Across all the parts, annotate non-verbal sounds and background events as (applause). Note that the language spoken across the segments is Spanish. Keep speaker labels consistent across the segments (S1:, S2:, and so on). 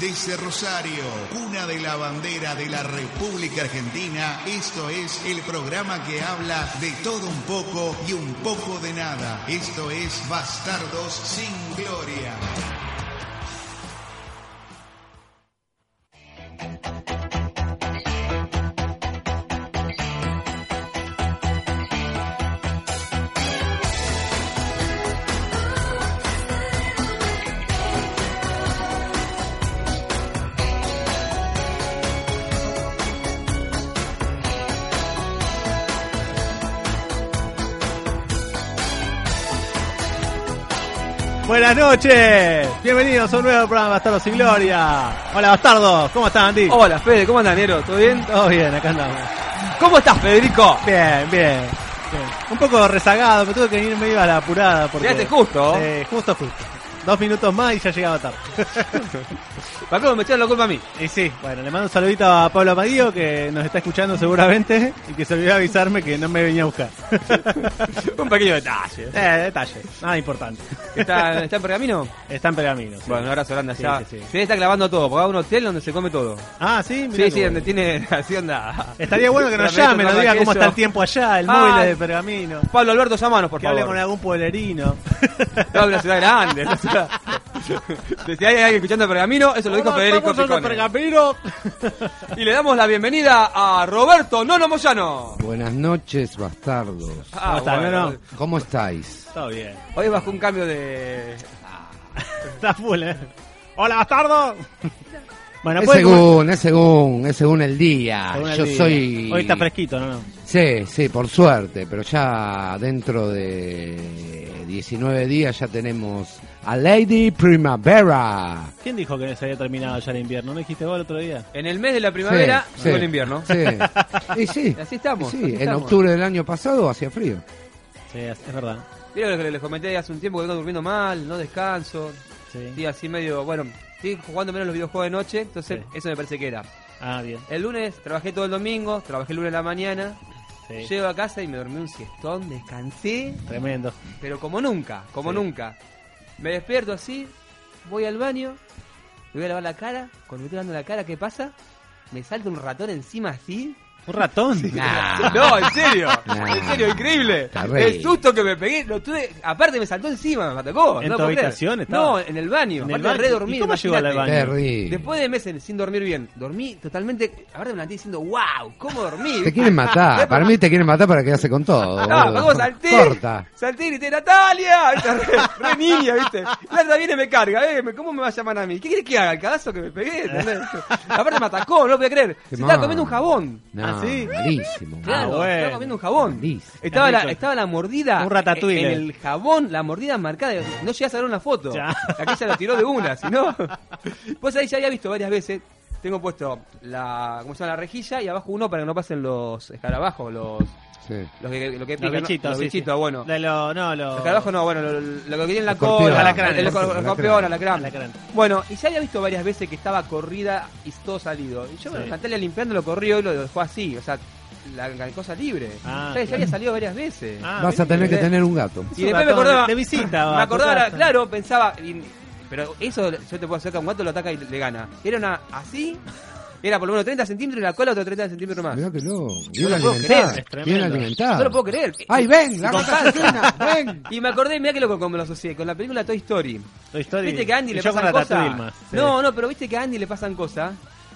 S1: Desde Rosario, cuna de la bandera de la República Argentina, esto es el programa que habla de todo un poco y un poco de nada. Esto es Bastardos sin Gloria.
S2: Buenas noches, bienvenidos a un nuevo programa Bastardos y Gloria. Hola bastardos, ¿cómo están Andy?
S3: Hola, Fede, ¿cómo andas, Nero? ¿Todo bien?
S2: Todo bien, acá andamos.
S3: ¿Cómo estás, Federico?
S2: Bien, bien. bien. Un poco rezagado, me tuve que ir medio a la apurada. Porque,
S3: Llegaste este justo.
S2: Eh, justo, justo. Dos minutos más y ya llegaba
S3: (laughs)
S2: tarde.
S3: ¿Para cómo me echaron la culpa a mí?
S2: y sí, bueno, le mando un saludito a Pablo Amadío que nos está escuchando seguramente y que se olvidó avisarme que no me venía a
S3: (laughs)
S2: buscar.
S3: Un pequeño detalle.
S2: eh, detalle, nada importante.
S3: ¿Está, está en pergamino?
S2: Está en pergamino. sí.
S3: Bueno, ahora grande
S2: Sí,
S3: allá.
S2: sí, sí.
S3: Fede está clavando todo, porque va a un hotel donde se come todo.
S2: Ah, sí, mirá
S3: Sí,
S2: qué
S3: sí,
S2: bueno.
S3: donde tiene. (laughs) Así onda.
S2: Estaría bueno que nos
S3: Para
S2: llamen, nos
S3: meter
S2: diga cómo
S3: aquello.
S2: está el tiempo allá, el
S3: Ah.
S2: móvil es de pergamino.
S3: Pablo Alberto, llamanos, por
S2: Que hable
S3: favor.
S2: con algún pueblerino.
S3: (laughs) No, una ciudad grande. una ciudad-
S2: (laughs)
S3: si hay alguien escuchando pergamino, eso lo dijo Federico Picone. Y le damos la bienvenida a Roberto Nono Moyano.
S4: Buenas noches, bastardos.
S3: Ah,
S2: está, Nono?
S4: ¿Cómo estáis?
S2: (laughs) Todo bien.
S3: Hoy bajó un cambio de.
S2: Está full, ¿eh? ¡Hola, bastardo! Bueno,
S4: es
S2: pues...
S4: según, es según, es según el día.
S2: según el
S4: Yo
S2: día.
S4: soy...
S2: Hoy está fresquito, ¿no? no.
S4: Sí, sí, por suerte, pero ya dentro de 19 días ya tenemos a Lady Primavera.
S2: ¿Quién dijo que se había terminado ya el invierno? ¿No dijiste vos el otro día?
S3: En el mes de la primavera
S4: Sí,
S3: llegó
S4: sí,
S3: el invierno. (laughs)
S4: Sí, y sí.
S3: Y así estamos,
S4: Sí,
S3: así
S4: en
S3: estamos.
S4: octubre del año pasado hacía frío.
S2: Sí, es es verdad.
S3: Mira lo que les comenté hace un tiempo que vengo durmiendo mal, no descanso.
S2: Sí.
S3: Estoy así medio. Bueno, estoy jugando menos los videojuegos de noche, entonces
S2: Sí.
S3: eso me parece que era.
S2: Ah, bien.
S3: El lunes trabajé todo el domingo, trabajé el lunes a la mañana.
S2: Sí.
S3: Llego a casa y me dormí un siestón, descansé,
S2: Tremendo.
S3: pero como nunca, como
S2: Sí.
S3: nunca. Me despierto así, voy al baño, me voy a lavar la cara. Cuando me estoy lavando la cara, ¿qué pasa? Me salta un ratón encima así.
S2: ¿Un ratón?
S4: (laughs) Nah.
S3: No, en serio,
S4: Nah.
S3: en serio, increíble.
S4: Terrible.
S3: El susto que me pegué, lo tuve, aparte me saltó encima, me atacó.
S2: ¿En
S3: no
S2: tu
S3: puedo creer.
S2: habitación estaba?
S3: No, en el baño.
S2: En el
S3: aparte
S2: baño.
S3: re dormí,
S2: ¿Y cómo llegó al
S3: imagínate.
S2: baño?
S4: Terrible.
S3: Después de meses sin dormir bien, dormí totalmente. Ahora me levanté diciendo, wow, ¿cómo dormí? Ah,
S4: Te quieren matar, para mí te quieren matar para quedarse con todo.
S3: (laughs) No,
S4: boludo.
S3: luego salté,
S4: Corta.
S3: salté y grité, Natalia, re, re niña, ¿viste? Natalia viene y me carga, ¿eh? ¿Cómo me va a llamar a mí? ¿Qué quieres que haga? ¿El cagazo que me pegué? ¿entendés? Aparte me atacó, no lo podía creer. Se
S4: Qué
S3: estaba
S4: mal.
S3: comiendo un jabón.
S4: No,
S2: ¿Ah, sí?
S4: malísimo.
S3: Claro,
S2: Ah, bueno.
S3: estaba comiendo un jabón.
S4: Malísimo.
S3: Estaba la,
S2: Rico.
S3: estaba la mordida
S2: Un ratatouille.
S3: en el jabón, la mordida marcada. No llegas a ver una foto.
S2: Ya.
S3: Aquí se la tiró de una, si no. Vos ahí ya había visto varias veces. Tengo puesto la, ¿cómo se llama? la rejilla y abajo uno para que no pasen los escarabajos, los,
S4: Sí.
S3: los que, (laughs) lo que
S2: Los
S3: pican, ¿no?
S2: bichitos,
S3: los
S2: sí,
S3: bichitos,
S2: sí.
S3: bueno.
S2: De lo, no, lo...
S3: Los escarabajos no, bueno, lo, lo que tienen la
S4: Los
S3: cola,
S4: corpiones.
S2: Alacranes.
S3: el, cor-
S4: Alacranes.
S3: corpión, alacrán.
S2: Alacrán.
S3: Bueno, y ya había visto varias veces que estaba corrida y todo salido. Y yo, bueno,
S2: Sí.
S3: Natalia limpiando lo corrió y lo dejó así, o sea, la, la cosa libre.
S2: Ah,
S3: O sea, ya
S2: claro.
S3: había salido varias veces.
S2: Ah,
S4: Vas a
S2: bien.
S4: tener que tener un gato.
S3: y después me
S2: ratón,
S3: acordaba.
S2: de visita, va,
S3: me
S2: a tu
S3: acordaba,
S2: casa.
S3: claro, pensaba. y- pero eso yo te puedo hacer que un gato lo ataca y le gana. Era una así, era por lo menos 30 centímetros y la cola otro 30 centímetros más.
S4: Mirá que loco.
S3: No
S4: Bien
S3: lo puedo
S4: alimentada.
S3: creer,
S2: es tremendo.
S4: Bien alimentada.
S3: No lo puedo creer.
S4: ¡Ay, ven! ¡La
S3: Con
S4: gata asesina! ¡Ven!
S3: Y me acordé, mira que lo como lo asocié, con la película Toy Story.
S2: Toy Story.
S3: Viste que a Andy
S2: Y
S3: le
S2: yo con
S3: pasan
S2: Ratatouille
S3: cosas.
S2: más. sí.
S3: No, no, pero viste que a Andy le pasan cosas.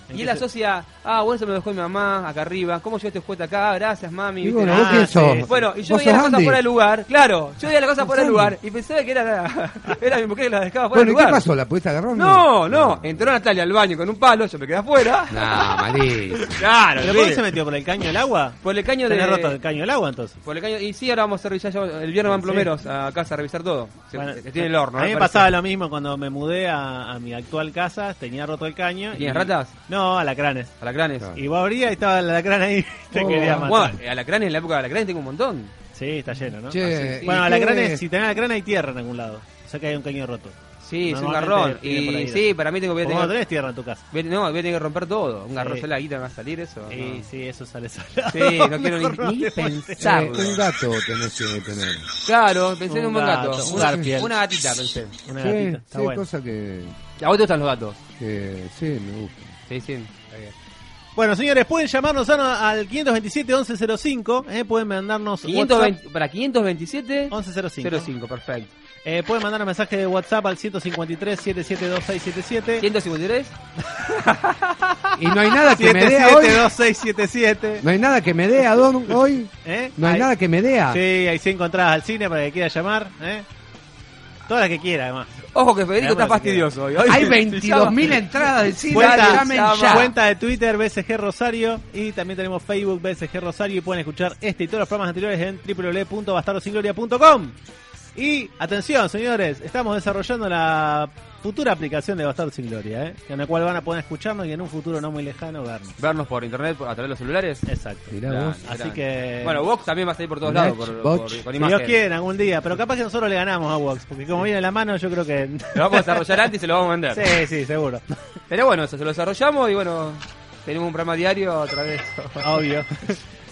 S2: ¿En
S3: Y
S2: qué
S3: él
S2: se-
S3: asocia, ah, bueno, eso me lo dejó mi mamá acá arriba. ¿Cómo llegó este juguete acá? Ah, Gracias, mami.
S4: Y
S3: ¿viste?
S4: bueno,
S3: Ah,
S4: ¿vos quién
S2: sí.
S4: sos?
S3: bueno, y yo
S4: ¿Vos
S3: veía las
S4: sos
S3: cosas
S4: Andy?
S3: fuera de lugar, claro. Yo veía las cosas fuera de
S4: Andy?
S3: lugar y pensaba que era, era mi mujer que la (laughs) dejaba fuera
S4: Bueno, ¿y
S3: de lugar.
S4: qué pasó? ¿La pudiste agarrar? o
S3: No, no, entró Natalia al baño con un palo, yo me quedé afuera.
S4: No, malísimo.
S3: Claro,
S2: ¿Pero
S3: sí.
S2: por qué se metió? ¿Por el caño del agua?
S3: Por el caño
S2: Tenés
S3: de.
S2: roto el caño del agua entonces.
S3: Por el caño. Y sí, ahora vamos a revisar. ya- El viernes van
S2: Sí.
S3: plomeros a casa a revisar todo. Se,
S2: Bueno,
S3: se- tiene el horno.
S2: A mí me
S3: parece.
S2: pasaba lo mismo cuando me mudé a, a mi actual casa, tenía roto el caño.
S3: ¿Tenías ratas?
S2: No, alacranes.
S3: Alacranes.
S4: Claro.
S2: Y vos abrías y estaba el alacrán ahí, (laughs) te
S4: Oh.
S2: quería matar.
S3: Bueno, eh, alacranes en la época de alacranes tengo un montón.
S2: Sí, está lleno, ¿no?
S4: Che,
S2: Así.
S4: ¿y
S2: bueno,
S4: qué-
S2: alacranes, si tenés alacrán hay tierra en algún lado. O sea que hay un caño roto.
S3: Sí, es un
S2: Normalmente
S3: garrón.
S2: tiene por ahí,
S3: Y
S2: ¿no?
S3: sí, para mí tengo voy a
S2: Vos no
S3: tener.
S2: tenés tierra en tu casa.
S3: voy a- No, voy a tener que romper todo. Un garrón,
S2: Sí.
S3: ya la guita me va a salir eso.
S2: Sí, (laughs)
S3: no.
S2: sí, eso sale salado.
S3: Sí, no quiero ni-
S2: Mejor no
S3: ni
S2: te muestres.
S3: pensar.
S4: Eh, un gato tenés que tener.
S3: Claro, pensé en
S2: Un
S3: un buen
S2: gato,
S3: gato.
S2: un
S3: Una-
S2: garfield.
S3: Una gatita pensé.
S2: Una
S4: Sí,
S2: gatita, está
S4: sí,
S2: bueno.
S4: cosa que,
S3: ¿A vos te gustan los gatos?
S4: que sí, me gusta.
S3: Sí, sí. está bien.
S2: Bueno, señores, pueden llamarnos a- al 527-1105. eh, pueden mandarnos
S3: 520 para 527
S2: WhatsApp 1105.
S3: 05, perfecto.
S2: Eh, pueden mandar un mensaje de WhatsApp al 153-772677.
S3: 153
S4: Y no hay nada que me dé hoy.
S2: 772677.
S4: No hay nada que me dé a Don hoy.
S2: ¿Eh?
S4: No hay
S2: Ahí-
S4: nada que me dé a.
S2: Sí, ahí sí encontrás al cine para que quiera llamar. ¿eh? Todas las que quiera, además.
S3: Ojo que Federico
S2: Llamémoslo
S3: está
S2: si
S3: fastidioso hoy. Hoy (laughs)
S4: Hay
S3: se- se
S4: 22.000
S3: llama-
S4: entradas de cine.
S2: Cuenta,
S4: Llamen ya.
S2: cuenta de Twitter BSG Rosario y también tenemos Facebook BSG Rosario y pueden escuchar este y todos los programas anteriores en www.bastardosigloria.com. Y atención, señores, estamos desarrollando la futura aplicación de Bastardos sin Gloria, ¿eh? en la cual van a poder escucharnos y en un futuro no muy lejano vernos.
S3: Vernos por internet, por- a través de los celulares.
S2: Exacto.
S4: Mirá
S3: Gran,
S4: vos.
S2: Así
S3: gran.
S2: que-
S3: Bueno, Vox también va a salir por todos
S4: Nach,
S3: lados. Por,
S4: Vox.
S3: por- con
S2: Si
S3: imagen.
S2: Dios quiere, algún día, pero capaz que nosotros le ganamos a Vox, porque como viene la mano, yo creo que.
S3: Lo vamos a desarrollar antes y se lo vamos a vender.
S2: sí, sí, seguro.
S3: Pero bueno, eso, se lo desarrollamos y bueno, tenemos un programa diario a través.
S2: Obvio.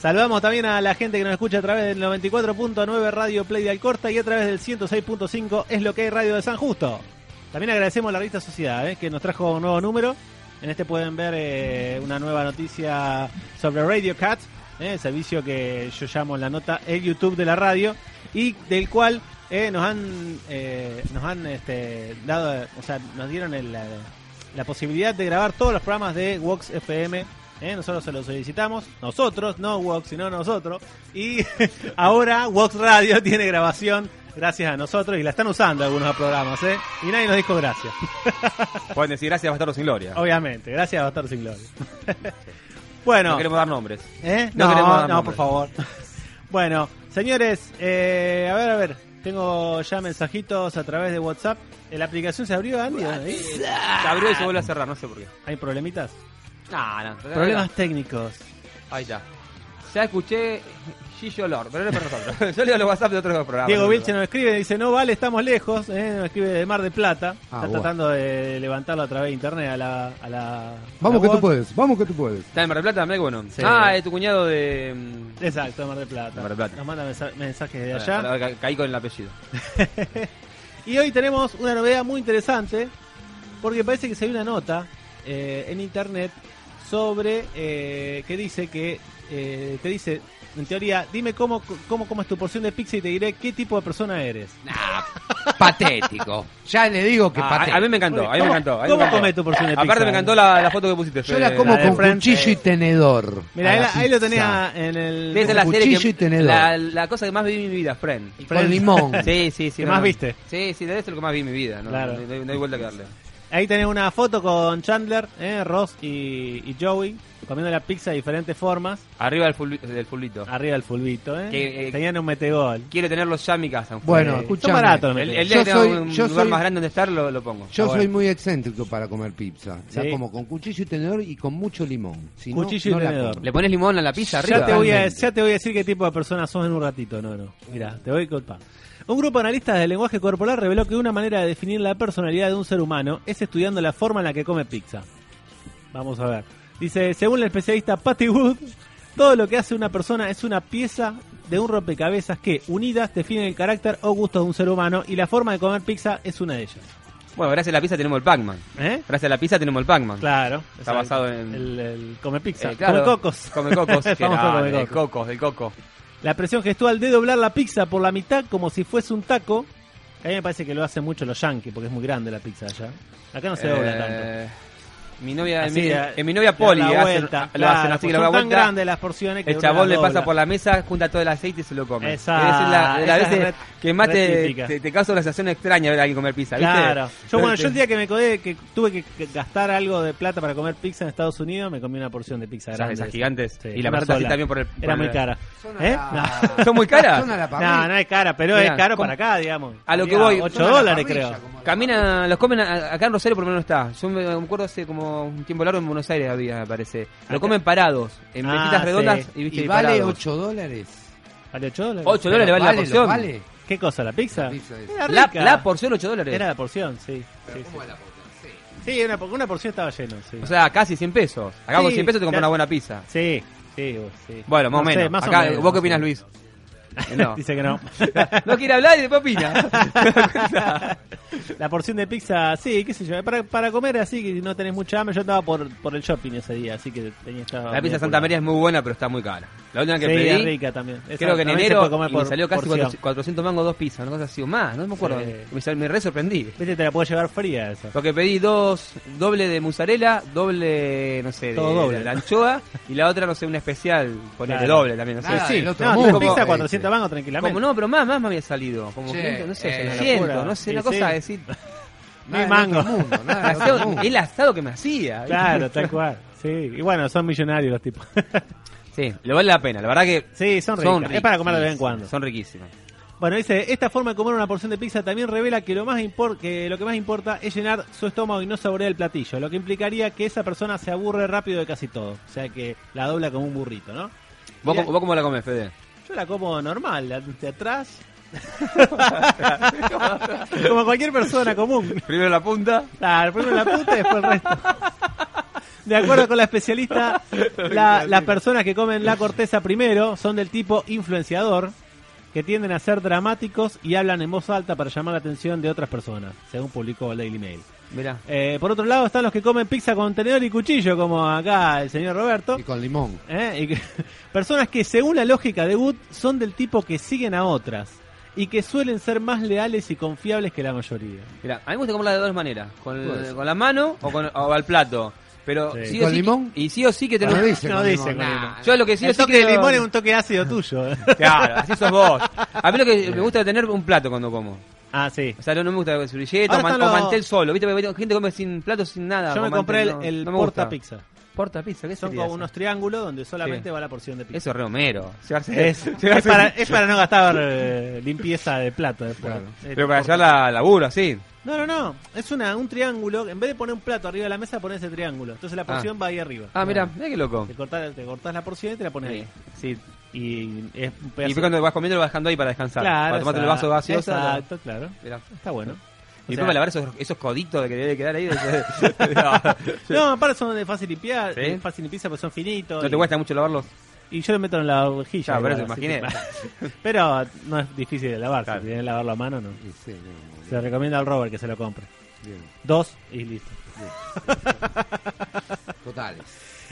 S2: Saludamos también a la gente que nos escucha a través del 94.9 Radio Play de Alcorta y a través del 106.5 Es lo que hay Radio de San Justo. También agradecemos a la revista Sociedad, ¿eh? que nos trajo un nuevo número. En este pueden ver eh, una nueva noticia sobre Radio Cat, ¿eh? el servicio que yo llamo la nota el YouTube de la radio y del cual eh, nos han eh, nos han este, dado, eh, o sea, nos dieron el, eh, la, la posibilidad de grabar todos los programas de Vox FM. ¿eh? Nosotros se los solicitamos, nosotros, no Vox, sino nosotros. Y (laughs) ahora Vox Radio tiene grabación gracias a nosotros y la están usando algunos programas. ¿eh? Y nadie nos dijo
S3: (laughs)
S2: gracias.
S3: (laughs) Pueden decir gracias, Bastardo sin Gloria.
S2: Obviamente, gracias a Bastardo sin
S3: (laughs)
S2: Gloria.
S3: No,
S2: bueno,
S3: queremos dar nombres.
S2: ¿eh?
S3: no
S2: no,
S3: queremos dar
S2: no, por
S3: nombres.
S2: favor. (laughs) bueno, señores, eh, a ver, a ver, tengo ya mensajitos a través de WhatsApp. Eh, ¿La aplicación se abrió, Andy? ¿Ahí?
S3: Se abrió y se vuelve a cerrar, no sé por qué.
S2: ¿Hay problemitas?
S3: No, no.
S2: Problemas técnicos.
S3: Ahí está. Ya escuché eh, Gillo Lord, pero no es para nosotros. (laughs) Yo leo los WhatsApp de otros programas.
S2: Diego Vilche nos escribe, dice, no vale, estamos lejos, ¿eh? nos escribe de Mar de Plata,
S4: Ah,
S2: está
S4: bueno.
S2: tratando de levantarlo a través de internet a la... A la
S4: Vamos
S2: a la
S4: que tú
S2: voz.
S4: puedes, vamos que tú puedes.
S3: ¿Está en Mar del Plata? Mira que bueno.
S2: Sí.
S3: Ah, es tu cuñado de. mm,
S2: Exacto, de Mar de Plata.
S3: Mar del Plata. Ah,
S2: Nos manda mensa- mensajes de allá.
S3: para- para- ca- Caí con el apellido.
S2: Y hoy tenemos una novedad muy interesante, porque parece que se hay una nota eh, en internet sobre eh, que dice que eh, te dice, en teoría, dime cómo, cómo, cómo es tu porción de pizza y te diré qué tipo de persona eres.
S4: Nah, patético. Ya le digo que
S3: Ah,
S4: patético.
S3: a, a mí me encantó, a mí me
S2: ¿Cómo-
S3: encantó. a mí
S2: cómo
S3: me encantó.
S2: comés tu porción de
S3: Aparte
S2: pizza?
S3: me encantó la, la foto que pusiste.
S4: Yo
S3: Fede.
S4: la como
S2: la de
S4: con
S2: Friends,
S4: cuchillo
S2: eh.
S4: y tenedor.
S2: Mira,
S4: A
S2: ahí,
S4: Ah, la
S2: la- ahí lo
S4: pizza.
S2: tenía en el...
S3: Esa es la
S4: Con
S3: serie
S4: cuchillo y
S3: que,
S4: tenedor.
S3: la, la cosa que más vi en mi vida, Friend.
S4: Y Con limón.
S3: (laughs) Sí, sí, sí.
S2: ¿Qué más viste?
S3: Sí, sí, debe ser lo que más vi en mi vida. No,
S2: Claro.
S3: no, hay- no hay vuelta que darle.
S2: Ahí tenés una foto con Chandler, eh, Ross y, y Joey comiendo la pizza de diferentes formas.
S3: Arriba del, fulbi- del fulbito.
S2: Arriba el fulbito, ¿eh?
S3: Que, eh,
S2: Tenían un metegol.
S3: Quiero tenerlos ya en mi casa.
S4: Bueno,
S2: Eh, son
S4: escuchame.
S2: baratos los
S3: el,
S2: metegoles.
S3: el día
S4: Yo
S3: que tenga
S4: soy-
S3: un
S4: yo
S3: lugar
S4: soy-
S3: más grande donde estar, lo, lo pongo.
S4: Yo
S2: Ah,
S4: soy
S2: bueno.
S4: muy excéntrico para comer pizza. La
S2: Sí.
S4: como con cuchillo y tenedor y con mucho limón. Si
S2: Cuchillo y
S4: no, no la
S2: tenedor.
S4: como.
S3: ¿Le pones limón a la pizza arriba?
S2: Ya te, voy a,
S4: Totalmente.
S2: ya te voy a decir qué tipo de persona sos en un ratito, no, no. Mira, te voy a culpar. Un grupo de analistas del lenguaje corporal reveló que una manera de definir la personalidad de un ser humano es estudiando la forma en la que come pizza. Vamos a ver. Dice, según la especialista Patty Wood, todo lo que hace una persona es una pieza de un rompecabezas que, unidas, definen el carácter o gusto de un ser humano y la forma de comer pizza es una de ellas.
S3: ¿eh? Bueno, gracias a la pizza tenemos el Pac-Man.
S2: ¿Eh?
S3: Gracias a la pizza tenemos el Pac-Man.
S2: Claro.
S3: Está basado en-
S2: El, el come pizza.
S3: Eh, claro.
S2: Come cocos. (laughs)
S3: Come cocos.
S2: Famoso
S3: que nada,
S2: come
S3: el
S2: cocos.
S3: coco, el coco.
S2: La presión gestual de doblar la pizza por la mitad como si fuese un taco. A mí me parece que lo hacen mucho los yankees porque es muy grande la pizza allá. Acá no se dobla tanto.
S3: Eh, Mi novia,
S2: Así,
S3: mi,
S2: eh,
S3: en mi novia
S2: dar
S3: Poli
S2: la
S3: hacen-
S2: vuelta,
S3: lo
S2: claro,
S3: hacen así
S2: pues
S3: que lo da
S2: son tan
S3: vuelta.
S2: grandes las porciones que
S3: El
S2: uno
S3: chabón le
S2: dobla.
S3: pasa por la mesa, junta todo el aceite y se lo come.
S2: Esa-
S3: Debe ser la, de
S2: esa
S3: las
S2: es
S3: veces
S2: re-
S3: que más
S2: re
S3: te,
S2: típica.
S3: te- te causa una sensación extraña ver a alguien comer pizza, ¿viste?
S2: Claro. Yo, bueno, yo el
S3: Te-
S2: día que me codé, que tuve que que gastar algo de plata para comer pizza en Estados Unidos, me comí una porción de pizza
S3: Esas,
S2: grande.
S3: esas gigantes.
S2: Sí,
S3: y la
S2: una
S3: patata así
S2: sola.
S3: también por el... por
S2: Era muy
S3: el-
S2: cara.
S4: Son a
S2: ¿Eh?
S4: la-
S2: No.
S3: ¿Son muy caras?
S4: Son a la parrilla.
S2: No, no es cara, pero
S3: Mirá,
S2: es caro
S3: ¿cómo?
S2: para acá, digamos.
S3: A lo que
S2: Mirá,
S3: voy.
S4: Son
S2: 8
S4: a la
S2: dólares
S4: parrilla,
S2: creo.
S4: como la-
S3: Camina, los comen a- acá en Rosario, por lo menos no está. Yo me acuerdo hace como un tiempo largo en Buenos Aires había, me parece. Lo
S2: Acá.
S3: comen parados, en
S2: Ah,
S3: mesitas redondas
S2: sí.
S3: y viste
S4: Y vale
S3: parados.
S4: 8 dólares.
S2: ¿Vale 8 dólares?
S3: 8 dólares
S4: Pero
S3: vale la
S4: vale, lo
S3: porción.
S4: vale.
S2: ¿Qué ¿Qué cosa? ¿La pizza?
S4: La pizza es-
S2: Era
S3: La,
S2: rica.
S3: la porción 8 dólares.
S2: Era la porción, sí. Sí, sí. Sí, una, por- una porción estaba lleno, sí.
S3: O sea, casi 100 pesos. Acá con
S2: Sí,
S3: 100 pesos te compras
S2: claro.
S3: una buena pizza.
S2: sí, sí, vos, sí.
S3: Bueno, más o
S2: No sé,
S3: menos.
S2: más o
S3: Acá,
S2: menos,
S3: ¿Vos
S2: más
S3: qué
S2: o
S3: opinas,
S2: menos.
S3: Luis?
S2: (laughs)
S3: No.
S2: Dice que no.
S3: (laughs) no quiere hablar y después
S2: (laughs)
S3: opina.
S2: La porción de pizza, sí, qué sé yo. Para, para comer así, que no tenés mucha hambre, yo andaba por, por el shopping ese día, así que tenía esta...
S3: La pizza Santa María es muy buena, pero está muy cara. La última que
S2: Sí,
S3: pedí,
S2: es rica también. Esa
S3: creo que en
S2: también se
S3: enero,
S2: puede comer
S3: y me
S2: por-
S3: salió casi
S2: porción.
S3: 400 400 mangos dos pizzas, una cosa así o más, no me acuerdo.
S2: Sí.
S3: Me, sal- me re sorprendí.
S2: Viste, te la puedo llevar fría esa.
S3: Porque pedí dos, doble de mozzarella, doble, no sé, de,
S2: Todo doble.
S3: de la anchoa, y la otra, no sé, una especial, ponerle
S2: Claro.
S3: doble también, no sé.
S4: Nada,
S2: Sí,
S4: el
S2: no,
S4: otro
S2: tres
S4: mundo.
S2: pizzas,
S4: Como-
S2: 400 mangos tranquilamente.
S3: eh, Como no, pero más, más me había salido. Como
S4: Che,
S3: 500, no sé,
S4: eh,
S3: 700,
S2: locura.
S3: no sé,
S2: Sí,
S3: una
S2: sí.
S3: cosa
S2: (laughs)
S3: es decir.
S2: Ni
S4: Nada del
S2: mango.
S4: otro mundo,
S2: (laughs)
S4: nada del otro
S3: asado-
S4: mundo.
S3: el asado que me hacía.
S2: Claro, tal cual. Sí, y bueno, son millonarios los tipos. (laughs)
S3: Sí, lo vale la pena, la verdad que.
S2: sí, son ricas. es para comer de vez en
S3: riquísimas,
S2: cuando.
S3: Son riquísimas.
S2: Bueno, dice, esta forma de comer una porción de pizza también revela que lo, más impor- que lo que más importa es llenar su estómago y no saborear el platillo, lo que implicaría que esa persona se aburre rápido de casi todo. O sea que la dobla como un burrito, ¿no?
S3: ¿Vos,
S2: Mirá.
S3: cómo- vos cómo la comes, Fede?
S2: Yo la como normal, la- de atrás. (laughs) como cualquier persona común.
S3: Primero la punta.
S2: Claro, primero la punta y después el resto. De acuerdo con la especialista, la- las personas que comen la corteza primero son del tipo influenciador, que tienden a ser dramáticos y hablan en voz alta para llamar la atención de otras personas, según publicó el Daily Mail.
S3: Mirá.
S2: Eh, por otro lado están los que comen pizza con tenedor y cuchillo, como acá el señor Roberto.
S4: Y con limón.
S2: ¿eh? Y que- (laughs) personas que, según la lógica de Wood, son del tipo que siguen a otras y que suelen ser más leales y confiables que la mayoría.
S3: Mirá, a mí me gusta comerla de dos maneras, con,
S4: Pues.
S3: con la mano o, con, o al plato. Pero
S2: Sí.
S3: sí o
S4: ¿Con
S3: sí-
S4: limón?
S3: Y sí o sí que
S4: No
S3: tenemos...
S4: dice
S2: no
S4: con
S2: dice
S4: limón,
S2: con
S4: nah.
S2: limón.
S3: Yo lo que sí o
S2: el
S3: sí
S2: toque
S3: quiero-
S2: de limón es un toque (laughs) ácido tuyo. ¿eh?
S3: Claro, así sos vos. A mí lo que me gusta es tener un plato cuando como.
S2: ah, sí.
S3: O sea, no, no me gusta el servilleta
S2: Ahora
S3: o, man-
S2: están
S3: o
S2: los-
S3: mantel solo. Viste, Porque gente come sin plato, sin nada.
S2: Yo
S3: con
S2: me compré el,
S3: mantel, no-
S2: el
S3: no me gusta.
S2: porta pizza.
S3: Porta pizza, ¿qué
S2: Son
S3: sería
S2: como
S3: eso?
S2: unos triángulos donde solamente
S3: Sí.
S2: va la porción de pizza.
S3: (laughs) Eso es re Homero. Llevarse-
S2: (laughs) Es, es
S3: llevarse-
S2: para, es para no gastar eh, limpieza de plato después.
S4: Claro.
S2: Eh,
S3: Pero para allá la laburo, sí.
S2: No, no, no. Es una, un triángulo. En vez de poner un plato arriba de la mesa, pones ese triángulo. Entonces la porción va ahí arriba.
S3: Ah, mira, mira qué loco.
S2: Te cortás, te cortás la porción y te la pones ahí.
S3: Sí.
S2: Y es un
S3: Y
S2: pedazo.
S3: después cuando vas comiendo lo vas dejando ahí para descansar. para tomarte el
S2: exacto,
S3: vaso vacío. o sea, lo-
S2: Exacto, claro.
S3: Mirá.
S2: Está bueno. O
S3: Y después
S2: sea,
S3: para lavar esos, esos coditos que debe quedar ahí.
S2: no, aparte son de fácil limpiar,
S3: ¿Sí?
S2: de fácil limpieza porque son finitos.
S3: (laughs) ¿No te
S2: y-
S3: cuesta mucho lavarlos?
S2: Y yo lo meto en la vajilla.
S3: Ah, pero
S2: igual,
S3: eso
S2: así
S3: imaginé.
S2: que- (laughs) pero no es difícil de lavar.
S3: Claro.
S2: Si tienes que lavarlo a mano, no.
S4: Y sí, no,
S2: Se le recomienda al Robert que se lo compre.
S4: bien.
S2: Dos y listo.
S4: Totales.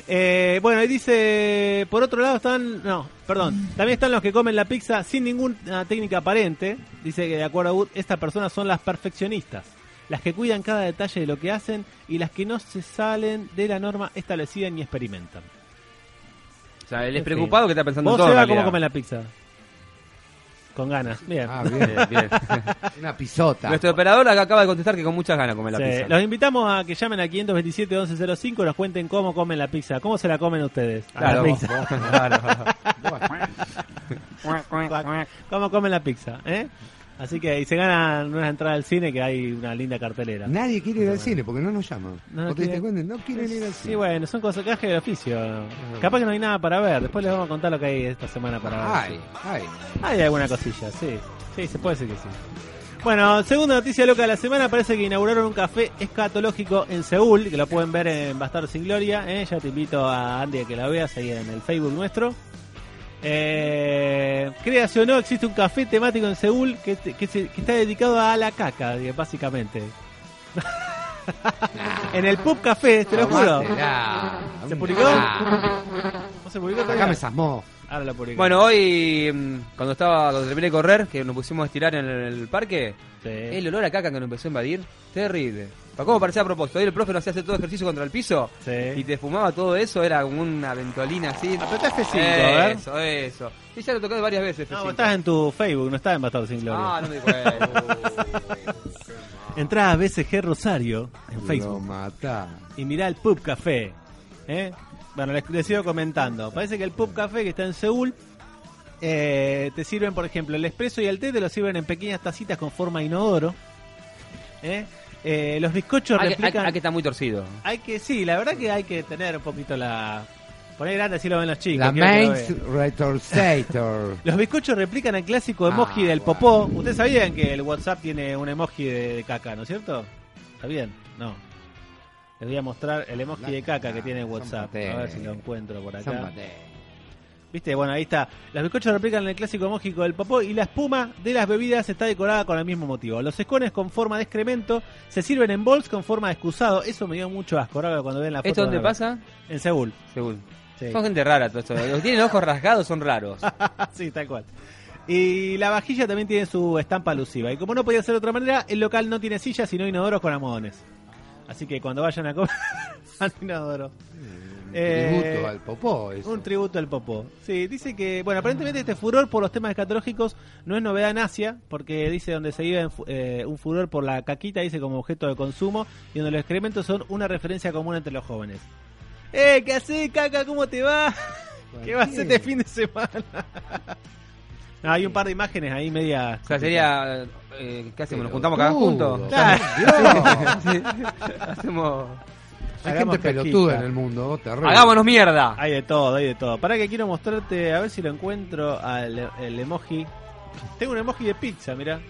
S2: Eh, bueno, y dice, por otro lado están, no, perdón, también están los que comen la pizza sin ninguna técnica aparente. Dice que de acuerdo a Wood, estas personas son las perfeccionistas, las que cuidan cada detalle de lo que hacen y las que no se salen de la norma establecida ni experimentan.
S3: O sea, él
S2: En
S3: es
S2: fin.
S3: preocupado que está pensando en
S2: ¿Vos,
S3: todo. en
S2: Seba,
S3: realidad.
S2: cómo comen la pizza? Con ganas, bien.
S4: Ah,
S3: Bien,
S4: bien.
S3: bien.
S2: (laughs)
S4: Una pisota.
S3: Nuestro operador acá acaba de contestar que con muchas ganas come la
S2: Sí,
S3: pizza.
S2: Los invitamos a que llamen al 527 1105 y nos cuenten cómo comen la pizza. ¿Cómo se la comen ustedes? A
S3: Claro,
S2: la
S3: vos-
S2: pizza.
S3: vos-
S2: (laughs)
S3: claro.
S2: ¿Cómo comen la pizza? ¿eh? Así que y se ganan una entrada al cine que hay una linda cartelera.
S4: Nadie quiere ir al cine porque no nos llaman.
S2: No, no
S4: ¿Vos te diste
S2: quiere.
S4: cuenta? No quieren ir al cine. Ah.
S2: Sí, bueno, son cosas caje del oficio. Capaz que no hay nada para ver. Después les vamos a contar lo que hay esta semana para ver.
S4: Ay, ay.
S2: Hay alguna cosilla, sí. Sí, se puede decir que sí. Bueno, segunda noticia loca de la semana, parece que inauguraron un café escatológico en Seúl, que lo pueden ver en Bastardo sin Gloria, ¿eh? ya te invito a Andy a que la veas ahí en el Facebook nuestro. Eh, créase o no, existe un café temático en Seúl que, te- que se- que está dedicado a la caca, digo, básicamente. (laughs) en el Pub Café, te lo juro.
S4: Aguántela.
S2: ¿Se publicó?
S4: Ah,
S2: ¿No se publicó todavía?
S4: Sacame esas mo.
S2: Ahora lo publicó.
S3: Bueno, hoy, mm, cuando estaba, cuando terminé de correr, que nos pusimos a estirar en el, el parque,
S2: Sí.
S3: el olor a caca que nos empezó a invadir, terrible. ¿Para cómo parecía a propósito? Hoy el profe nos hacía hacer todo ejercicio contra el piso
S2: Sí.
S3: y te fumaba todo eso, era como una ventolina así.
S2: Apretá F5,
S3: Eh,
S2: a ver.
S3: Eso, eso. Sí, ya lo tocaste varias veces.
S2: No,
S3: F5.
S2: vos estás en tu Facebook, no estás en Bastardo sin Gloria.
S3: Ah, no me di cuenta.
S2: Entrá a BCG Rosario en
S4: Lo
S2: Facebook
S4: mata.
S2: y mirá el Pub Café. ¿eh? Bueno, les, les sigo comentando. Parece que el Pub Café que está en Seúl eh, te sirven, por ejemplo, el espresso y el té te lo sirven en pequeñas tacitas con forma inodoro. ¿eh? Eh, los bizcochos
S3: Hay que- hay-
S2: replican.
S3: hay que está muy torcido.
S2: hay que- sí, la verdad que hay que tener un poquito la, Poné grande así lo ven los chicos.
S4: La
S2: quiero que lo
S4: Main
S2: vean.
S4: Retorsator.
S2: (laughs) Los bizcochos replican el clásico emoji
S4: Ah,
S2: del
S4: bueno.
S2: popó. Ustedes sabían que el WhatsApp tiene un emoji de, de caca, ¿no es cierto? ¿Sabían? No. Les voy a mostrar el emoji
S4: La
S2: de caca que
S4: cagada,
S2: tiene el
S4: son
S2: WhatsApp. A ver
S4: pateras.
S2: si lo encuentro por acá.
S4: Son pateras.
S2: ¿Viste? Bueno, ahí está. Los bizcochos replican el clásico mágico del popó y la espuma de las bebidas está decorada con el mismo motivo. Los escones con forma de excremento se sirven en bols con forma de excusado. Eso me dio mucho asco ahora cuando ven la foto.
S3: ¿Esto dónde
S2: van a ver.
S3: pasa?
S2: En Seúl.
S3: Según.
S2: Sí.
S3: Son gente rara todo esto. Los que tienen ojos rasgados son raros.
S2: (laughs) sí, tal cual. Y la vajilla también tiene su estampa alusiva. Y como no podía ser de otra manera, el local no tiene sillas, sino inodoros con almohadones. Así que cuando vayan a comer, (laughs) van a inodoro. Eh,
S4: Tributo al popó. eso.
S2: Un tributo al popó. Sí, dice que, bueno, aparentemente este furor por los temas escatológicos no es novedad en Asia, porque dice donde se vive en fu- eh, un furor por la caquita, dice como objeto de consumo, y donde los excrementos son una referencia común entre los jóvenes. ¡Eh, qué haces, caca! ¿Cómo te va? ¿Qué va a hacer este fin de semana? No, hay un par de imágenes ahí media...
S3: O sea, sería. eh, ¿Qué hacemos? ¿Nos juntamos acá
S4: Pelotudo.
S3: juntos?
S2: Claro. (laughs)
S4: Dios.
S3: Sí. (laughs) Hacemos.
S4: Hay
S2: Hagamos
S4: gente
S2: caquita.
S4: pelotuda en el mundo, terrible.
S3: ¡Hagámonos mierda!
S2: Hay de todo, hay de todo. Para que quiero mostrarte, a ver si lo encuentro, al el emoji. Tengo un emoji de pizza, mira.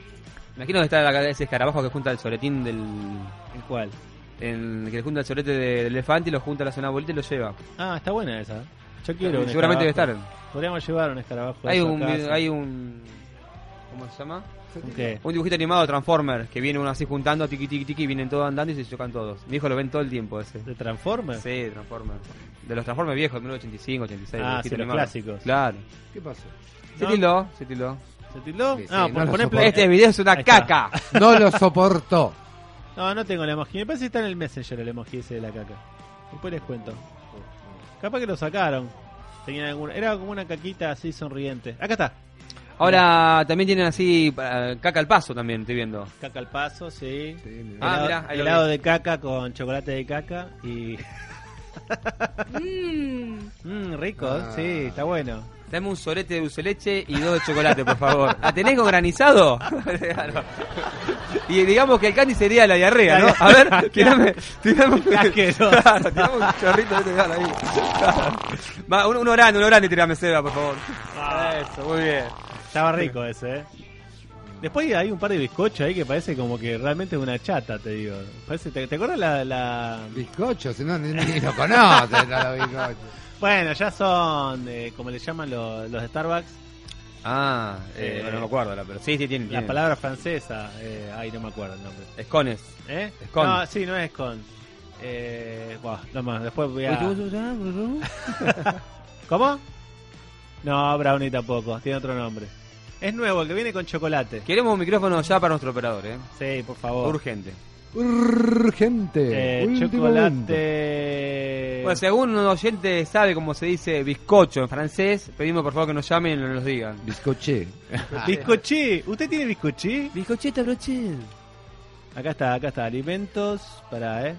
S3: Imagino que está la- ese escarabajo que junta el soletín del.
S2: ¿El cual?
S3: el que le junta el solete del elefante y lo junta a la zona bolita y lo lleva.
S2: Ah, está buena esa. Yo quiero. un
S3: Seguramente debe estar.
S2: escarabajo. Podríamos llevar un escarabajo. de
S3: Hay
S2: eso a
S3: un,
S2: casa.
S3: hay un. ¿Cómo se llama?
S2: ¿Un qué?
S3: Un dibujito animado de Transformer que viene uno así juntando, tiqui tiqui tiqui, vienen todos andando y se chocan todos. Mi hijo lo ven todo el tiempo ese.
S2: ¿De Transformers?
S3: Sí, Transformers. De los Transformers viejos, de 1985, 86.
S2: Ah,
S3: dibujito
S2: sí, los
S3: animado.
S2: clásicos.
S3: Claro.
S4: ¿Qué pasó?
S3: Se
S2: No.
S3: tildó, se tildó.
S2: ¿Se tildó?
S4: Sí, sí,
S2: no,
S4: no
S2: pon-
S4: lo
S2: poné
S4: soporto.
S2: play.
S3: Este video es una
S2: Ahí está.
S3: caca.
S2: (laughs)
S4: No lo soportó.
S2: No, no tengo el emoji. Me parece que está en el Messenger el emoji ese de la caca. Después les cuento. Capaz que lo sacaron. Tenían alguna... Era como una caquita así sonriente. Acá está.
S3: Ahora también tienen así eh, caca al paso también, estoy viendo.
S2: Caca al paso, sí.
S4: Sí, mirá.
S3: Ah,
S2: helado,
S3: mirá, ahí lo
S2: helado
S3: vi.
S2: de caca con chocolate de caca
S3: (laughs)
S2: y... Mmm, rico,
S4: Ah.
S2: sí, está bueno.
S3: Dame un solete de dulce leche y dos de chocolate, por favor. ¿Ah, tenés con granizado? (laughs) Claro. y digamos que el candy sería la diarrea, ¿no? A ver, tirame, tirame un...
S2: Qué asqueroso.
S3: (laughs) Claro, tirame un chorrito de ese gas ahí. Claro. Va, uno, uno grande, uno grande, tirame Seba, por favor. Ah, Eso, muy bien.
S2: Estaba rico ese, ¿eh? Después hay un par de bizcochos ahí que parece como que realmente es una chata, te digo. Parece, ¿te, te acuerdas la, la-
S4: Bizcocho, si no, ni, ni lo conoce, no, los bizcochos.
S2: Bueno, ya son, eh, como le llaman lo- los de Starbucks,
S3: Ah, eh,
S2: Eh,
S3: no me acuerdo, la, pero sí, sí, tiene.
S2: la
S3: tiene.
S2: palabra francesa. eh, ay, no me acuerdo el nombre.
S3: Escones.
S2: ¿Eh?
S3: Scone.
S2: No, sí, no es con. Eh, buah, no más, después voy a... (laughs) ¿Cómo? No, Brownie tampoco, tiene otro nombre. Es nuevo, el que viene con chocolate.
S3: Queremos un micrófono ya para nuestro operador, ¿eh?
S2: Sí, por favor.
S3: Urgente.
S4: Urgente.
S2: Eh,
S4: Último momento.
S2: chocolate...
S3: Bueno, si algún oyente sabe cómo se dice bizcocho en francés, pedimos por favor que nos llamen y nos lo digan.
S4: Bizcoché.
S2: Biscochi, ¿usted tiene bizcochi?
S3: Bizcocheta, broche.
S2: Acá está, acá está, alimentos, para eh.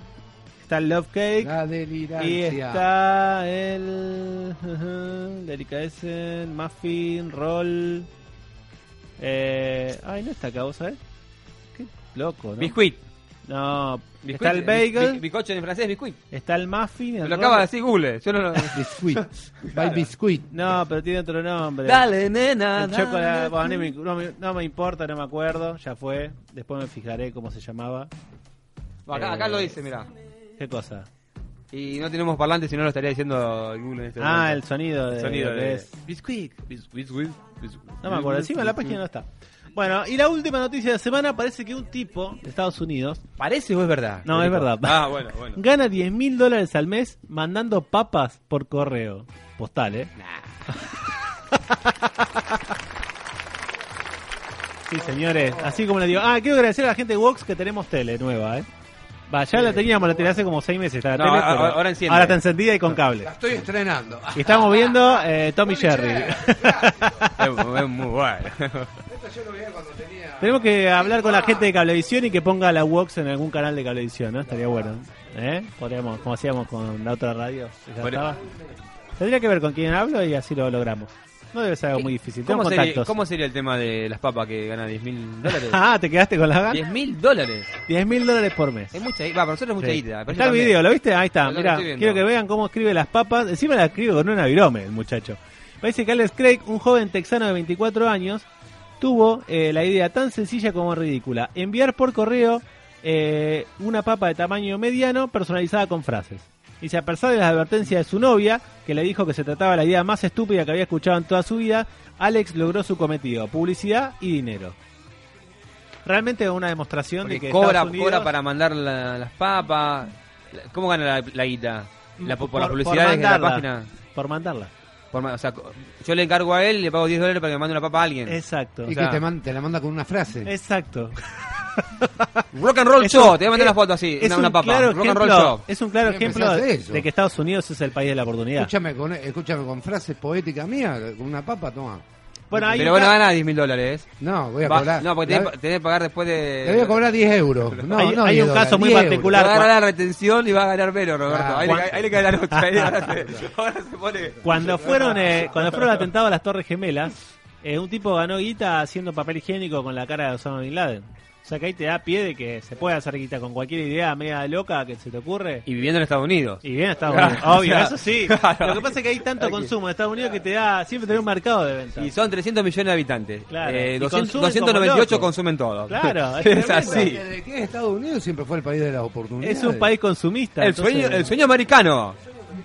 S2: Está el love cake
S4: La
S2: y
S4: delirancia.
S2: está el (laughs) ujú, delicatessen, muffin, roll. Eh, ay, no está acá, vos sabés. Qué loco, ¿no?
S3: Biscuit.
S2: No,
S3: Biscuit,
S2: está el
S3: eh,
S2: bagel,
S3: bi- bizcocho en francés, biscuit.
S2: está el muffin, el
S3: Me lo
S2: roll.
S3: acaba de decir Google. Yo no
S2: (laughs)
S3: lo... (laughs)
S4: Biscuit. By Biscuit.
S2: No, pero tiene otro nombre.
S3: Dale, nena.
S2: El chocolate, bueno, no, me, no me- no me importa, no me acuerdo, ya fue. Después me fijaré cómo se llamaba.
S3: Acá, acá lo dice, mirá.
S2: ¿Qué cosa?
S3: Y no tenemos parlante, si no lo estaría diciendo el Google en este
S2: Ah, el
S3: momento.
S2: sonido de.
S3: sonido
S2: lo que
S3: de...
S2: es.
S3: Biscuit. Biscuit, biscuit, biscuit.
S2: No me acuerdo, encima la página no está. Bueno, y la última noticia de la semana parece que un tipo de Estados Unidos
S3: ¿Parece o es verdad?
S2: No, es
S3: Rico.
S2: verdad.
S3: Ah, (laughs) bueno, bueno.
S2: gana 10 mil dólares al mes mandando papas por correo postal, ¿eh? (laughs) sí, señores, así como le digo. Ah, quiero agradecer a la gente de Vox que tenemos tele nueva, ¿eh? Va, ya la teníamos, la tele hace como 6 meses. está la
S3: No,
S2: tele,
S3: ahora-
S2: pero
S3: ahora enciende.
S2: Ahora está encendida y con cable.
S4: La estoy estrenando.
S2: Y estamos viendo eh, Tommy Jerry. (laughs)
S3: es, es muy bueno.
S4: Esto yo lo veía cuando tenía.
S2: Tenemos que hablar con la gente de Cablevisión y que ponga la Vox en algún canal de Cablevisión, ¿no? Estaría bueno. ¿Eh? Podríamos, como hacíamos con la otra radio. ¿se
S3: Bueno.
S2: gastaba? Tendría que ver con quién hablo y así lo logramos. No debe ser algo muy difícil.
S3: ¿Cómo
S2: Tengo
S3: sería,
S2: contactos.
S3: ¿Cómo sería el tema de las papas que gana
S2: (laughs)
S3: 10 mil dólares?
S2: Ah, ¿te quedaste con la gana?
S3: 10 mil dólares.
S2: 10 mil dólares por mes.
S3: Es mucha guita. Va, para nosotros es mucha
S2: Sí.
S3: guita. para ellos
S2: Está el
S3: también.
S2: video, ¿lo viste? Ahí
S3: Lo-
S2: está,
S3: lo
S2: mira,
S3: estoy viendo.
S2: quiero que vean cómo escribe las papas. Encima la escribe con una virome el muchacho. Parece que Alex Craig, un joven texano de 24 años, tuvo eh, la idea tan sencilla como ridícula. Enviar por correo eh, una papa de tamaño mediano personalizada con frases. Dice, a pesar de las advertencias de su novia, que le dijo que se trataba de la idea más estúpida que había escuchado en toda su vida, Alex logró su cometido, publicidad y dinero. Realmente una demostración
S3: Porque
S2: de que
S3: cobra,
S2: Estados Unidos-
S3: cobra para mandar la- las papas. La- ¿Cómo gana la, la guita? La, por, las publicidades de la
S2: mandarla.
S3: página.
S2: Por mandarla.
S3: Por ma- o sea, co- yo le encargo a él y le pago 10 dólares para que me mande una papa a alguien.
S2: Exacto.
S4: Y
S3: sea-
S4: que te, man- te la manda con una frase.
S2: Exacto.
S3: Rock and Roll
S2: Es
S3: Show,
S2: un-
S3: te voy a mandar
S2: es-
S3: una foto así,
S2: es
S3: una,
S2: un
S3: una papa.
S2: claro
S3: rock and Roll
S2: ejemplo-
S3: Show.
S2: Es un claro
S4: Voy a empezar
S2: ejemplo
S4: a hacer eso.
S2: de que Estados Unidos es el país de la oportunidad.
S4: Escúchame con, escúchame con frases poéticas mías, con una papa, toma.
S2: Bueno, hay
S3: Pero
S2: un
S3: bueno,
S2: ca-
S3: gana 10 mil dólares.
S4: No, voy a
S3: Va-
S4: cobrar.
S3: No, porque tenés,
S4: la-
S3: pa- tenés que pagar después de.
S4: Te voy a cobrar 10 euros. No,
S2: Hay-
S4: no
S2: hay
S4: 10
S2: un caso
S4: dólares,
S2: muy
S4: 10
S2: particular.
S3: Va a
S2: Claro, Juan.
S3: ganar la retención y va a ganar menos, Roberto.
S4: Ah,
S3: ahí, le,
S2: Juan.
S3: cae- ahí le cae la nota. ahí
S4: (laughs)
S3: ahora, se, ahora se pone.
S2: cuando fueron eh, cuando fueron atentados a las Torres Gemelas, eh, un tipo ganó guita haciendo papel higiénico con la cara de Osama Bin Laden. O sea que ahí te da pie de que se puede hacer guita con cualquier idea media loca que se te ocurre.
S3: Y viviendo en Estados Unidos.
S2: Y bien, Estados Unidos.
S3: Claro,
S2: Obvio,
S3: (laughs) o sea,
S2: eso sí.
S3: claro.
S2: Lo que pasa es que hay tanto
S3: Aquí.
S2: consumo en Estados Unidos que te da siempre tener un mercado de ventas.
S3: Y son 300 millones de habitantes.
S2: Claro,
S3: Eh,
S2: y
S3: 200
S2: consumen
S3: 298
S2: como
S3: consumen todo.
S2: Claro, es
S3: (laughs) es así.
S2: tremendo.
S4: Desde que es Estados Unidos siempre fue el país de las oportunidades.
S2: Es un país consumista.
S3: El
S2: entonces-
S3: sueño, el sueño americano.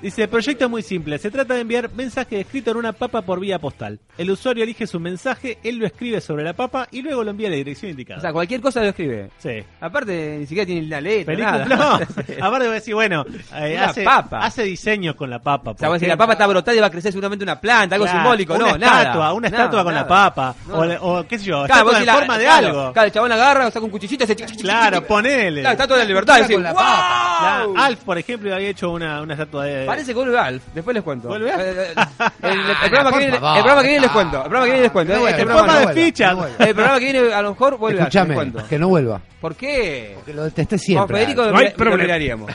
S2: Dice, el proyecto es muy simple. Se trata de enviar mensaje escrito en una papa por vía postal. El usuario elige su mensaje, él lo escribe sobre la papa y luego lo envía a la dirección
S3: O sea,
S2: indicada.
S3: cualquier cosa lo escribe.
S2: Sí.
S3: Aparte, ni siquiera tiene la letra.
S2: Feliz
S3: nada.
S2: cumpleaños.
S3: (laughs)
S2: Aparte voy a decir, bueno, eh,
S3: Una
S2: hace,
S3: papa.
S2: hace diseños con la papa.
S3: O sea, vos decís, la papa está brotada y va a crecer seguramente una planta, algo simbólico,
S2: una
S3: no,
S2: estatua,
S3: nada.
S2: Una
S3: Nada,
S2: estatua con
S3: nada.
S2: la papa.
S3: No.
S2: O, le- o qué sé yo,
S3: Claro, vos
S2: estatua en
S3: decís, la-
S2: forma de
S3: claro,
S2: algo.
S3: Claro, el chabón agarra, saca un cuchillito y hace chic, chic, chic,
S2: Claro,
S3: chic.
S2: ponele.
S3: Claro, estatua de la libertad. Decís,
S4: Con la papa.
S3: ¡guau!
S2: La- Alf, por ejemplo, había hecho una, una estatua de...
S3: Parece que vuelve Alf, después les cuento.
S2: ¿Vuelve Alf? (laughs)
S3: Eh, eh, El, el programa que
S4: por
S3: viene, el
S4: favor,
S3: programa que viene les
S4: ah,
S3: cuento. El programa que viene les cuento.
S4: no
S3: eh,
S4: vuelve,
S3: Este
S4: no
S3: programa,
S2: Forma de Eh,
S4: vuelva,
S2: ficha.
S4: no vuelva.
S3: el programa que viene a lo mejor vuelve Alf, les
S4: Escúchame,
S3: cuento.
S4: que no vuelva.
S3: ¿Por qué?
S4: Que lo detesté
S3: Con
S4: siempre.
S3: Federico
S2: No hay
S3: lo- lo
S2: problema.
S3: miraríamos.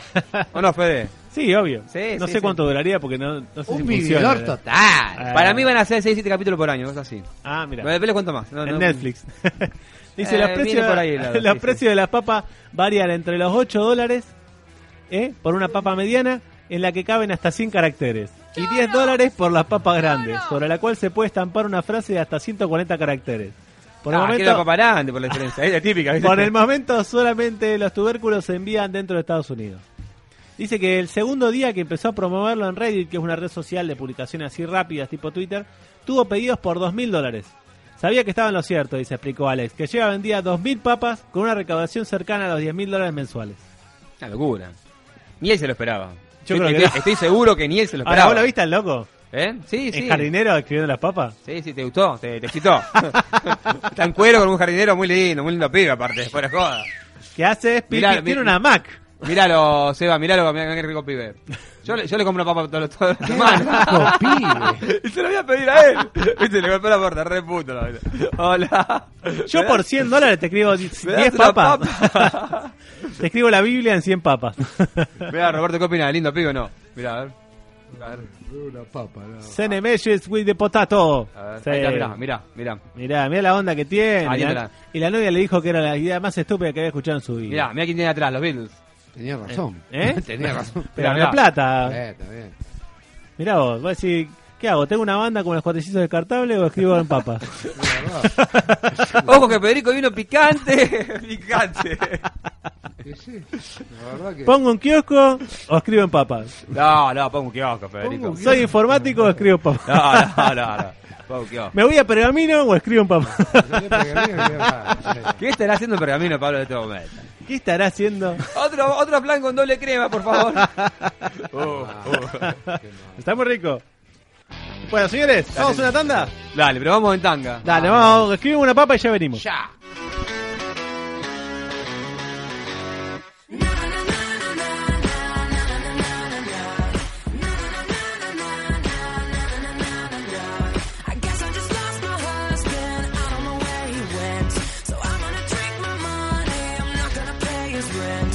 S3: ¿O no, Fede?
S2: Sí, obvio.
S3: Sí,
S2: no
S3: sí,
S2: sé
S3: sí.
S2: cuánto duraría porque no, no sé si
S4: un
S2: funciona.
S3: ¿eh?
S4: vividor total.
S2: Ah.
S3: Para mí van a ser 6-7 capítulos por año, cosas así.
S2: Ah, mira.
S3: Pero después les cuento más. No,
S2: en
S3: no-
S2: Netflix. (laughs) Dice,
S3: Eh,
S2: los
S3: viene
S2: precios,
S3: por ahí, la-
S2: (laughs) los
S3: sí,
S2: precios de las papas varían entre los 8 dólares ¿eh? por una papa mediana en la que caben hasta 100 caracteres y 10 dólares por las papas grandes, sobre la cual se puede estampar una frase de hasta 140 caracteres. Por el
S3: Ah, quiero la
S2: momento,
S3: papa grande, por la
S2: (laughs)
S3: diferencia. Es la típica. ¿viste?
S2: por el momento solamente los tubérculos se envían dentro de Estados Unidos. Dice que el segundo día que empezó a promoverlo en Reddit, que es una red social de publicaciones así rápidas tipo Twitter, tuvo pedidos por dos mil dólares. Sabía que estaba en lo cierto, dice, explicó Alex, que lleva vendida dos mil papas con una recaudación cercana a los diez mil dólares mensuales.
S3: Una locura. Ni él se lo esperaba.
S2: Yo
S3: estoy,
S2: creo que
S3: estoy-
S2: no.
S3: estoy seguro que ni él se lo
S2: Ahora,
S3: esperaba.
S2: ¿vos lo viste al loco?
S3: ¿Eh? Sí,
S2: ¿En
S3: sí.
S2: jardinero escribiendo las papas?
S3: Sí, sí, te gustó, te, te excitó. (laughs) Está en cuero con un jardinero muy lindo, muy lindo pibe aparte, fuera de joda.
S2: Que hace es,
S3: Mirá,
S2: pipi,
S3: mi-
S2: tiene una
S3: (laughs)
S2: Mac.
S3: Míralo, Seba, míralo, mirá qué rico pibe. Yo le, yo le compro una papa todos los todos los (laughs)
S4: Qué
S3: semanas.
S4: rico pibe.
S3: Y se lo voy a pedir a él. (laughs) Viste, le golpeó la puerta, re puto. la verdad. Hola.
S2: Yo por 100 dólares te escribo
S3: (laughs) ¿Me das
S2: 10
S3: una
S2: papas.
S3: papa?
S2: (laughs)
S3: (laughs)
S2: te escribo la Biblia en 100 papas.
S3: Mirá, Roberto, ¿qué opinas? ¿Lindo pibe o no? Mirá, a ver. A ver,
S4: Una papa, no.
S2: Senemeches with the potato.
S3: a ver.
S2: Sí.
S3: Ahí está, mirá, mirá, mirá.
S2: Mirá, mirá la onda que tiene.
S3: Ahí está.
S2: Y la novia le dijo que era la idea más estúpida que había escuchado en su vida.
S3: Mirá, mirá quién tiene atrás, los Beatles.
S4: Tenía razón.
S3: (laughs)
S2: ¿Eh?
S4: Tenía razón.
S2: Pero
S3: Mirá,
S2: la
S3: mirá.
S2: plata.
S4: Eh, está bien.
S2: Mirá vos, vos decís, ¿qué hago? ¿Tengo una banda con los cuatrillizos descartables o escribo en
S3: (laughs)
S2: papas?
S4: Es verdad.
S3: Ojo que Federico vino picante. (laughs) picante.
S4: Sí, sí. La verdad que...
S2: ¿Pongo un kiosco o escribo en papas?
S3: No, no, pongo un kiosco, Federico.
S2: ¿Soy informático o escribo en papas?
S3: No, no, no, no. Pongo un kiosco.
S2: (laughs) ¿Me voy a pergamino o escribo en papas?
S4: Yo le pegué a mí, me iba a-
S3: ¿Qué estará haciendo Pergamino Pablo en este momento?
S2: (laughs) ¿Qué estará
S3: (laughs)
S2: haciendo?
S3: Otro, otro plan con doble crema, por favor.
S2: Está muy rico. Bueno, señores, ¿vamos a una tanda?
S3: (laughs) Dale, pero vamos en tanga.
S2: Dale, vamos, escribimos una papa y ya venimos.
S4: Ya.
S5: I guess I just lost my husband. I don't know where he went. So I'm gonna drink my money. I'm not gonna pay his rent.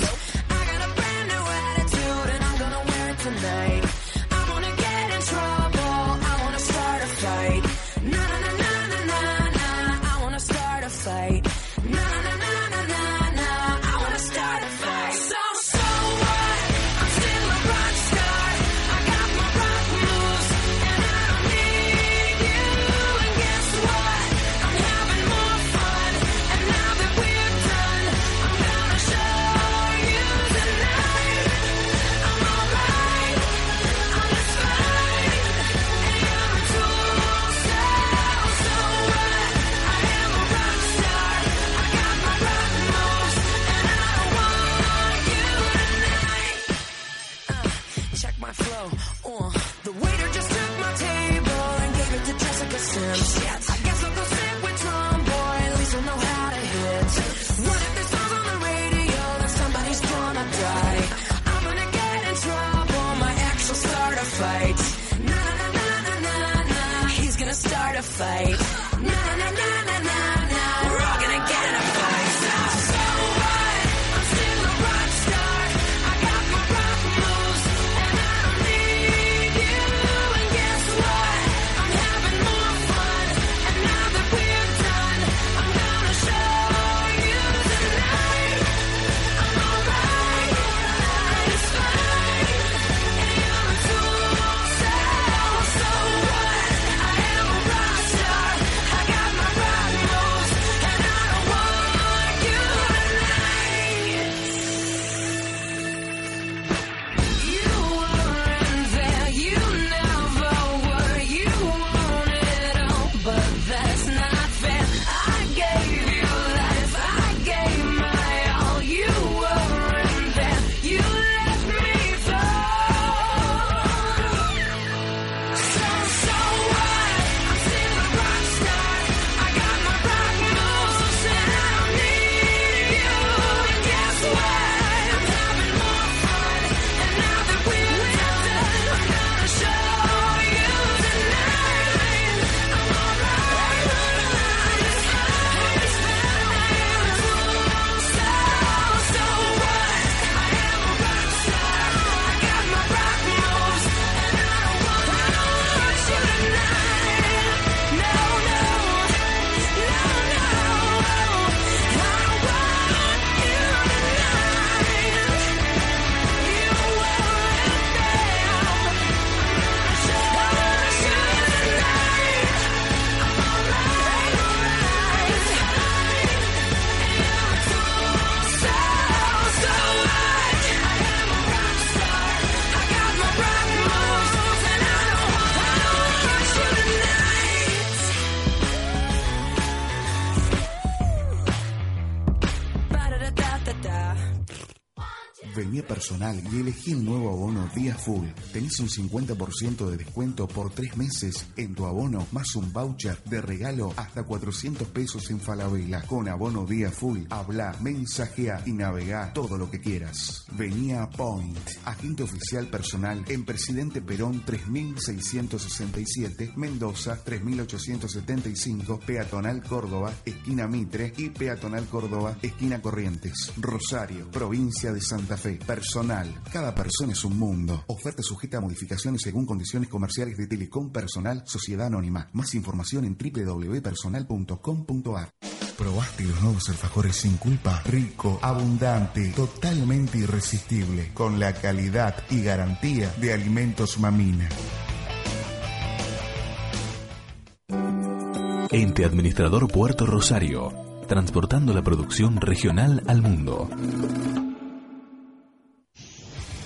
S5: I got a brand new attitude and I'm gonna wear it tonight. I wanna get in trouble. I wanna start a fight. Uh, What if this song's on the radio that somebody's gonna die? I'm gonna get in trouble, my ex will start a fight. Na na na na na na na, he's gonna start a fight. Na na na na na na na, we're all gonna get in a fight. So, so what? I'm still a rock star. I got my problems, and I don't need you. And guess what? I'm having more fun, and now that we're done, I'm gonna show you tonight. I'm alright, I just fine, and I'm a tool. So, so what? I am a rock star. I got my problems, and I don't want you tonight. You weren't there, you never were, you want it all, but that's not fair. I gave you life, I gave my all, you weren't there, you let me fall. So, so what? I'm still a rock star. I got my rock moves, and I don't need you. And guess what? I'm having more fun, and now that we're done, I'm gonna show you tonight. I'm alright, I just have to So, so what? I am a rock star. I got my rock moves, and I don't want you tonight. No, no, no, no. I want you tonight. You weren't there. I just want you tonight. I'm alright, alright. So, so what? I am a rock star. I got my rock moves, and I don't want you tonight. Ba-da-da-da-da-da.
S1: Vení a personal y elegí el nuevo abono Día Full. Tenés un 50% de descuento por tres meses en tu abono, más un voucher de regalo hasta 400 pesos en Falabella. Con abono Día Full, habla, mensajea y navega todo lo que quieras. Vení a Point, agente oficial personal en Presidente Perón 3667, Mendoza 3875, Peatonal Córdoba, esquina Mitre y Peatonal Córdoba, esquina Corrientes. Rosario, provincia de Santa Fe. Personal. Cada persona es un mundo. Oferta sujeta a modificaciones según condiciones comerciales de Telecom Personal Sociedad Anónima. Más información en www.personal.com.ar. ¿Probaste los nuevos alfajores sin culpa? Rico, abundante, totalmente irresistible, con la calidad y garantía de Alimentos Mamina.
S6: Ente Administrador Puerto Rosario, transportando la producción regional al mundo.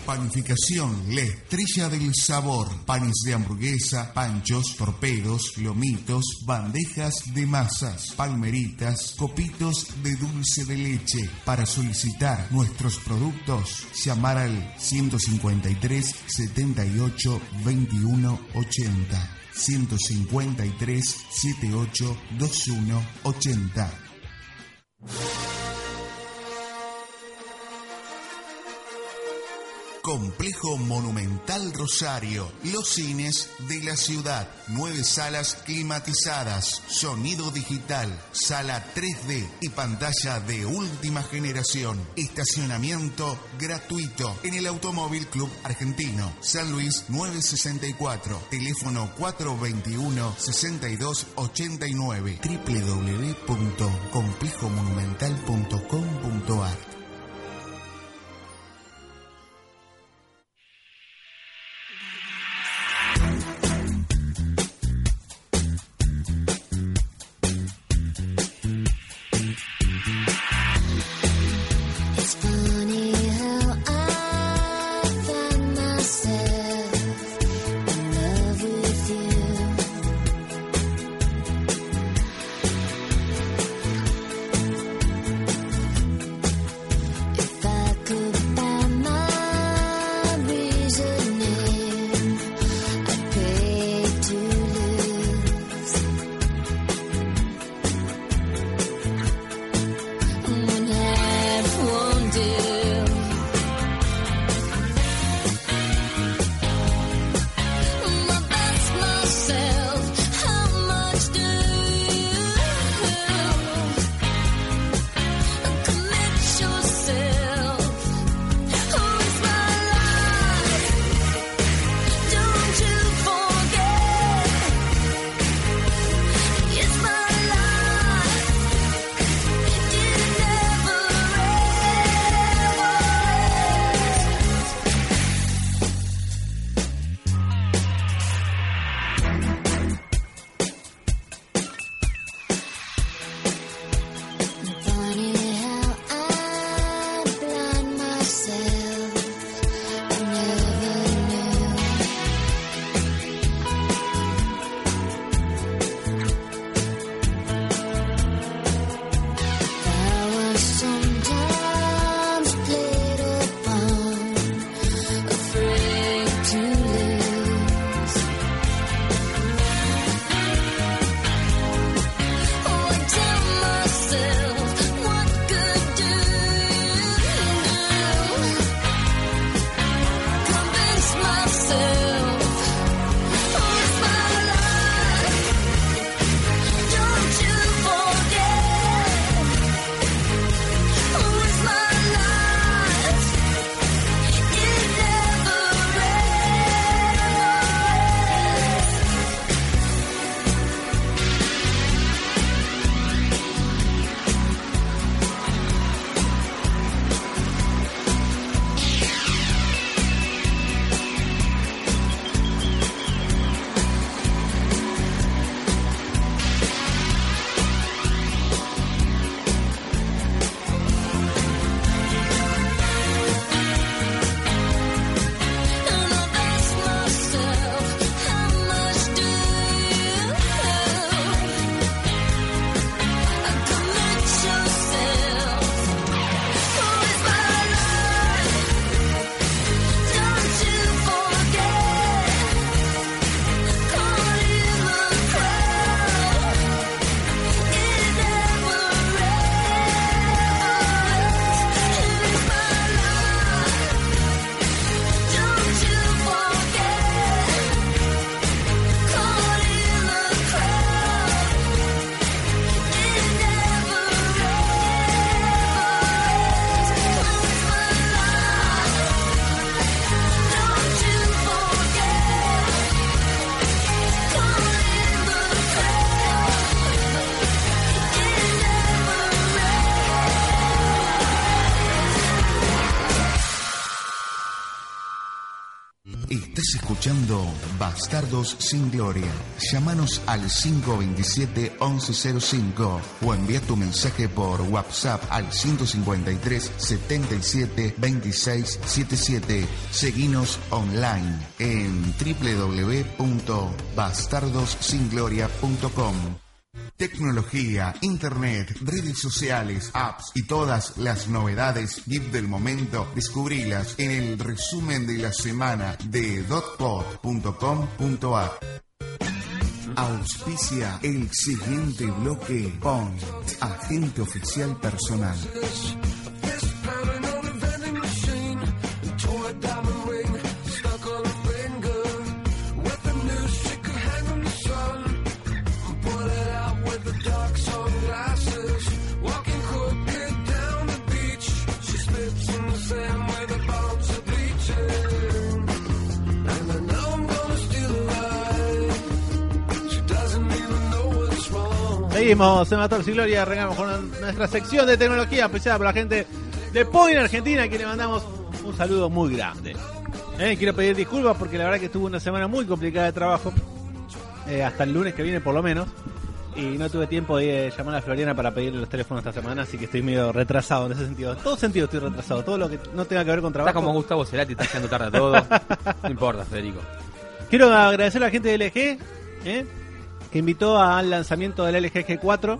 S1: Panificación, la estrella del sabor. Panes de hamburguesa, panchos, torpedos, lomitos, bandejas de masas, palmeritas, copitos de dulce de leche. Para solicitar nuestros productos, llamar al 153 78 21 80. 153 78 21 80. Complejo Monumental Rosario, los cines de la ciudad, nueve salas climatizadas, sonido digital, sala 3D y pantalla de última generación, estacionamiento gratuito en el Automóvil Club Argentino, San Luis 964, teléfono 421-6289, www.complejomonumental.com.ar
S7: It's funny how I find myself in love with you. If I could find my reasoning, I'd pay to lose. When
S1: Estás escuchando Bastardos sin Gloria. Llámanos al 527-1105 o envía tu mensaje por WhatsApp al 153 77 26 77. Seguinos online en www.bastardosingloria.com. Tecnología, internet, redes sociales, apps y todas las novedades VIP del momento, descubrilas en el resumen de la semana de dotpod.com.ar. Auspicia el siguiente bloque con Agente Oficial Personal.
S2: Seguimos en Matar y Gloria, arrancamos con nuestra sección de tecnología apreciada por la gente de Point Argentina, que le mandamos un saludo muy grande. Eh, quiero pedir disculpas porque la verdad que estuve una semana muy complicada de trabajo, eh, hasta el lunes que viene por lo menos, y no tuve tiempo de eh, llamar a Floriana para pedirle los teléfonos esta semana, así que estoy medio retrasado en ese sentido. En todo sentido estoy retrasado, todo lo que no tenga que ver con
S3: Está
S2: trabajo.
S3: como Gustavo Cerati, está haciendo tarde a (laughs) todo. No importa, Federico.
S2: Quiero agradecer a la gente de LG, ¿eh? que invitó al lanzamiento del LG G4.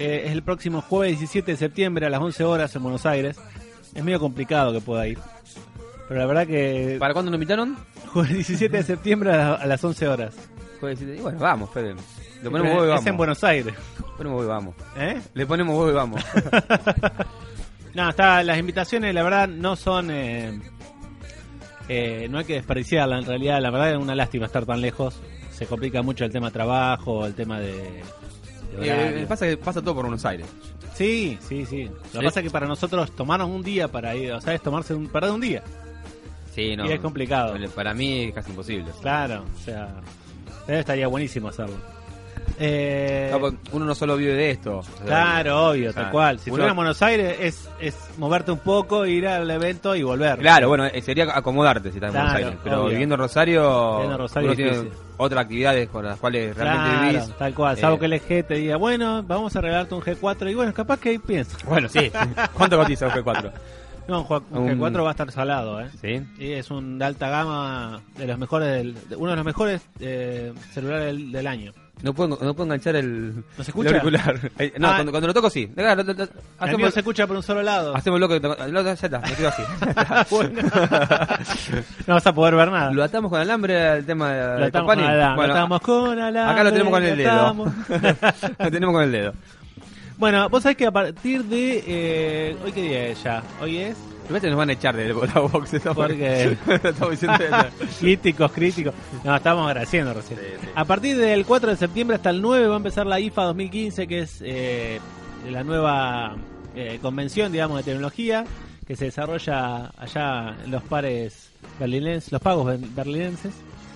S2: Eh, es el próximo jueves 17 de septiembre a las 11 horas en Buenos Aires. Es medio complicado que pueda ir. Pero la verdad que
S3: ¿Para cuándo nos invitaron?
S2: jueves 17 de septiembre a, la- a las 11 horas.
S3: Jueves siete- Y bueno, vamos, Fede. Le ponemos
S2: Pero
S3: huevo y
S2: es
S3: vamos.
S2: en Buenos Aires.
S3: Le ponemos huevo y vamos.
S2: ¿eh?
S3: Le ponemos huevo y vamos.
S2: No, está, las invitaciones la verdad no son... eh, eh, no hay que desperdiciarla en realidad. La verdad es una lástima estar tan lejos. Se complica mucho el tema trabajo, el tema de... de
S3: (laughs) Eh,
S2: horario.
S3: pasa, que pasa todo por Buenos Aires.
S2: Sí, sí, sí. Lo que
S3: Sí.
S2: pasa es que para nosotros tomarnos un día para ir, o sea, es tomarse un, perder un día.
S3: Sí, no.
S2: Y es complicado.
S3: Para mí es casi imposible.
S2: Claro, o sea, eh, estaría buenísimo hacerlo. Eh,
S3: No, porque uno no solo vive de esto. O sea,
S2: claro, obvio,
S3: o sea,
S2: tal cual. Si
S3: uno-
S2: fuera en Buenos Aires es, es moverte un poco, ir al evento y volver.
S3: Claro, bueno, eh, sería acomodarte si estás en
S2: Claro,
S3: Buenos Aires. Pero
S2: obvio.
S3: viviendo en Rosario,
S2: Viviendo en Rosario
S3: uno
S2: es
S3: tiene
S2: difícil.
S3: otras actividades con las cuales realmente
S2: Claro,
S3: vivís.
S2: tal cual.
S3: Eh,
S2: Salvo que el E G te diga, bueno, vamos a regalarte un G4 y bueno, capaz que ahí piensa.
S3: Bueno, sí.
S2: (laughs)
S3: ¿Cuánto cotiza un G4?
S2: No, un, Ju- un
S3: Un-
S2: G4 va a estar salado, ¿eh?
S3: Sí.
S2: Y es un de alta gama de los mejores, del- de uno de los mejores eh, celulares del- del año.
S3: No puedo, no puedo enganchar el,
S2: ¿No se escucha?
S3: el auricular. Eh, No,
S2: Ah.
S3: cuando, cuando lo toco sí. Dejá, lo- lo- lo-
S2: El mío
S3: hacemos,
S2: Ah, se escucha por un solo lado.
S3: hacemos loco. lo- Ya está, me
S2: (laughs)
S3: quedo así.
S2: No vas a poder ver nada.
S3: (laughs) lo atamos con alambre al tema de
S2: Lo atamos con alambre, lo atamos con alambre,
S3: acá lo tenemos con
S2: lo
S3: el dedo.
S2: atamos.
S3: (laughs) lo tenemos con el dedo.
S2: bueno, vos sabés que a partir de... eh, ¿Hoy qué día es ya? Hoy
S3: (laughs)
S2: es...
S3: Pero este nos van a echar del box. ¿Por (laughs)
S2: Porque-
S3: estamos diciendo
S2: (laughs) críticos, críticos. No, estábamos agradeciendo recién.
S3: Sí, sí.
S2: A partir del 4 de septiembre hasta el 9 va a empezar la IFA 2015, que es eh, la nueva eh, convención, digamos, de tecnología, que se desarrolla allá en los pares berlinenses, los pagos ben- berlinenses.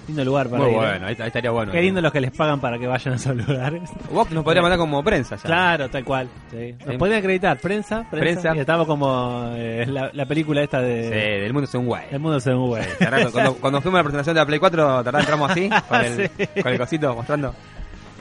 S2: Lindo lugar para
S3: Muy
S2: ir, ¿eh?
S3: bueno, ahí, ahí estaría bueno.
S2: Qué lindo los que les pagan para que vayan a esos
S3: (laughs)
S2: lugares.
S3: Vox nos podría mandar como prensa ya.
S2: Claro, tal cual. sí. Nos
S3: Sí.
S2: podían acreditar prensa, prensa.
S3: Prensa.
S2: Y estamos como eh, la, la película esta
S3: Sí,
S2: de
S3: del mundo es un guay.
S2: El mundo se mueve. (laughs)
S3: Tardaron- cuando, cuando fuimos a la presentación de la Play 4, tardaron, entramos así, con el,
S2: Sí.
S3: con el cosito mostrando.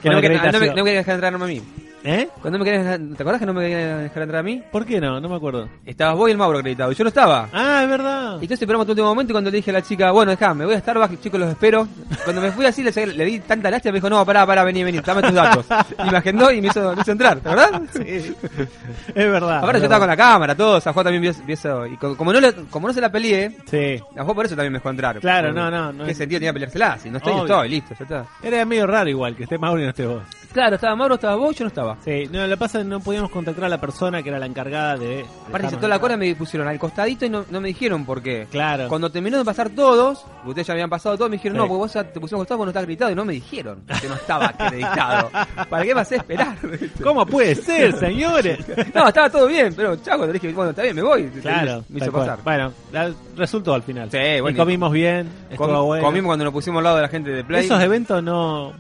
S3: Que
S2: Con
S3: no, me, querían- no,
S2: acreditación.
S3: me, no me querían dejar entrar a mí.
S2: ¿Eh?
S3: Cuando me querían dejar- ¿Te acordás que no me querían dejar entrar a mí?
S2: ¿Por qué no? No me acuerdo.
S3: Estabas vos y el Mauro acreditado, y yo no estaba.
S2: Ah, es verdad.
S3: Entonces esperamos hasta el último momento y cuando le dije a la chica, bueno, dejá, me voy a Starbucks, chicos, los espero. Cuando me fui así, le, saqué- le di tanta lástima, me dijo, no, pará, pará, vení, vení, dame tus datos. Y me agendó y me hizo, me hizo entrar, ¿te acordás?
S2: Sí. (laughs) Es verdad.
S3: Aparte yo estaba con la cámara, todo, Sajó también vio, vio eso. Y co- como no, lo- como no se la peleé,
S2: Sí.
S3: Sajó por eso también me dejó entrar.
S2: Claro,
S3: Porque
S2: no, no, no
S3: ¿Qué
S2: es-
S3: sentido tenía peleársela? Si no estoy, no
S2: Obvio.
S3: estoy, listo, ya está.
S2: Era medio raro igual que esté Mauro y no esté vos.
S3: Claro, estaba Mauro, estaba vos, yo no estaba.
S2: Sí, no, lo que pasa es que no podíamos contactar a la persona que era la encargada de. de
S3: Aparte, hice
S2: estarnos
S3: toda la
S2: acá.
S3: cola me pusieron al costadito y no, no me dijeron por qué.
S2: Claro.
S3: Cuando terminó de pasar todos, ustedes ya habían pasado todos, me dijeron,
S2: Sí.
S3: no, porque vos ya te pusieron costado, vos no estás acreditado, y no me dijeron que no estaba
S2: (laughs)
S3: acreditado. ¿Para qué vas a esperar?
S2: ¿Cómo puede ser, señores?
S3: (laughs) No, estaba todo bien, pero chaco, le dije, bueno, está bien, me voy.
S2: Claro,
S3: Me hizo
S2: tal cual.
S3: pasar.
S2: Bueno, la- resultó al final.
S3: Sí,
S2: Y
S3: bueno, y-
S2: comimos bien, estuvo
S3: Com-
S2: bueno.
S3: Comimos cuando nos pusimos al lado de la gente de Play.
S2: Esos eventos no.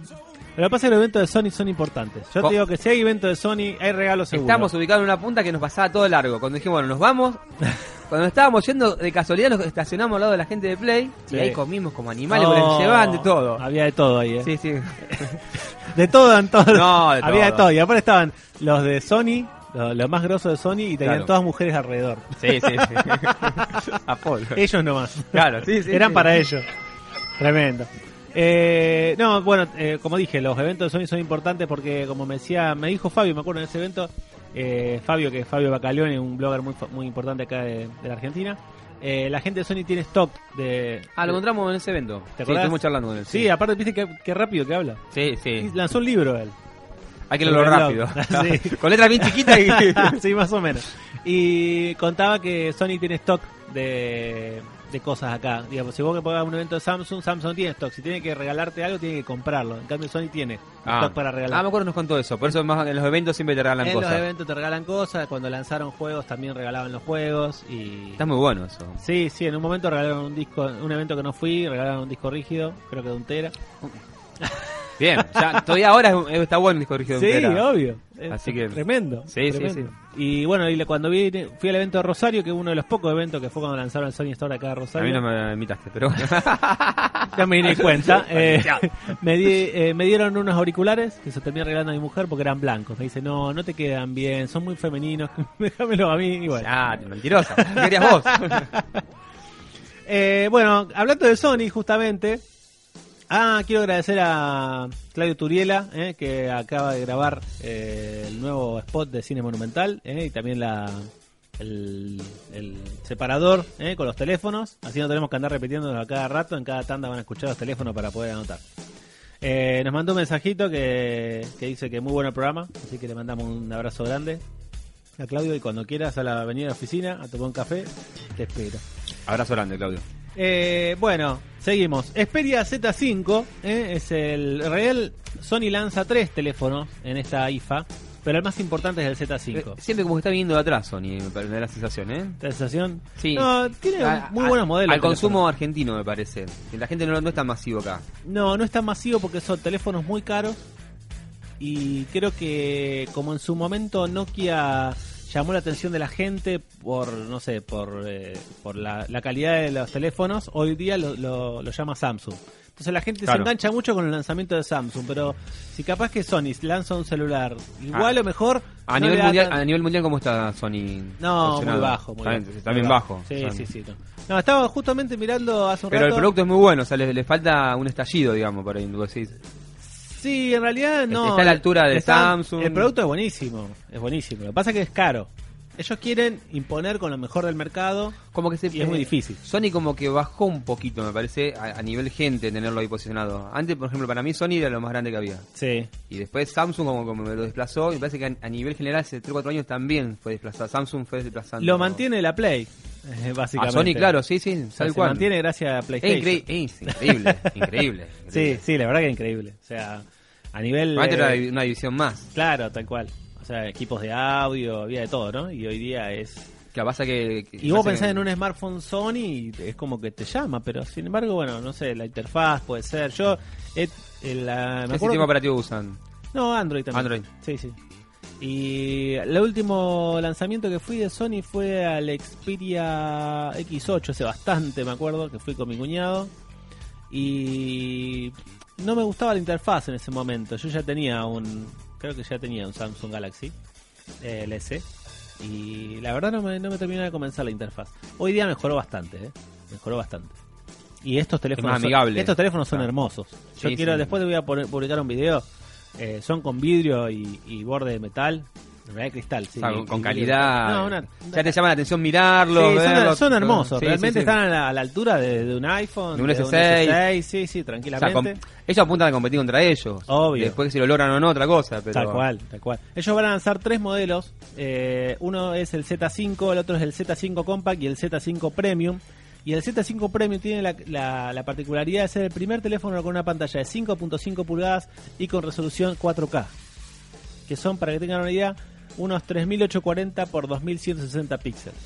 S2: Lo que pasa es que los eventos de Sony son importantes. Yo
S3: Co-
S2: te digo que si hay eventos de Sony, hay regalos seguros. (laughs)
S3: Estamos ubicados en una punta que nos pasaba todo largo. Cuando dijimos, bueno, nos vamos, Cuando estábamos yendo de casualidad nos estacionamos al lado de la gente de Play
S2: Sí.
S3: y ahí comimos como animales, porque llevaban de todo.
S2: Había de todo ahí, ¿eh?
S3: Sí, sí.
S2: De todo, en todo.
S3: No, de
S2: Había de
S3: todo.
S2: todo. Y aparte estaban los de Sony, lo- los, más grosos de Sony, y tenían
S3: Claro.
S2: todas mujeres alrededor.
S3: Sí, (laughs) sí, sí. Apolo.
S2: Ellos nomás.
S3: (laughs) Claro, sí, sí,
S2: Eran
S3: sí.
S2: para ellos. Tremendo. Eh, no, bueno, eh, como dije, los eventos de Sony son importantes porque, como me decía, me dijo Fabio, me acuerdo en ese evento, eh, Fabio, que es Fabio Bacaleone, un blogger muy, fa- muy importante acá de, de la Argentina, eh, la gente de Sony tiene stock de...
S3: Ah, lo
S2: de-
S3: encontramos en ese evento.
S2: ¿Te
S3: sí,
S2: acordás?
S3: estuvimos charlando con él.
S2: Sí, aparte, viste qué, qué rápido que habla.
S3: sí.
S2: Y
S3: sí.
S2: lanzó un libro él.
S3: Hay que leerlo
S2: el blog.
S3: rápido. (laughs)
S2: Sí.
S3: con letras bien chiquitas y... (laughs)
S2: (laughs) sí, más o menos. Y contaba que Sony tiene stock de, de cosas acá. Digamos, si vos que pagas un evento de Samsung, Samsung tiene stock. Si tiene que regalarte algo, tiene que comprarlo. En cambio, Sony tiene stock para
S3: Ah, me
S2: regalar.
S3: acuerdo nos contó eso. Por eso más en los eventos siempre te regalan
S2: en
S3: cosas.
S2: los eventos te regalan cosas. Cuando lanzaron juegos, también regalaban los juegos. Y
S3: Está muy bueno eso.
S2: Sí, sí, en un momento regalaron un disco, un evento que no fui, regalaron un disco rígido, creo que de un tera.
S3: Bien, ya, todavía ahora es un- está bueno el disco rígido
S2: Sí,
S3: de Untera.
S2: obvio. Es
S3: Así que-
S2: Tremendo.
S3: Sí, sí,
S2: tremendo. Y bueno, y la- cuando vi, fui al evento de Rosario, que uno de los pocos eventos que fue cuando lanzaron el Sony Store acá de
S3: A
S2: Rosario.
S3: mí no me invitaste, pero bueno.
S2: Ya me di cuenta. eh, (laughs) me, di- eh, me dieron unos auriculares que se terminó regalando a mi mujer porque eran blancos. Me dice, no, no te quedan bien, son muy femeninos, (laughs) déjamelos a mí. Y bueno.
S3: Ah, mentirosa. ¿Qué querías vos?
S2: Eh, bueno, hablando de Sony, justamente. Ah, quiero agradecer a Claudio Turiela, eh, que acaba de grabar eh, el nuevo spot de Cine Monumental eh, y también la, el, el separador eh, con los teléfonos. Así no tenemos que andar repitiéndolo a cada rato. En cada tanda van a escuchar los teléfonos para poder anotar. Eh, nos mandó un mensajito que, que dice que muy bueno el programa, así que le mandamos un abrazo grande a Claudio y cuando quieras a la avenida de la oficina a tomar un café, te espero.
S3: (laughs) Abrazo grande, Claudio.
S2: Eh, bueno, seguimos. Xperia Z5 eh, es el en realidad Sony lanza tres teléfonos en esta IFA, pero el más importante es el Z5.
S3: Eh, Siempre como que está viniendo de atrás, Sony, me parece, me da la sensación, ¿eh?
S2: ¿Te da sensación?
S3: Sí.
S2: No, tiene
S3: A-
S2: Eh, muy
S3: a-
S2: buenos modelos.
S3: Al
S2: el teléfono.
S3: consumo argentino, me parece. Que La gente no, no es tan masivo acá.
S2: No, no es tan masivo porque son teléfonos muy caros. Y creo que como en su momento Nokia llamó la atención de la gente por, no sé, por, eh, por la, la calidad de los teléfonos, hoy día lo, lo- lo llama Samsung. Entonces la gente se
S3: Claro.
S2: engancha mucho con el lanzamiento de Samsung, pero si capaz que Sony lanza un celular igual
S3: Ah.
S2: o mejor...
S3: A,
S2: no
S3: nivel
S2: le da
S3: mundial,
S2: tan-
S3: a nivel mundial, ¿cómo está Sony?
S2: No, muy
S3: posicionado?
S2: bajo. Muy
S3: está bien,
S2: bajo,
S3: está
S2: muy
S3: bien bajo.
S2: Sí,
S3: Está
S2: sí,
S3: bien.
S2: sí. No. No, estaba justamente mirando hace un
S3: Pero el
S2: rato...
S3: producto es muy bueno, o sea, le, le falta un estallido, digamos, para ahí. vos decís.
S2: Sí, en realidad no.
S3: Está a la altura de
S2: Está-
S3: Samsung.
S2: El producto es buenísimo, es buenísimo. Lo que pasa es que es caro. Ellos quieren imponer con lo mejor del mercado.
S3: (laughs) Como que se,
S2: Y es muy difícil.
S3: Sony como que bajó un poquito, me parece, a, a nivel gente tenerlo ahí posicionado. Antes, por ejemplo, para mí Sony era lo más grande que había.
S2: Sí.
S3: Y después Samsung como, como me lo desplazó. Y me parece que a, a nivel general hace 3 4 años también fue desplazado. Samsung fue desplazando.
S2: Lo mantiene la Play, (laughs) eh,
S3: A
S2: básicamente.
S3: Sony, claro, sí, sí.
S2: O sea,
S3: tal
S2: se
S3: cual.
S2: mantiene gracias a
S3: Es,
S2: PlayStation.
S3: increí-
S2: (laughs)
S3: es increíble, increíble.
S2: Sí,
S3: increíble.
S2: sí, la verdad que es increíble. O sea, a nivel.
S3: Antes era
S2: eh,
S3: una división más.
S2: Claro, tal cual. O sea, equipos de audio, había de todo, ¿no? Y hoy día es.
S3: Que pasa que... que-
S2: Y vos
S3: pasa
S2: pensás
S3: que-
S2: en un smartphone Sony y es como que te llama, pero sin embargo, bueno, no sé, la interfaz puede ser. Yo. eh, eh, la, me
S3: ¿Qué
S2: acuerdo
S3: sistema
S2: que-
S3: operativo usan?
S2: No, Android también.
S3: Android.
S2: Sí, sí. Y el último lanzamiento que fui de Sony fue al Xperia X8, hace bastante me acuerdo, que fui con mi cuñado. Y no me gustaba la interfaz en ese momento. Yo ya tenía un, creo que ya tenía un Samsung Galaxy eh, el S. Y la verdad no me, no me terminaba de comenzar la interfaz. Hoy día mejoró bastante, ¿eh? Mejoró bastante. Y estos teléfonos,
S3: más
S2: son-
S3: amigable.
S2: estos teléfonos son
S3: Claro.
S2: hermosos. Yo
S3: Sí,
S2: quiero,
S3: sí.
S2: después te voy a poner- publicar un video. Eh, son con vidrio y, y borde de metal. En realidad cristal, sí.
S3: O sea, con, con
S2: Y-
S3: calidad.
S2: No, una-
S3: ya te llama la atención mirarlo.
S2: Sí, son-
S3: verlo,
S2: son, hermosos.
S3: Sí, sí,
S2: Realmente
S3: sí.
S2: están a la, a la altura de, de un iPhone.
S3: De un
S2: S6.
S3: S6.
S2: Sí, sí,
S3: O sea,
S2: tranquilamente.
S3: com- ellos apuntan a competir contra ellos.
S2: Obvio.
S3: Después que si lo logran o no, otra cosa. Pero...
S2: Tal cual, tal cual. Ellos van a lanzar tres modelos. eh, uno es el Z5, el otro es el Z5 Compact y el Z5 Premium. Y el Z5 Premium tiene la, la- la particularidad de ser el primer teléfono con una pantalla de 5.5 pulgadas y con resolución 4K. Que son, para que tengan una idea, unos 3840 por 2160 píxeles.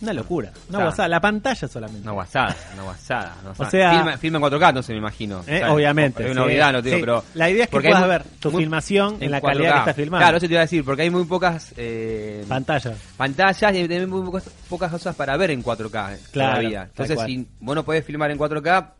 S2: Una locura. Una
S8: Claro.
S2: guasada. La pantalla solamente.
S8: Una guasada, una guasada. una guasada.
S2: sea-
S8: Filma, filma en 4K, no sé, me imagino.
S2: Eh,
S8: ¿Sabes?
S2: obviamente.
S8: Es
S2: sí.
S8: una novedad, no te digo,
S2: Sí.
S8: pero.
S2: La idea es que
S8: porque hay
S2: puedas
S8: mu-
S2: ver tu
S8: mu-
S2: filmación en la
S8: 4K.
S2: calidad que está filmada.
S8: Claro, eso te iba a decir, porque hay muy pocas. eh,
S2: Pantalla.
S8: pantallas y también muy pocas, pocas cosas para ver en 4K todavía.
S2: tal
S8: Entonces,
S2: cual.
S8: si vos no podés filmar en 4K,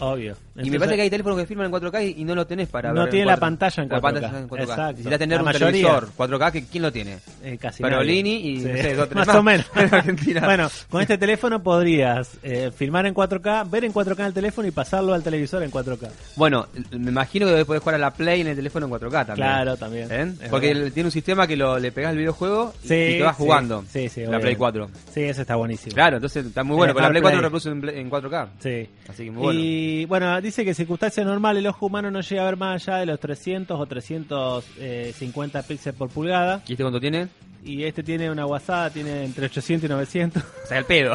S2: Obvio.
S8: y me
S2: Entonces,
S8: parece que hay teléfonos que filman en 4K y, y no lo tenés para
S2: No
S8: ver.
S2: tiene
S8: en
S2: la
S8: 4K.
S2: pantalla en
S8: La
S2: 4K.
S8: pantalla en 4K.
S2: Exacto.
S8: Necesitas tener
S2: La
S8: un
S2: mayoría.
S8: televisor 4K, que ¿quién lo tiene?
S2: eh, casi
S8: Perolini
S2: nadie.
S8: y,
S2: Sí.
S8: no
S2: (laughs)
S8: sé, dos, tres
S2: más,
S8: más.
S2: o menos.
S8: (laughs) En Argentina.
S2: Bueno, con este teléfono podrías eh, filmar en 4K, ver en 4K el teléfono y pasarlo al televisor en 4K.
S8: Bueno, me imagino que podés jugar a la Play en el teléfono en 4K también.
S2: Claro, también.
S8: ¿Eh?
S2: Es
S8: Porque
S2: verdad.
S8: el- tiene un sistema que lo, le pegás el videojuego y,
S2: Sí,
S8: y te vas
S2: sí.
S8: jugando.
S2: Sí, sí,
S8: La
S2: obviamente.
S8: Play 4.
S2: Sí, eso está buenísimo.
S8: Claro, entonces está muy bueno.
S2: Eh,
S8: Con la Play
S2: Hard
S8: 4
S2: Play.
S8: reproduce en, Play- en 4K.
S2: Sí.
S8: Así que muy bueno.
S2: Y bueno, dice que en circunstancias normales el ojo humano no llega a ver más allá de los 300 o 350 píxeles por pulgada.
S8: ¿Y este cuánto tiene?
S2: Y este tiene una guasada, tiene entre 800 y (laughs) 900.
S8: Saca el pedo.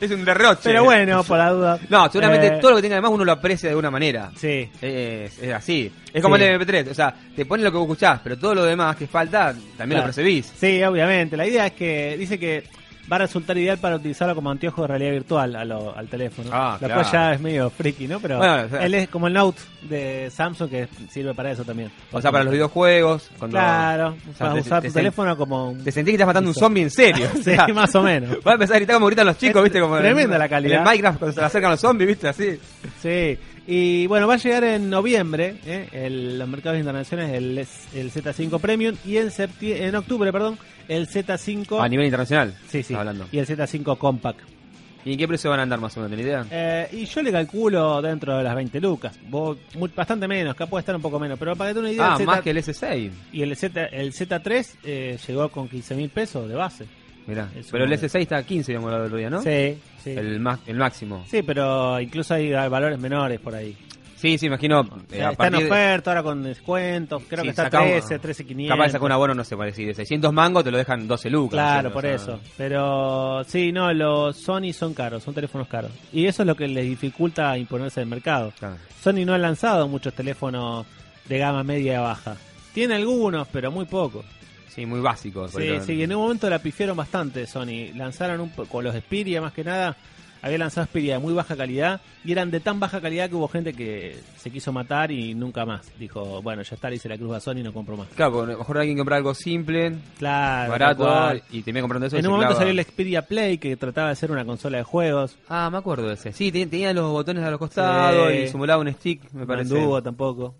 S8: es un derroche.
S2: Pero bueno, por la duda.
S8: No, seguramente
S2: Eh,
S8: todo lo que tenga además uno lo aprecia de alguna manera.
S2: Sí.
S8: Es, es así. Es como
S2: Sí.
S8: el MP3. O sea, te pones lo que vos escuchás, pero todo lo demás que falta también
S2: Claro.
S8: lo percibís.
S2: Sí, obviamente. La idea es que dice que va a resultar ideal para utilizarlo como anteojo de realidad virtual a lo- al teléfono.
S8: Ah,
S2: lo
S8: claro.
S2: cual ya es medio friki, ¿no? Pero
S8: Bueno, o sea-
S2: él es como el Note de Samsung que sirve para eso también.
S8: O sea, para los videojuegos. Cuando
S2: Claro,
S8: o sea,
S2: vas a
S8: te-
S2: usar
S8: te
S2: tu
S8: sen-
S2: teléfono como un...
S8: Te sentís que estás matando un zombie en serio.
S2: (laughs) Sí,
S8: O (laughs) sea,
S2: más o menos.
S8: Va a empezar a gritar como gritan los chicos,
S2: Es
S8: ¿viste? Como en-
S2: tremenda la calidad.
S8: En Minecraft, cuando se le acercan los zombies, ¿viste? Así.
S2: Sí, y bueno, va a llegar en noviembre ¿eh? el, los mercados internacionales el, el Z5 Premium y en, septi- en octubre, perdón, el Z5...
S8: A nivel internacional.
S2: sí, sí,
S8: estás hablando.
S2: y el Z5 Compact.
S8: ¿Y en qué precio van a andar más o menos? ¿Tenés idea?
S2: Eh, y yo le calculo dentro de las 20 lucas, Vos- muy- bastante menos, capaz puede estar un poco menos, pero para que te una idea...
S8: ah,
S2: el Z
S8: más que el S6.
S2: Y el, Z, el Z3 eh, llegó con 15 mil pesos de base.
S8: Mirá.
S2: Es
S8: Pero el
S2: un-
S8: S6 está a 15, digamos, el otro día, ¿no?
S2: Sí, sí.
S8: El, ma- el máximo.
S2: Sí, pero incluso hay valores menores por ahí.
S8: Sí, sí, imagino.
S2: O
S8: eh,
S2: sea,
S8: a
S2: está en
S8: partir de-
S2: oferta, ahora con descuentos, creo
S8: sí,
S2: que está
S8: saca un-
S2: 13, 13, 500.
S8: Capaz saca un abono, no sé, parecido. De 600 mangos te lo dejan 12 lucas.
S2: Claro,
S8: ¿no?
S2: por
S8: O sea,
S2: eso. Pero sí, no, los Sony son caros, son teléfonos caros. Y eso es lo que les dificulta imponerse en el mercado.
S8: claro.
S2: Sony no ha lanzado muchos teléfonos de gama media a baja. Tiene algunos, pero muy pocos.
S8: Sí, muy básico. por
S2: Sí,
S8: eso.
S2: sí, en un momento la pifiaron bastante Sony. Lanzaron un po- con los Xperia más que nada. Había lanzado Xperia de muy baja calidad y eran de tan baja calidad que hubo gente que se quiso matar y nunca más. Dijo, bueno, ya está, le hice la cruz a Sony y no compro más.
S8: Claro, porque a lo mejor alguien compra algo simple,
S2: Claro. tal
S8: barato, eh.
S2: cual.
S8: y termina comprando eso. y
S2: En
S8: se
S2: un momento
S8: clava.
S2: salió el Xperia Play que trataba de ser una consola de juegos.
S8: Ah, me acuerdo de ese. Sí, te- tenía los botones a los costados
S2: Sí.
S8: y simulaba un stick, me parece.
S2: No anduvo tampoco.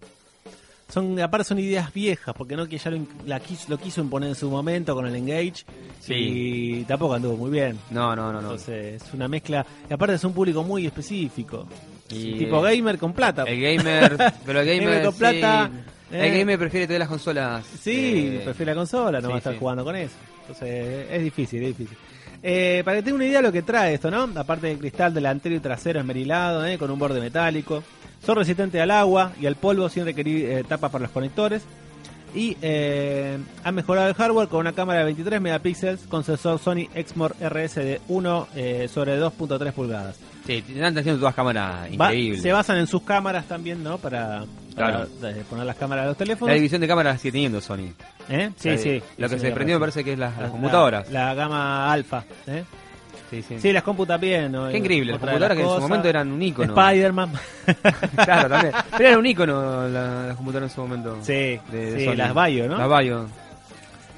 S2: Son, aparte son ideas viejas, porque no que ya lo, in- la quiso, lo quiso imponer en su momento con el Engage
S8: Sí.
S2: y tampoco anduvo muy bien.
S8: No, no, no, no.
S2: Entonces es una mezcla. Y aparte es un público muy específico.
S8: Y-
S2: tipo gamer con plata.
S8: el gamer,
S2: (laughs)
S8: pero el
S2: Gamer
S8: gamer
S2: con
S8: sí.
S2: plata, eh.
S8: El gamer prefiere todas las consolas.
S2: Sí,
S8: eh,
S2: prefiere la consola, no
S8: sí,
S2: va a estar
S8: sí.
S2: jugando con eso. Entonces es difícil, es difícil. Eh, para que tenga una idea de lo que trae esto, ¿no? Aparte del cristal delantero y trasero esmerilado, ¿eh? con un borde metálico. Son resistentes al agua y al polvo sin requerir eh, tapas para los conectores. Y eh, han mejorado el hardware con una cámara de 23 megapíxeles con sensor Sony Exmor RS de 1 eh, sobre 2.3 pulgadas.
S8: Sí, te están haciendo todas cámaras
S2: Va-
S8: increíbles.
S2: se basan en sus cámaras también, ¿no? Para, para, eh, poner las cámaras de los
S8: la
S2: teléfonos.
S8: división de cámaras sigue teniendo Sony.
S2: ¿Eh? Sí,
S8: La-
S2: sí.
S8: Lo que
S2: Sí,
S8: se
S2: la
S8: prendió me
S2: razón.
S8: parece que es las, las
S2: La-
S8: computadoras.
S2: La, gama alfa. ¿eh?
S8: Sí, sí.
S2: Sí, las computas bien. ¿no?
S8: Qué increíble, las
S2: Otra de
S8: computadoras que en su
S2: cosas.
S8: momento eran (laughs) un ícono. (laughs)
S2: Spider-Man.
S3: (laughs)
S8: Claro, también. (laughs) Pero era un ícono la- las computadoras en su momento.
S2: Sí,
S8: de- de
S2: sí,
S8: Sony.
S2: las Bayo, ¿no?
S8: Las Bayo.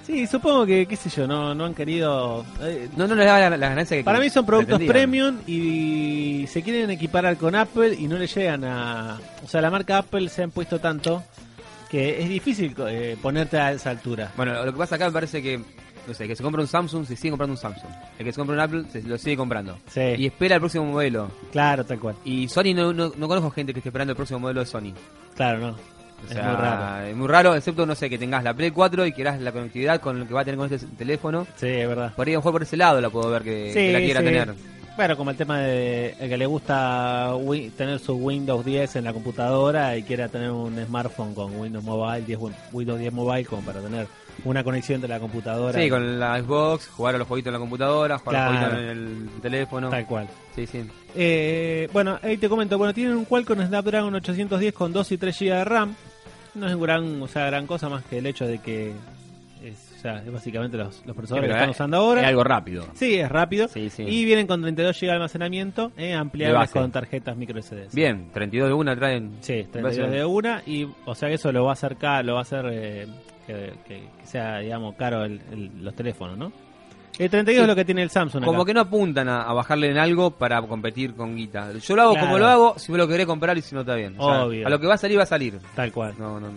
S2: sí, supongo que, qué sé yo, no, no han querido... eh,
S8: No, no les daba la, la ganancia que
S2: para mí son productos
S8: pretendían.
S2: premium y se quieren equiparar con Apple y no le llegan a... O sea, la marca Apple se han puesto tanto que es difícil eh, ponerte a esa altura.
S8: Bueno, lo que pasa acá me parece que, no sé, el que se compra un Samsung se sigue comprando un Samsung. El que se compra un Apple se lo sigue comprando.
S2: Sí.
S8: Y espera el próximo modelo.
S2: Claro, tal cual.
S8: Y Sony, no, no, no conozco gente que esté esperando el próximo modelo de Sony.
S2: Claro, no.
S8: O
S2: Es
S8: sea,
S2: muy raro.
S8: es muy raro, excepto, no sé, que tengas la Play 4 y quieras la conectividad con lo que va a tener con este teléfono.
S2: Sí, es verdad.
S8: Por ahí a lo mejor por ese lado la puedo ver que,
S2: Sí,
S8: que la quiera
S2: sí.
S8: tener.
S2: Bueno, como el tema de el que le gusta Win- tener su Windows 10 en la computadora y quiera tener un smartphone con Windows Mobile, 10 Win- Windows 10 Mobile, como para tener una conexión entre la computadora.
S8: Sí, con la Xbox, jugar a los jueguitos en la computadora, jugar a los
S2: Claro.
S8: jueguitos en el teléfono.
S2: Tal cual.
S8: Sí, sí.
S2: Eh, bueno, ahí te comento. Bueno, tienen un Qualcomm Snapdragon 810 con 2 y 3 GB de RAM. No es gran, o sea, gran cosa más que el hecho de que es- O sea, es básicamente los, los
S8: Pero
S2: procesadores que
S8: eh, es-
S3: eh,
S2: están usando ahora.
S8: Es algo rápido.
S2: Sí, es rápido.
S8: Sí, sí.
S2: Y vienen con 32 GB de almacenamiento, eh, ampliables
S8: base.
S2: con tarjetas micro SD.
S8: Bien, 32 de una traen.
S2: Sí, 32 de una. Y, o sea, que eso lo va a hacer, ca- lo va a hacer eh, que, que- que sea, digamos, caro el- el- los teléfonos, ¿no? El 32 es lo que tiene el Samsung.
S3: Como
S2: acá.
S3: que no apuntan a, a bajarle en algo para competir con guita. Yo lo hago
S2: Claro.
S3: como lo hago, si vos lo querés comprar y si no está bien. O sea,
S2: Obvio.
S3: a lo que va a salir, va a salir.
S2: Tal cual.
S3: No, no.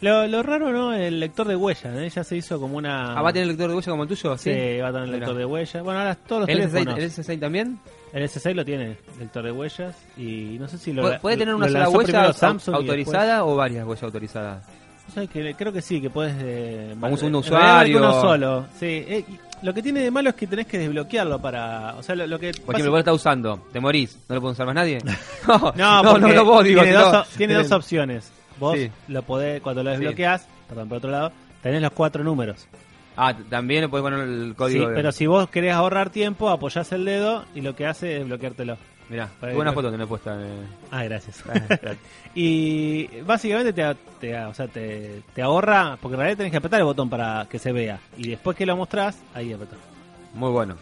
S2: Lo, lo raro, ¿no? El lector de huella, ¿eh? Ya se hizo como una...
S3: Ah, ¿va a tener lector de huella como el tuyo?
S2: Sí,
S3: Sí.
S2: va a tener
S3: Mirá.
S2: lector de huella. Bueno, ahora todos los
S3: ¿El
S2: teléfonos...
S3: S6, ¿El S6 también?
S2: El S6 lo tiene, lector de huellas, y no sé si lo...
S3: ¿Puede, puede
S2: lo-
S3: tener una
S2: lo
S3: sola
S2: lanzó
S3: huella
S2: primero
S3: au-
S2: Samsung y
S3: autorizada o varias huellas autorizadas?
S2: después- ¿Sabes qué? creo que sí, que puedes... Eh,
S3: Como un segundo
S2: en realidad
S3: usuario.
S2: Uno solo, sí. Eh, y lo que tiene de malo es que tenés que desbloquearlo para... O sea, lo, lo que...
S3: Por ejemplo, vos lo estás usando, te morís, ¿no lo puede usar
S2: (laughs)
S3: más nadie? No,
S2: No,
S3: (laughs) no, no,
S2: porque
S3: no vos, digo.
S2: tiene,
S3: sino-
S2: dos, o- tiene dos opciones. Vos
S3: Sí.
S2: lo podés, cuando lo desbloqueás, perdón, por otro lado, tenés los cuatro números.
S3: Ah, también le podés poner el
S2: Sí,
S3: código.
S2: pero si vos querés ahorrar tiempo, apoyás el dedo y lo que hace es bloqueártelo.
S3: Mirá,
S2: Por ahí,
S3: qué buena
S2: por-
S3: foto tenés puesta. eh.
S2: Ah, gracias. (laughs) y básicamente te, te- o sea, te, te ahorra, porque en realidad tenés que apretar el botón para que se vea. Y después que lo mostrás, ahí apretás.
S3: Muy bueno,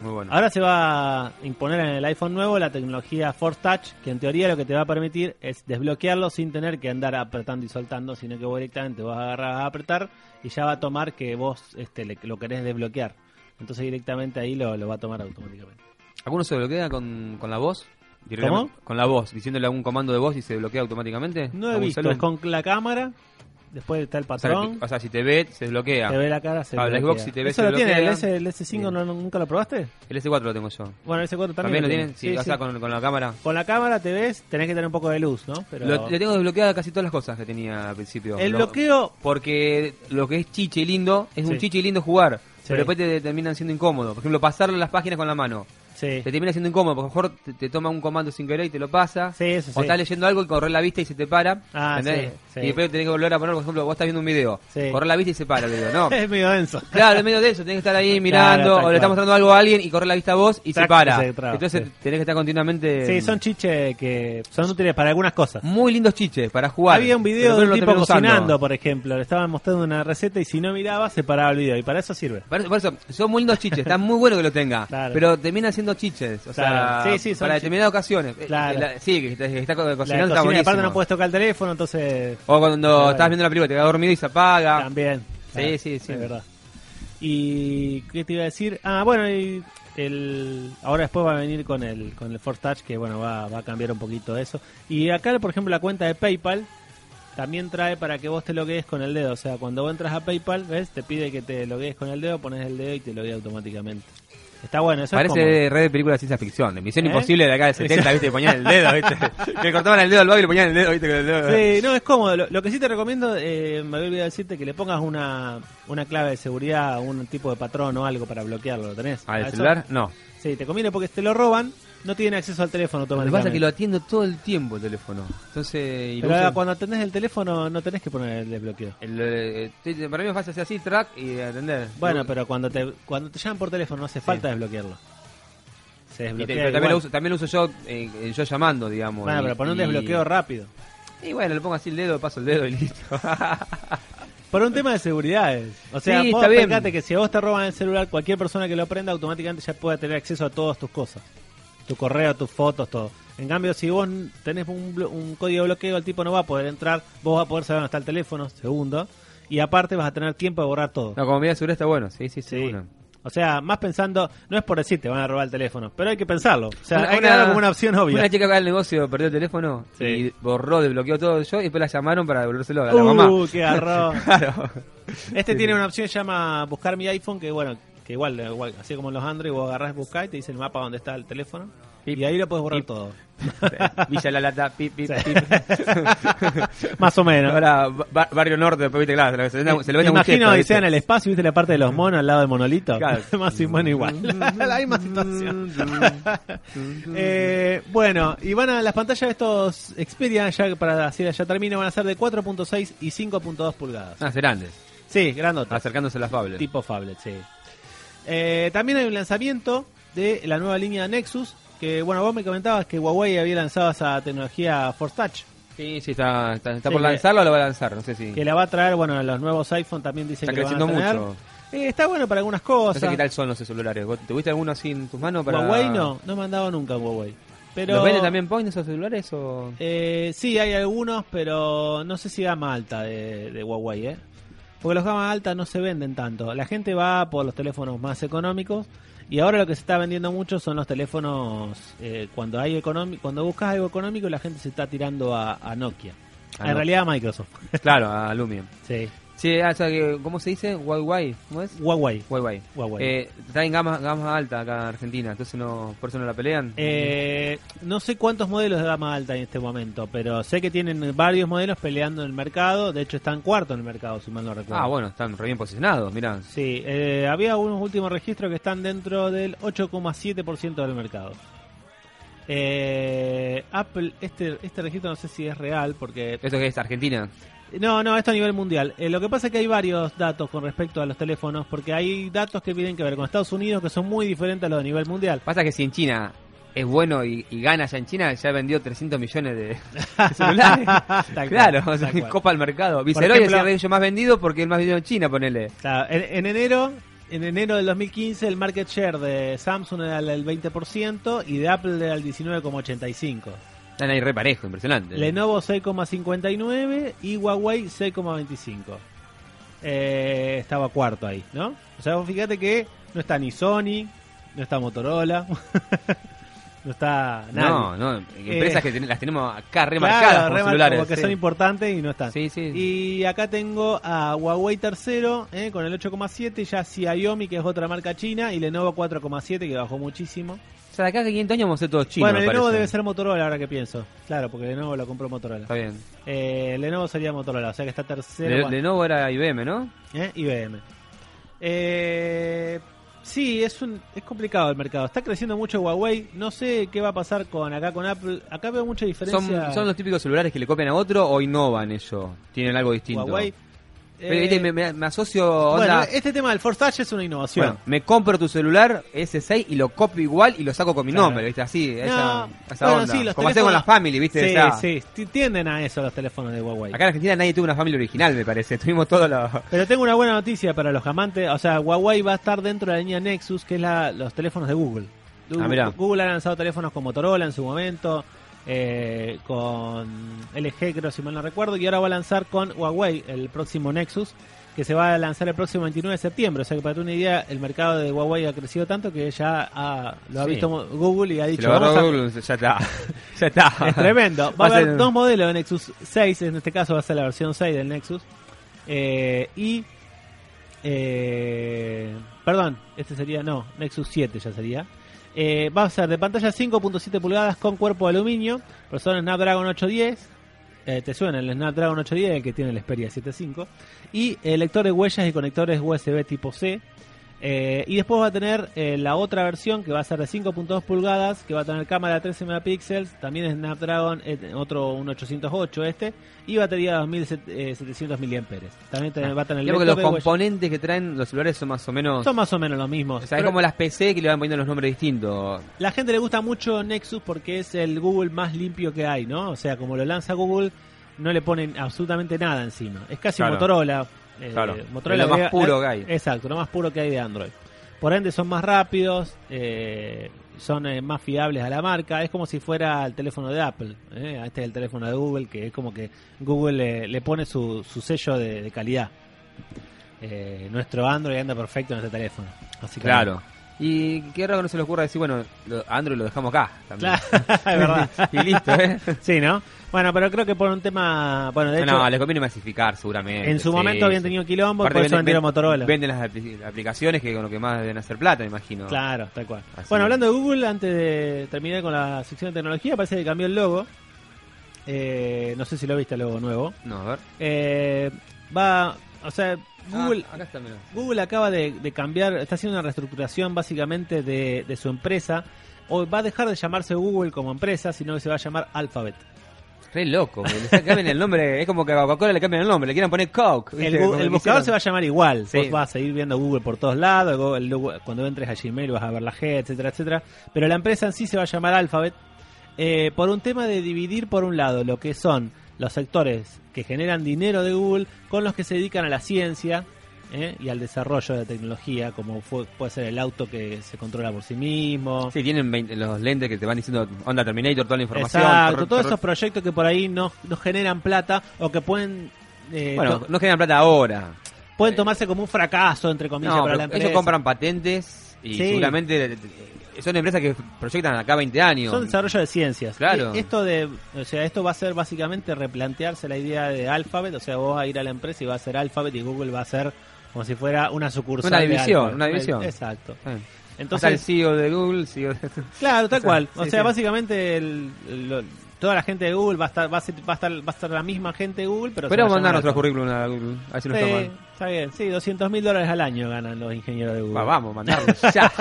S3: muy bueno.
S2: Ahora se va a imponer en el iPhone nuevo la tecnología Force Touch, que en teoría lo que te va a permitir es desbloquearlo sin tener que andar apretando y soltando, sino que vos directamente vas a agarrar a apretar y ya va a tomar que vos este, le- lo querés desbloquear. Entonces directamente ahí lo, lo va a tomar automáticamente.
S3: ¿Alguno se bloquea con, con la voz?
S2: ¿Cómo?
S3: Con la voz, diciéndole algún comando de voz y se bloquea automáticamente.
S2: No he
S3: ¿Algún
S2: visto,
S3: celu?
S2: es con la cámara, después está el
S3: o sea,
S2: patrón.
S3: o sea, si te ve, se desbloquea.
S2: Te ve la cara, se
S3: Ah, la
S2: bloquea.
S3: Xbox, si te ve,
S2: Eso
S3: se
S2: lo tiene, el,
S3: bloquea.
S2: S, el S5 no- nunca lo probaste.
S3: El S4 lo tengo yo. ¿También,
S2: Bueno, el S4 también.
S3: lo tienen? Sí,
S2: Sí,
S3: o sea,
S2: sí.
S3: con, con la cámara.
S2: Con la cámara te ves, tenés que tener un poco de luz, ¿no? Pero
S3: Lo- le tengo desbloqueada casi todas las cosas que tenía al principio.
S2: el
S3: Lo-
S2: bloqueo,
S3: Porque lo que es chiche y lindo, es
S2: Sí.
S3: un chiche y lindo jugar.
S2: Sí.
S3: Pero después te terminan siendo incómodo. Por ejemplo, pasarle las páginas con la mano.
S2: sí.
S3: Te termina siendo incómodo, porque a lo mejor te, te toma un comando sin querer y te lo pasa.
S2: Sí, eso sí.
S3: O estás leyendo algo y correr la vista y se te para.
S2: Ah,
S3: ¿entendés?
S2: sí, sí.
S3: Y después tenés que volver a poner, por ejemplo, vos estás viendo un video.
S2: Sí.
S3: Correr la vista y se para el video, ¿no.
S2: (laughs) Es medio denso.
S3: (laughs) Claro, en medio de eso, tenés que estar ahí mirando,
S2: Claro, tal
S3: o le
S2: cual.
S3: estás mostrando algo a alguien y correr la vista a vos y
S2: Tac,
S3: se para.
S2: se traba,
S3: Entonces
S2: Ah, sí.
S3: tenés que estar continuamente.
S2: Sí, son chiches que son útiles para algunas cosas.
S3: muy lindos chiches para jugar.
S2: Había un
S3: Pero
S2: video de
S3: no
S2: un
S3: lo
S2: tipo
S3: terminan usando.
S2: cocinando, por ejemplo. Le estaban mostrando una receta y si no miraba, se paraba el video. Y para eso sirve.
S3: Por eso, por eso, son muy lindos chiches, está muy bueno que lo
S2: (laughs)
S3: tenga.
S2: Claro.
S3: Pero termina siendo chiches, o
S2: Claro.
S3: sea,
S2: Sí, sí, son
S3: para
S2: chiches.
S3: determinadas ocasiones. Eh,
S2: Claro.
S3: eh, la- sí, que está, que está co-
S2: La
S3: cocinando, está
S2: cocina, y aparte
S3: buenísimo.
S2: no puedes tocar el teléfono, entonces
S3: O cuando
S2: Claro.
S3: estás viendo la película, te quedas dormido y se apaga.
S2: También. Ah,
S3: Sí, sí, sí.
S2: Es verdad. ¿Y qué te iba a decir? Ah, bueno, y el, ahora después va a venir con el, con el Force Touch, que bueno, va, va a cambiar un poquito eso. Y acá, por ejemplo, la cuenta de PayPal también trae para que vos te loguees con el dedo. O sea, cuando vos entras a PayPal, ¿ves? Te pide que te loguees con el dedo, pones el dedo y te loguea automáticamente. Está bueno, eso es
S3: Parece
S2: como...
S3: red de películas de ciencia ficción, de Misión
S2: ¿Eh?
S3: Imposible de acá del 70, ¿viste? Que ponían el
S2: (laughs)
S3: dedo, ¿viste? que le cortaban el dedo al vago y le ponían el dedo, ¿viste? Con el dedo.
S2: Sí, no, es cómodo. Lo, lo que sí te recomiendo, eh, me había olvidado decirte que le pongas una, una clave de seguridad, un tipo de patrón o algo para bloquearlo. ¿Lo tenés?
S3: ¿Al
S2: ¿A eso?
S3: Ah, celular? No.
S2: Sí, te conviene porque te lo roban, no tienen acceso al teléfono
S3: Lo que pasa
S2: automáticamente.
S3: es que lo atiendo todo el tiempo el teléfono. Entonces, y
S2: Pero
S3: lo uso-
S2: cuando atendés el teléfono no tenés que poner el desbloqueo.
S3: el, eh, estoy- para mí es fácil hacer así, track y atender.
S2: Bueno, pero cuando te cuando te llaman por teléfono no hace falta desbloquearlo. Se
S3: Y te-
S2: desbloquea.
S3: pero también,
S2: igual.
S3: lo uso, también lo uso yo, eh, eh, yo llamando, digamos.
S2: Bueno,
S3: y-
S2: pero poner un
S3: y-
S2: desbloqueo rápido.
S3: Y bueno, le pongo así el dedo, paso el dedo y listo. (laughs)
S2: Por un tema de seguridad. es. O sea,
S3: Sí,
S2: vos
S3: está bien.
S2: fíjate que si a vos te roban el celular, cualquier persona que lo prenda automáticamente ya puede tener acceso a todas tus cosas. Tu correo, tus fotos, todo. En cambio, si vos tenés un, blo- un código de bloqueo, el tipo no va a poder entrar, vos vas a poder saber dónde está el teléfono, segundo, y aparte vas a tener tiempo de borrar todo.
S3: no, como medida de seguridad está bueno, sí, sí, sí.
S2: Sí.
S3: bueno.
S2: O sea, más pensando, no es por decir te van a robar el teléfono, pero hay que pensarlo. O sea,
S3: Una-
S2: hay que
S3: una-
S2: darlo como una opción obvia.
S3: Una chica acá del negocio perdió el teléfono
S2: Sí.
S3: y borró, desbloqueó todo yo y después la llamaron para devolvérselo a la
S2: Uh,
S3: mamá.
S2: qué garrón.
S3: (laughs)
S2: (laughs)
S3: claro.
S2: Este
S3: (laughs)
S2: tiene una opción que se llama buscar mi iPhone, que bueno, que igual, igual, así como los Android, vos agarrás, buscás y te dice el mapa donde está el teléfono.
S3: Pip.
S2: y ahí lo puedes borrar
S3: Pip. (laughs)
S2: todo.
S3: Villa La Lata, pip, pip,
S2: Sí.
S3: pip.
S2: Más o menos.
S3: Ahora, ba- Barrio Norte, después viste, claro, se lo- se lo se
S2: Me
S3: lo vende a un
S2: imagino
S3: gesto,
S2: que
S3: ¿viste?
S2: sea en el espacio, viste la parte de los monos al lado del monolito.
S3: Claro.
S2: (laughs) Más o menos igual. La, (laughs) la misma situación. (laughs) Eh, bueno, y van a las pantallas de estos Xperia, ya para decir, ya termino, van a ser de 4.6 y 5.2 pulgadas.
S3: Ah, Fernández,
S2: Sí, grandotas.
S3: acercándose a las fables.
S2: Tipo Fablet, sí. Eh, también hay un lanzamiento de la nueva línea Nexus. Que bueno, vos me comentabas que Huawei había lanzado esa tecnología Force Touch.
S8: Sí, sí, está, está, está
S2: Sí,
S8: por
S2: que-
S8: lanzarlo, lo va a lanzar, no sé si.
S2: Que la va a traer, bueno, los nuevos iPhone también dicen
S8: Está
S2: que lo van a
S8: creciendo
S2: tener.
S8: mucho.
S2: Eh, está bueno para algunas
S8: No sé
S2: cosas.
S8: qué tal son los celulares. ¿Vos- ¿Tuviste alguno así en tus manos para.
S2: Huawei no, no me han dado nunca Huawei. Pero,
S8: ¿Los vende también Point esos celulares o.?
S2: Eh, sí, hay algunos, pero no sé si gama alta de, de Huawei, ¿eh? Porque los gama alta no se venden tanto. La gente va por los teléfonos más económicos y ahora lo que se está vendiendo mucho son los teléfonos eh, cuando hay economi- cuando buscas algo económico la gente se está tirando a, a Nokia.
S8: A
S2: en
S8: Nokia.
S2: realidad a Microsoft.
S8: Claro, a Lumia.
S2: Sí.
S8: Sí, ah, o sea, que- ¿cómo se dice? Huawei. ¿Cómo es?
S2: Huawei.
S8: Huawei.
S2: Huawei.
S8: Eh, traen gamas, gamas altas acá en Argentina, entonces no, por eso no la pelean.
S2: Eh, no sé cuántos modelos de gama alta en este momento, pero sé que tienen varios modelos peleando en el mercado. De hecho, están cuarto en el mercado, si mal no recuerdo.
S8: ah, bueno, están re bien posicionados, mirá.
S2: Sí, eh, había unos últimos registros que están dentro del 8,7% del mercado. Eh, Apple, este, este registro no sé si es real porque...
S8: ¿Eso que es Argentina?
S2: No, no, esto a nivel mundial. Eh, lo que pasa es que hay varios datos con respecto a los teléfonos porque hay datos que tienen que ver con Estados Unidos que son muy diferentes a los de nivel mundial.
S8: Pasa que si en China es bueno y, y gana ya en China, ya vendió 300 millones de, de celulares.
S2: (laughs) Tal
S8: claro,
S2: cual,
S8: o sea,
S2: tal cual.
S8: copa el mercado. Viceroy es
S2: ejemplo-
S8: el radio más vendido porque el más vendido en China, ponele.
S2: Claro, en, en enero en enero del 2015 el market share de Samsung era del 20% y de Apple era el 19,85%.
S8: Están ahí re parejo, impresionante.
S2: Lenovo 6,59 y Huawei 6,25. Eh, estaba cuarto ahí, ¿no? O sea, vos fíjate que no está ni Sony, no está Motorola, (laughs) no está nadie.
S8: no, no, empresas
S2: Eh,
S8: que ten- las tenemos acá
S2: Claro,
S8: remarcadas por
S2: remar-
S8: celulares.
S2: como que
S8: sí.
S2: son importantes y no están.
S8: Sí, sí.
S2: Y acá tengo a Huawei tercero eh, con el 8,7, ya Xiaomi que es otra marca china y Lenovo 4,7 que bajó muchísimo.
S8: O sea, de acá a 500 años vamos a ser todos chinos.
S2: bueno,
S8: me
S2: Lenovo
S8: parece.
S2: debe ser Motorola ahora que pienso. Claro, porque Lenovo lo compró Motorola.
S8: Está bien.
S2: Eh, Lenovo sería Motorola, o sea que está tercero.
S8: Le-
S2: bueno,
S8: Lenovo era IBM, ¿no?
S2: ¿eh? IBM. Eh, sí, es un es complicado el mercado. Está creciendo mucho Huawei. No sé qué va a pasar con acá con Apple. Acá veo mucha diferencia.
S8: ¿Son, ¿Son los típicos celulares que le copian a otro o innovan ellos? Tienen algo distinto.
S2: Huawei.
S8: Pero,
S2: Eh,
S8: viste, me, me- me asocio.
S2: bueno,
S8: onda,
S2: este tema del Force Touch es una innovación.
S8: bueno, me compro tu celular S6 y lo copio igual y lo saco con mi
S2: Claro.
S8: nombre, ¿viste? Así,
S2: No,
S8: esa, esa
S2: bueno,
S8: onda.
S2: sí, los
S8: Como hace
S2: teléfonos-
S8: con las family, ¿viste?
S2: Sí,
S8: Esa-
S2: sí, ti- tienden a eso los teléfonos de Huawei.
S8: Acá en Argentina nadie tuvo una family original, me parece. (laughs) Tuvimos todos los.
S2: Pero tengo una buena noticia para los amantes. O sea, Huawei va a estar dentro de la línea Nexus, que es la, los teléfonos de Google. Google,
S8: Ah, mirá.
S2: Google ha lanzado teléfonos con Motorola en su momento, eh, con LG, creo, si mal no recuerdo, y ahora va a lanzar con Huawei el próximo Nexus, que se va a lanzar el próximo 29 de septiembre. O sea que para tener una idea, el mercado de Huawei ha crecido tanto que ya ha- lo ha
S8: Sí.
S2: visto Google y ha
S8: Si
S2: dicho,
S8: lo agarró
S2: "Vamos a-
S8: Google,
S2: (laughs)
S8: ya está. ya está.
S2: es (laughs) tremendo. Va a
S8: Va a
S2: haber
S8: ser-
S2: dos modelos de Nexus 6, en este caso va a ser la versión 6 del Nexus. Eh, y... eh, perdón, este sería, no, Nexus 7 ya sería. Eh, va a ser de pantalla 5.7 pulgadas con cuerpo de aluminio, procesador Snapdragon 810. eh, te suena el Snapdragon 810, el que tiene el Xperia 75. Y eh, lector de huellas y conectores USB tipo C. Eh, y después va a tener eh, la otra versión que va a ser de 5.2 pulgadas, que va a tener cámara de 13 megapíxeles, también es Snapdragon, eh, otro un 808 este, y batería de 2700 mAh. eh, También te- va a tener
S8: Creo que Ah. los
S2: lector de huellas.
S8: componentes que traen los celulares son más o menos.
S2: Son más o menos los mismos.
S8: o sea, es
S2: Pero
S8: como las PC que le van poniendo los nombres distintos.
S2: La gente le gusta mucho Nexus porque es el Google más limpio que hay, ¿no? O sea, como lo lanza Google, no le ponen absolutamente nada encima. Es casi
S8: Claro.
S2: Motorola. eh,
S8: Claro.
S2: Motorola
S8: Es lo más
S2: agrega-
S8: puro
S2: eh,
S8: que hay.
S2: Exacto, lo más puro que hay de Android. Por ende, son más rápidos, eh, son eh, más fiables a la marca. Es como si fuera el teléfono de Apple. ¿eh? Este es el teléfono de Google, que es como que Google eh, le pone su, su sello de, de calidad. Eh, nuestro Android anda perfecto en este teléfono. Así que-
S8: Y qué raro que no se le ocurra decir, bueno, lo- Android lo dejamos acá. También.
S2: Claro, (laughs) es verdad.
S8: (laughs) y listo, ¿eh?
S2: Sí, ¿no? Bueno, pero creo que por un tema. Bueno, de
S8: No, no,
S2: hecho,
S8: les conviene masificar seguramente.
S2: en su
S8: sí,
S2: momento habían
S8: sí.
S2: tenido quilombo,
S8: Aparte
S2: por eso
S8: venden-
S2: vendieron Motorola.
S8: Venden las apli- aplicaciones que con lo que más deben hacer plata, me imagino.
S2: Claro, tal cual.
S8: Así
S2: bueno,
S8: es.
S2: hablando de Google, antes de terminar con la sección de tecnología, parece que cambió el logo. Eh, no sé si lo viste el logo nuevo.
S8: No, a ver.
S2: Eh, va, o sea, Google,
S8: Ah, acá está, mirá.
S2: Google acaba de, de cambiar, está haciendo una reestructuración básicamente de, de su empresa. O va a dejar de llamarse Google como empresa, sino que se va a llamar Alphabet.
S8: Re loco, güey. le cambian el nombre. Es como que a Coca-Cola le cambian el nombre, le quieren poner Coke.
S2: El, Gu- el buscador se va a llamar igual.
S8: Sí.
S2: Vos vas a seguir viendo Google por todos lados. el Go- el Google- cuando entres a Gmail vas a ver la G, etcétera, etcétera. Pero la empresa en sí se va a llamar Alphabet eh, por un tema de dividir, por un lado, lo que son los sectores que generan dinero de Google con los que se dedican a la ciencia ¿eh? y al desarrollo de tecnología, como fue- puede ser el auto que se controla por sí mismo.
S8: Sí, tienen 20 los lentes que te van diciendo, onda Terminator, toda la información.
S2: Exacto,
S8: Tor-
S2: todos
S8: tor-
S2: esos proyectos que por ahí no, no generan plata o que pueden... eh,
S8: Bueno,
S2: to-
S8: no generan plata ahora.
S2: pueden tomarse como un fracaso, entre comillas,
S8: No,
S2: para
S8: pero
S2: la empresa.
S8: ellos compran patentes y
S2: Sí.
S8: seguramente eh, son empresas que proyectan acá 20 años.
S2: Son desarrollo de ciencias.
S8: Claro.
S2: E- Esto de, o sea, esto va a ser básicamente replantearse la idea de Alphabet, o sea, vos vas a ir a la empresa y va a ser Alphabet y Google va a ser como si fuera una sucursal
S8: Una
S2: de
S8: división,
S2: Alphabet.
S8: una división.
S2: Exacto.
S8: Está Entonces, el
S2: Entonces,
S8: CEO de Google, CEO (laughs) de...
S2: claro, tal
S8: o sea,
S2: cual. O
S8: sí,
S2: sea,
S8: sí.
S2: básicamente el- el- lo- toda la gente de Google va a estar va a ser, va a estar va a estar la misma gente de Google, pero se
S8: Pero
S2: va a
S8: vamos a mandar
S2: llamar
S8: nuestro
S2: Alphabet.
S8: currículum a Google, a ver si no está
S2: Sí,
S8: mal.
S2: está bien. Sí, 200 mil dólares al año ganan los ingenieros de Google.
S8: Va, vamos, (laughs) mandarlos ya.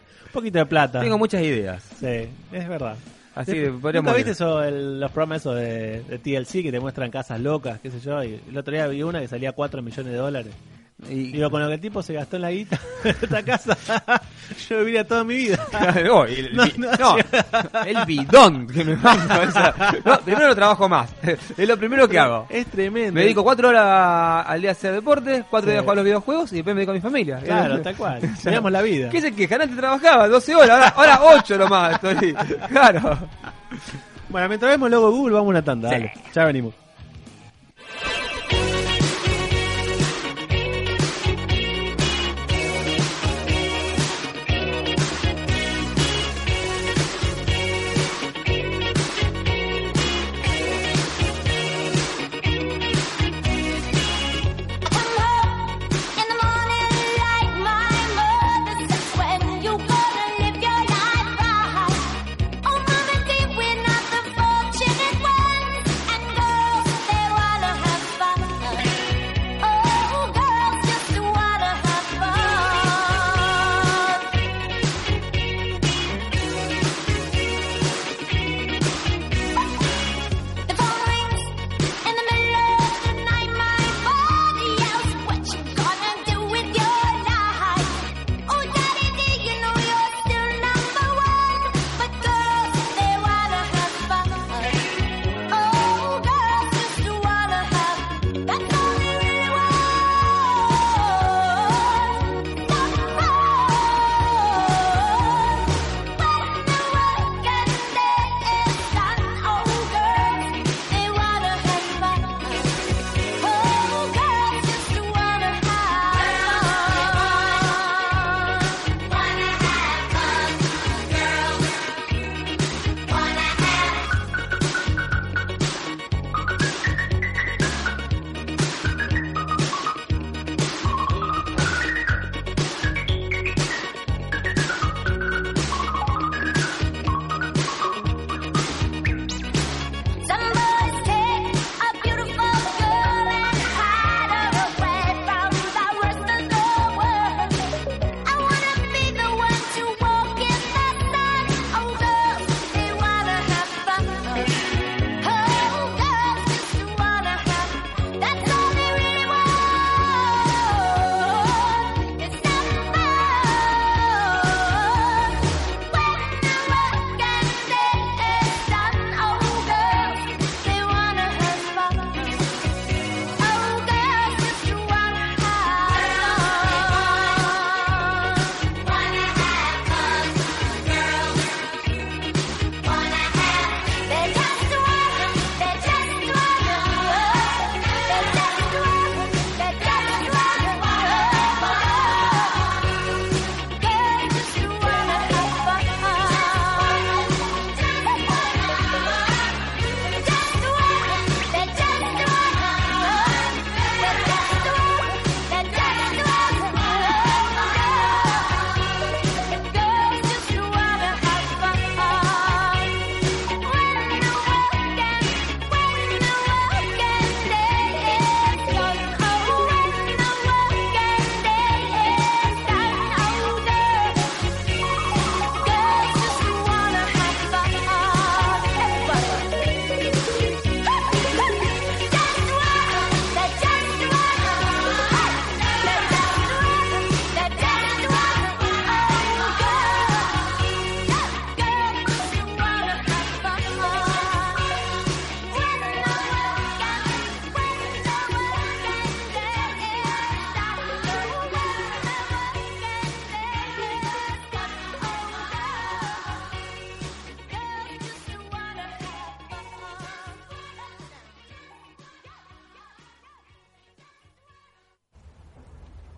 S2: (laughs) Un poquito de plata.
S8: Tengo muchas ideas.
S2: Sí, es verdad.
S8: Así que podríamos
S2: ¿Nunca
S8: ir.
S2: viste eso, el- los programas esos de, de TLC que te muestran casas locas, qué sé yo? Y el otro día vi una que salía 4 millones de dólares.
S8: Y-
S2: Digo, con lo que el tipo se gastó en la guita (laughs) de esta casa, yo viviría toda mi vida.
S8: (laughs) No, el,
S2: No,
S8: bi-
S2: no,
S8: (laughs) no, el bidón que me manda. o sea, no, primero no trabajo más. (laughs) Es lo primero que hago.
S2: Es tremendo.
S8: Me dedico cuatro horas a- al día a hacer deporte, cuatro
S2: Sí.
S8: días a jugar a los videojuegos y después me dedico a mi familia.
S2: Claro,
S8: Eh,
S2: tal
S8: (laughs)
S2: cual. (laughs) Teníamos la vida.
S8: ¿Qué se quejan? Antes trabajaba 12 horas, ahora, ahora 8 nomás estoy. (laughs) Claro.
S2: Bueno, mientras vemos el logo de Google, vamos a una tanda. Dale, ya venimos.
S7: I'm up in the morning like my mother says when you gotta live your life right. Oh, mama, see we're not the fortunate ones, and girl, Oh, Oh,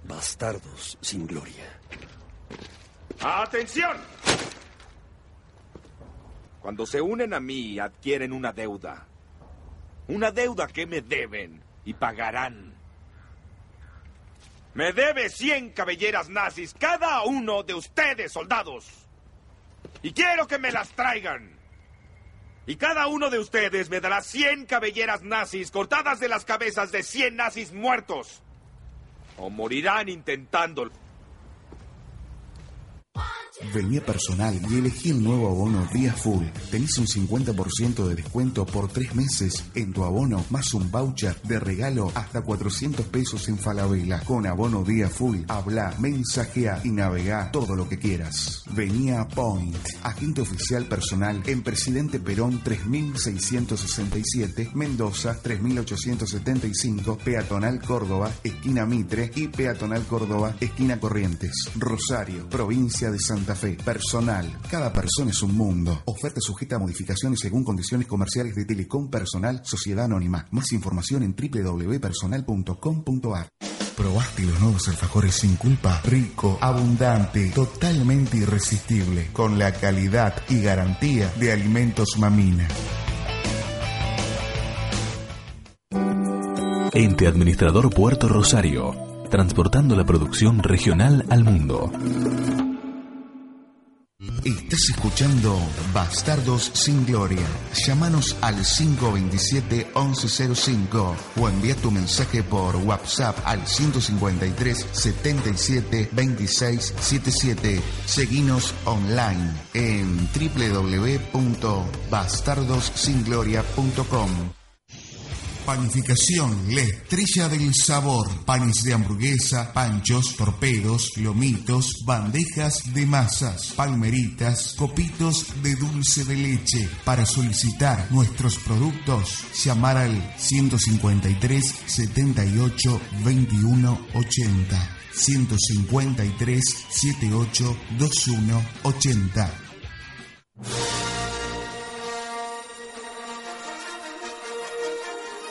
S8: Bastardos sin gloria.
S7: ¡Atención! Cuando se unen a mí, adquieren una deuda. Una deuda que me deben y pagarán. Me debe 100 cabelleras nazis cada uno de ustedes, soldados. Y quiero que me las traigan. Y cada uno de ustedes me dará 100 cabelleras nazis cortadas de las cabezas de 100 nazis muertos. O morirán intentándolo.
S1: Venía personal y elegí el nuevo abono Día Full. Tenés un 50% de descuento por tres meses en tu abono, más un voucher de regalo hasta 400 pesos en Falabella. Con abono Día Full, habla, mensajea y navega todo lo que quieras. Venía a Point, agente oficial personal en Presidente Perón 3667, Mendoza 3875, Peatonal Córdoba, esquina Mitre y Peatonal Córdoba, esquina Corrientes. Rosario, provincia de Santa Fe. Personal. Cada persona es un mundo. Oferta sujeta a modificaciones según condiciones comerciales de Telecom Personal Sociedad Anónima. Más información en www.personal.com.ar. ¿Probaste los nuevos alfajores sin culpa? Rico, abundante, totalmente irresistible, con la calidad y garantía de Alimentos Mamina.
S6: Ente Administrador Puerto Rosario, transportando la producción regional al mundo.
S1: Estás escuchando Bastardos sin Gloria. Llámanos al 527-1105 o envía tu mensaje por WhatsApp al 153 77 26 77. Seguinos online en www.bastardosingloria.com. Panificación, la estrella del sabor. Panes de hamburguesa, panchos, torpedos, lomitos, bandejas de masas, palmeritas, copitos de dulce de leche. Para solicitar nuestros productos, llamar al 153 78 21 80. 153 78 21 80.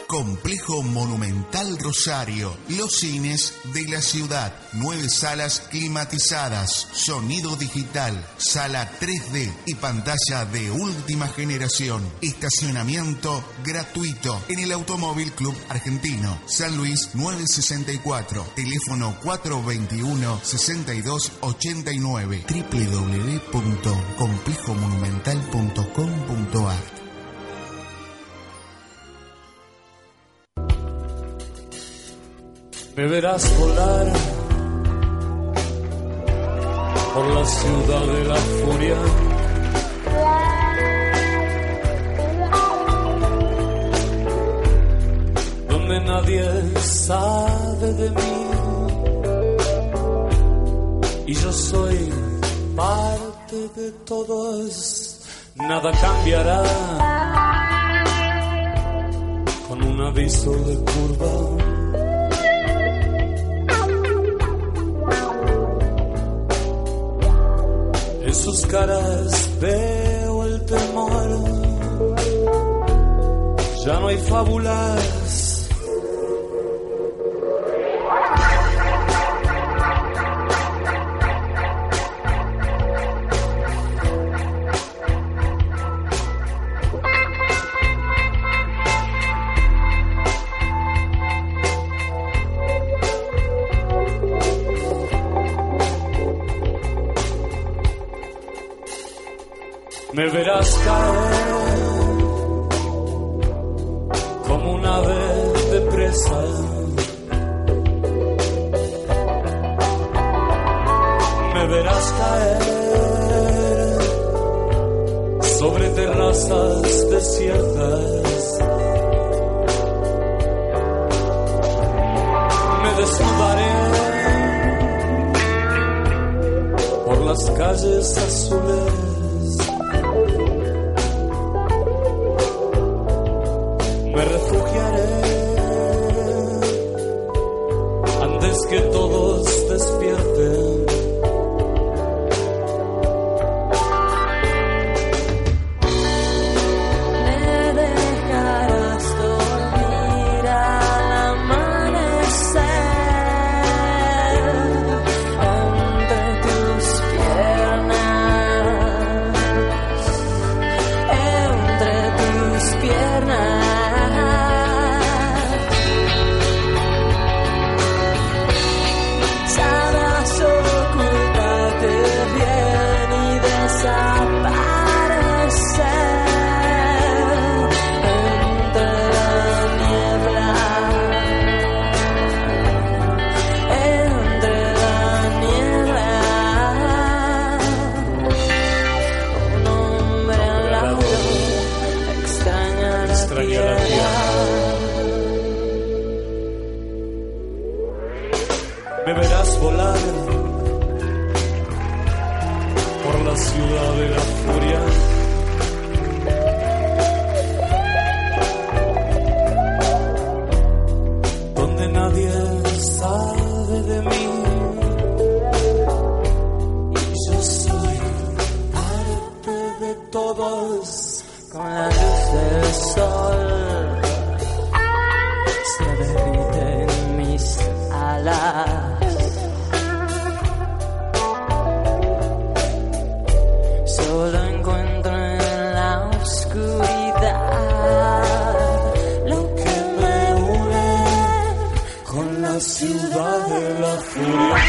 S1: Complejo Monumental Rosario, los cines de la ciudad, nueve salas climatizadas, sonido digital, sala 3D y pantalla de última generación, estacionamiento gratuito en el Automóvil Club Argentino, San Luis 964, teléfono 421-6289, www.complejomonumental.com.ar
S8: Me verás volar por la ciudad de la furia. Donde nadie sabe de mí. Y yo soy parte de todos. Nada cambiará con un aviso de curva. En sus caras veo el temor. Ya no hay fábulas. Me verás caer como un ave de presa. Me verás caer sobre terrazas desiertas. Me desnudaré por las calles azules. me refugiaré antes que todos despierten.
S5: Me dejarás dormir al amanecer.
S8: por la ciudad de la furia. Donde nadie sabe de mí. Y yo soy arte de todos con la luz del sol. Se derriten mis alas. Solo encuentro en la oscuridad lo que me une con la ciudad de la furia.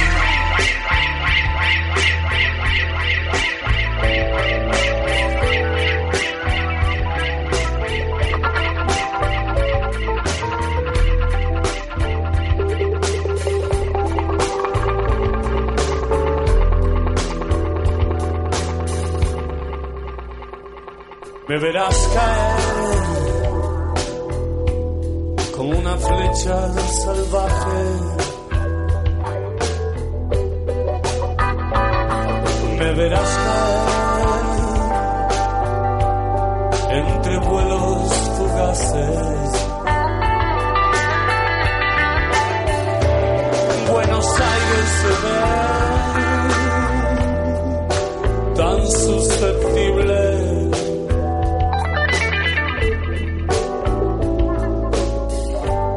S8: Me verás caer como una flecha del salvaje. Me verás caer entre vuelos fugaces. Buenos Aires se ve tan susceptible.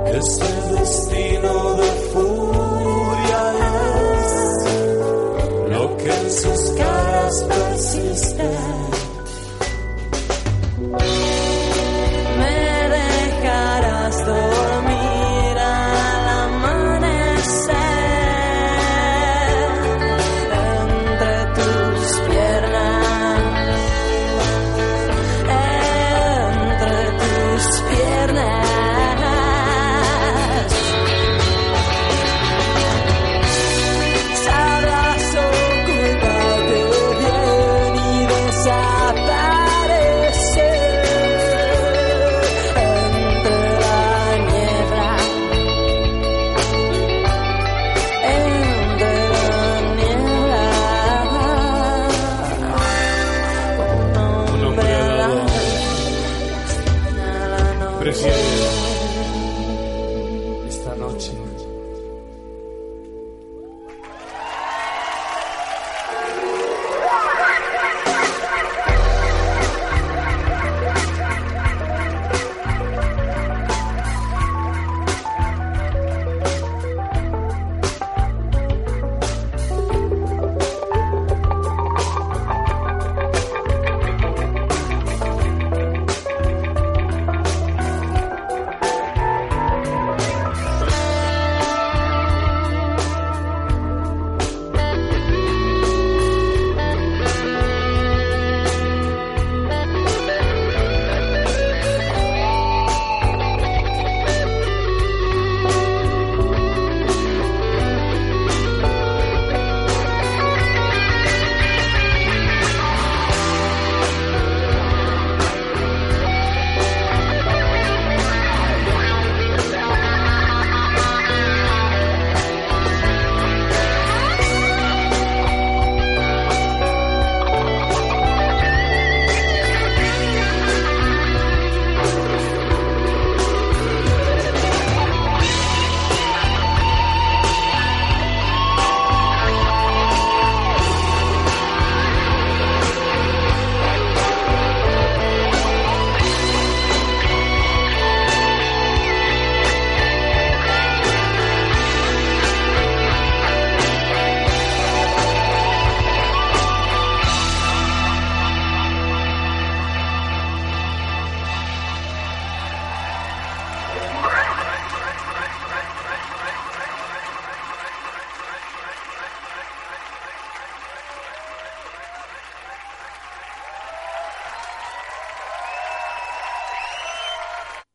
S8: Este destino de furia es lo que en sus caras persiste.
S5: Me dejarás dormir al amanecer entre tus piernas, entre tus piernas. Sabrás ocultarte bien y desaparecer entre la niebla, entre la niebla.
S8: Un hombre alado
S5: a la noche.
S8: prefiere esta noche.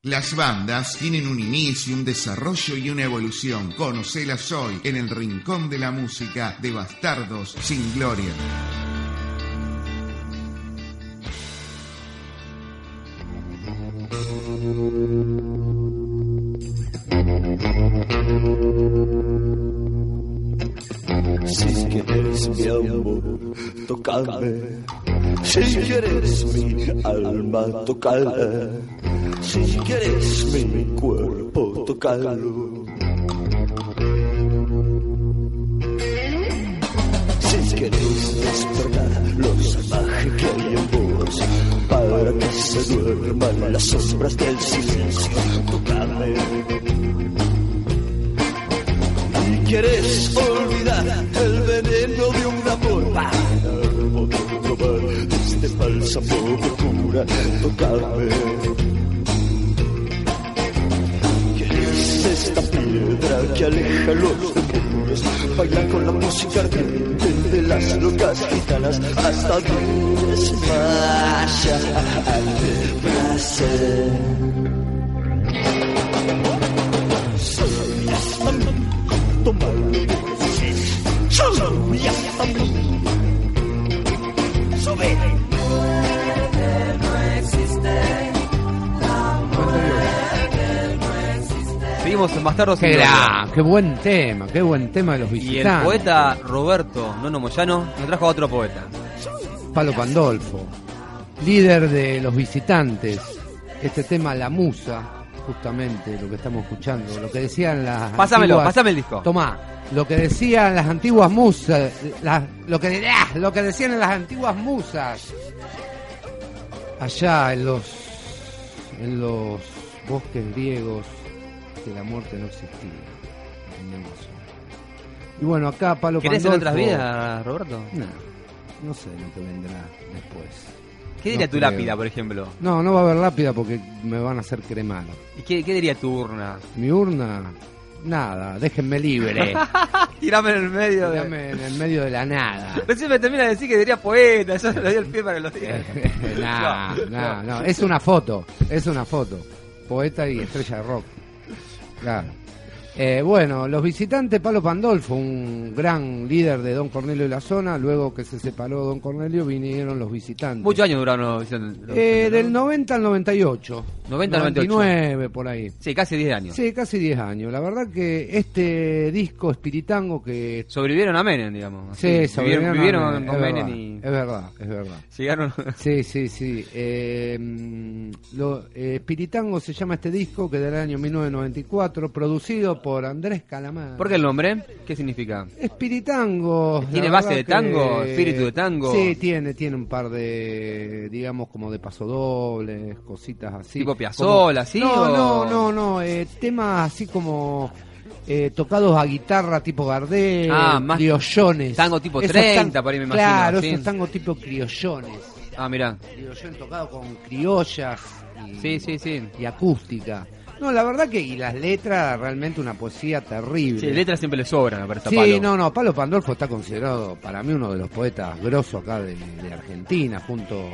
S1: Las bandas tienen un inicio, un desarrollo y una evolución. Conocelas hoy en el Rincón de la Música de Bastardos sin Gloria.
S9: Si quieres mi amor, tocame. Si quieres mi alma, tocala. Si quieres mi cuerpo, tocalo. Si queréis despertar los magia que hay en vos Para que se duerman las sombras del silencio Tocame Y quieres olvidar el veneno de un amor Para tomar este bálsamo que cura Tocame es esta piedra que aleja los demonios? Baila con la música ardiente de las locas gitanas hasta desmayar de placer. Sonrías a mí, tomando Sonrías a mí. Sube.
S3: Seguimos en Bastardos
S4: Qué
S3: sin
S4: gran, qué buen tema, qué buen tema de los
S3: Gloria. Y el
S4: visitantes.
S3: poeta Roberto Nono Moyano nos trajo a otro poeta.
S4: Palo Pandolfo, líder de los visitantes. Este tema, La Musa, justamente lo que estamos escuchando, lo que decían las.
S3: Pásamelo,
S4: antiguas-
S3: pásame el disco.
S4: Tomá, lo que decían las antiguas musas, la- lo, que, ¡ah! lo que decían las antiguas musas. Allá en los, en los bosques griegos, que la muerte no existía. en el Amazonas. Y bueno, acá Palo
S3: ¿Querés en
S4: Pandolfo.
S3: otras
S8: Ah,
S3: vidas, Roberto?
S4: No, no sé lo que vendrá después.
S3: ¿Qué
S4: No
S3: diría tu
S4: creo.
S3: lápida, por ejemplo?
S4: No, no va a haber lápida porque me van a hacer cremar.
S3: ¿Y qué, qué diría tu urna?
S4: Mi urna, nada, déjenme (laughs) libre.
S3: Tirame en el medio de...
S4: Dame en el medio de la nada.
S3: Recién me termina de decir que diría poeta, yo le doy el pie para que lo
S4: Eh,
S3: diga. (laughs)
S4: Nah, nah, no, es una foto, es una foto. Poeta y estrella de rock. Claro. Eh, bueno, los visitantes, Palo Pandolfo, un gran líder de Don Cornelio y la zona, luego que se separó Don Cornelio vinieron los visitantes.
S3: Muchos años duraron los visitantes, los
S4: Eh,
S3: visitantes,
S4: del
S3: ¿no?
S4: 90 al 98.
S3: 90 al 98.
S4: 99 por ahí.
S3: Sí, casi 10 años.
S4: Sí, casi 10 años. La verdad que este disco espiritango que...
S3: Sobrevivieron a Menem, digamos.
S4: Sí,
S3: Así,
S4: sobrevivieron
S3: vivieron, vivieron
S4: a Menem,
S3: con
S4: es
S3: Menem
S4: verdad,
S3: y
S4: Es verdad, es verdad.
S3: llegaron... (laughs)
S4: Sí, sí, sí. Eh, mm, lo, eh, Espiritango se llama este disco que del año 1994, producido por Andrés Calamar.
S3: ¿Por qué el nombre? ¿Qué significa?
S4: Espiritango.
S3: ¿Tiene
S4: la
S3: base
S4: verdad
S3: de tango?
S4: que-
S3: ¿Espíritu de tango?
S4: Sí, tiene, tiene un par de, digamos, como de pasodobles, cositas así.
S3: Tipo Piazzolla,
S4: Como-
S3: ¿sí?
S4: No,
S3: o-
S4: no, no, no, eh, temas así como eh, tocados a guitarra tipo Gardel,
S3: Ah, más
S4: criollones.
S3: tango tipo
S4: Esos
S3: 30 por ahí me imagino,
S4: Claro,
S3: ¿sí?
S4: esos tango tipo criollones.
S3: Ah, mirá.
S4: Criollón tocado con criollas y,
S3: Sí, sí, sí.
S4: y acústica. No, la verdad que y las letras, realmente una poesía terrible.
S3: Sí, letras siempre le sobran, me parece. a
S4: Sí,
S3: Palo.
S4: no, no, Palo Pandolfo está considerado para mí uno de los poetas grosos acá de, de Argentina, junto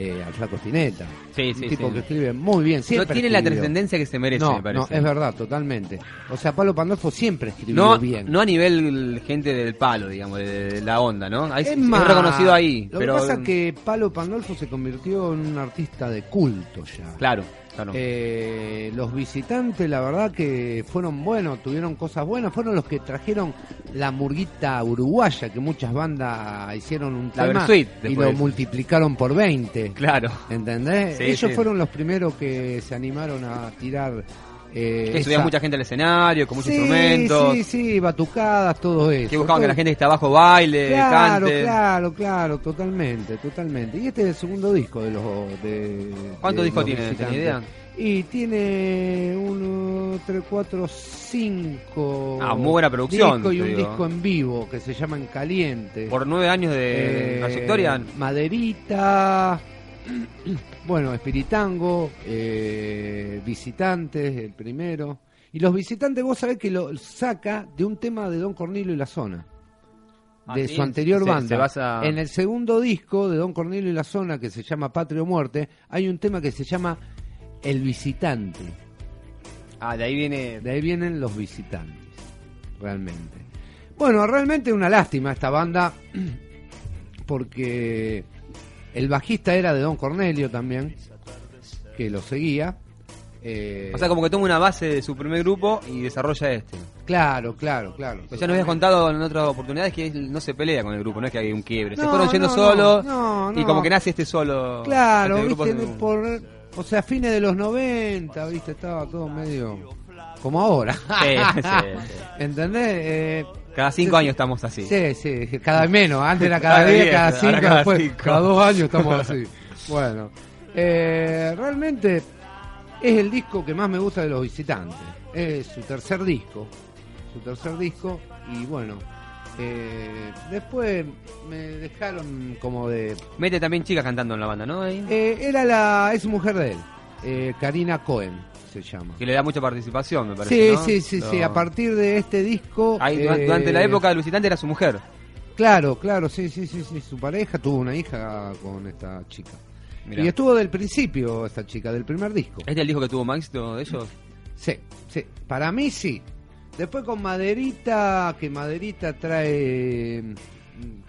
S4: eh, al Flaco Spinetta.
S3: Sí, sí,
S4: Un tipo
S3: sí.
S4: que escribe muy bien,
S3: No
S4: siempre
S3: tiene la
S4: escribió.
S3: trascendencia que se merece,
S4: No,
S3: me parece.
S4: no, es verdad, totalmente. O sea, Palo Pandolfo siempre escribió
S3: No,
S4: bien.
S3: no a nivel gente del palo, digamos, de, de la onda, ¿no? Ahí
S4: Es
S3: se- se
S4: más,
S3: es reconocido ahí.
S4: Lo
S3: pero,
S4: que pasa
S8: em,
S4: es que Palo Pandolfo se convirtió en un artista de culto ya.
S3: Claro, claro.
S4: Eh, los visitantes, la verdad que fueron buenos, tuvieron cosas buenas. Fueron los que trajeron la murguita uruguaya, que muchas bandas hicieron un
S3: La
S4: tema
S3: Versuit,
S4: y
S3: después.
S4: lo multiplicaron por 20.
S3: claro.
S4: ¿Entendés?
S3: Sí,
S4: Ellos
S3: sí.
S4: fueron los primeros que se animaron a tirar. Eh,
S3: Que subía
S4: esa-
S3: mucha gente al escenario, con muchos
S4: Sí,
S3: instrumentos.
S4: Sí, sí, batucadas, todo eso.
S3: Que buscaban que
S4: Todo-
S3: la gente que está abajo baile,
S4: Claro,
S3: cante.
S4: claro, claro, totalmente, totalmente. Y este es el segundo disco de los. De,
S3: ¿Cuántos
S4: de
S3: discos
S4: los
S3: tiene? ¿Tenés
S4: visitantes.
S3: idea?
S4: Y tiene uno, tres, cuatro, cinco.
S3: Ah, muy buena producción,
S4: discos y
S3: te
S4: un
S3: digo.
S4: disco en vivo que se llama En Caliente.
S3: Por nueve años de
S4: Eh,
S3: trayectoria.
S4: Maderita. (clears throat) Bueno, Espiritango, eh, Visitantes, el primero. Y los visitantes, vos sabés que lo saca de un tema de Don Cornelio y la zona.
S3: Ah,
S4: De
S3: sí,
S4: su anterior
S3: se-
S4: banda.
S3: se basa-
S4: En el segundo disco de Don Cornelio y la zona, que se llama Patria o Muerte, hay un tema que se llama El Visitante.
S3: Ah, de ahí viene.
S4: De ahí vienen los visitantes, realmente. Bueno, realmente una lástima esta banda, (clears throat) porque el bajista era de Don Cornelio también, que lo seguía. Eh,
S3: O sea, como que toma una base de su primer grupo y desarrolla este.
S4: Claro, claro, claro.
S8: Pues ya nos habías contado en otras oportunidades que él no se pelea con el grupo, no es que hay un quiebre. se
S4: No,
S8: fueron yendo
S4: no,
S8: solos
S4: no, no,
S8: y
S4: no.
S8: como que nace este solo.
S4: Claro,
S8: este grupo
S4: viste,
S8: de-
S4: por, o sea, fines de los 90, viste, estaba todo medio como ahora.
S8: (laughs) Sí, sí, sí.
S4: (laughs) ¿Entendés? Eh,
S8: Cada cinco
S4: sí,
S8: años estamos así.
S4: Sí, sí, cada vez menos, antes era cada
S8: Cada
S4: día,
S8: diez,
S4: cada
S8: ahora
S4: cinco,
S8: cada
S4: después,
S8: cinco.
S4: cada dos años estamos así. Bueno, eh, realmente es el disco que más me gusta de los visitantes. Es su tercer disco, su tercer disco, y bueno, eh, después me dejaron como de
S8: Mete también chicas cantando en la banda, ¿no? Ahí.
S4: eh, era la ex mujer de él, eh, Karina Cohen se llama.
S8: Que le da mucha participación, me parece.
S4: Sí,
S8: ¿no?
S4: sí, sí,
S8: Lo-
S4: sí. A partir de este disco.
S8: Ahí, durante,
S4: eh,
S8: durante la época del visitante era su mujer.
S4: Claro, claro, sí, sí, sí, sí. Su pareja tuvo una hija con esta chica.
S8: Mirá.
S4: Y estuvo del principio esta chica, del primer disco.
S8: ¿Este es el disco que tuvo Max de ellos?
S4: Sí, sí. Para mí sí. Después con Maderita, que Maderita trae. mm,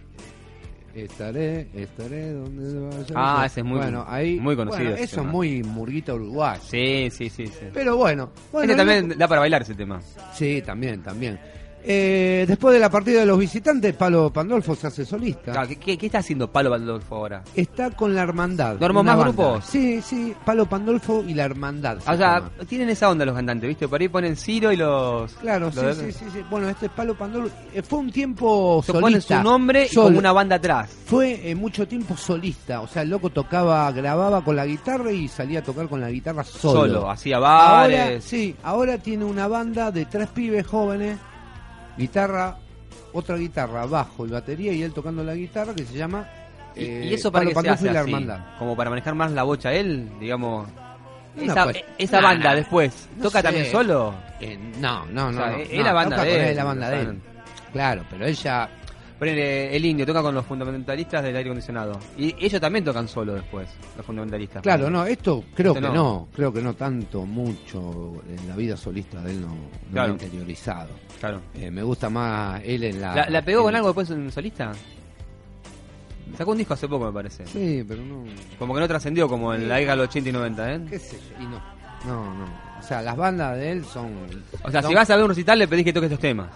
S4: Estaré, estaré donde vaya.
S8: Ah, ese es muy-
S4: bueno, ahí,
S8: muy conocido
S4: bueno,
S8: ese
S4: eso es
S8: tema.
S4: muy murguita uruguay.
S8: Sí, sí, sí. sí.
S4: Pero bueno, bueno
S8: este también da para bailar ese tema.
S4: Sí, también, también. Eh, después de la partida de los visitantes, Palo Pandolfo se hace solista.
S8: Claro, Ah, ¿qué- ¿Qué, qué está haciendo Palo Baldolfo ahora?
S4: Está con la hermandad.
S8: ¿No armó
S4: una
S8: más
S4: banda.
S8: grupos?
S4: Sí, sí, Palo Pandolfo y la hermandad. se
S8: O sea,
S4: llama.
S8: tienen esa onda los cantantes, ¿viste? Por ahí ponen Ciro y los.
S4: claro,
S8: los
S4: sí, sí,
S8: de-
S4: sí, sí. Bueno, este es Palo Pandolfo. Eh, Fue un tiempo
S8: Se
S4: solista.
S8: ponen su nombre y
S4: Sol-
S8: como una banda atrás.
S4: Fue eh, mucho tiempo solista. O sea, el loco tocaba, grababa con la guitarra y salía a tocar con la guitarra solo.
S8: Solo, hacía
S4: Ahora, eh,
S8: bares.
S4: sí, ahora tiene una banda de tres pibes jóvenes, guitarra, otra guitarra, bajo y batería, y él tocando la guitarra que se llama
S8: Y,
S4: eh,
S8: y eso para
S4: Palo
S8: que se
S4: Pandolfo
S8: hace
S4: y la
S8: así,
S4: Hermandad.
S8: como para manejar más la bocha él, digamos.
S4: Una
S8: esa
S4: pues-
S8: esa
S4: Nah,
S8: banda
S4: nah,
S8: después,
S4: no
S8: ¿toca
S4: sé.
S8: también solo?
S4: Eh, no, no,
S8: O
S4: no.
S8: sea,
S4: no,
S8: es
S4: no,
S8: la banda
S4: toca
S8: de
S4: con
S8: él,
S4: la banda de
S8: o sea,
S4: él. Claro, pero ella.
S8: Ponele, el indio toca con los fundamentalistas del aire acondicionado. Y ellos también tocan solo después, los fundamentalistas.
S4: Claro, no, esto creo
S8: Este
S4: que
S8: no.
S4: no. Creo que no tanto, mucho en la vida solista de él no, no me he
S8: Claro.
S4: interiorizado.
S8: Claro.
S4: Eh, me gusta más él en la.
S8: ¿La, la pegó
S4: en-
S8: con algo después en solista? Sacó un disco hace poco, me parece.
S4: Sí, pero no.
S8: Como que no trascendió como en la década del 80 y 90, ¿eh?
S4: ¿Qué sé yo? Y no. No, no. O sea, las bandas de él son.
S8: O sea,
S4: son-
S8: si vas a ver un recital, le pedís que toque estos temas.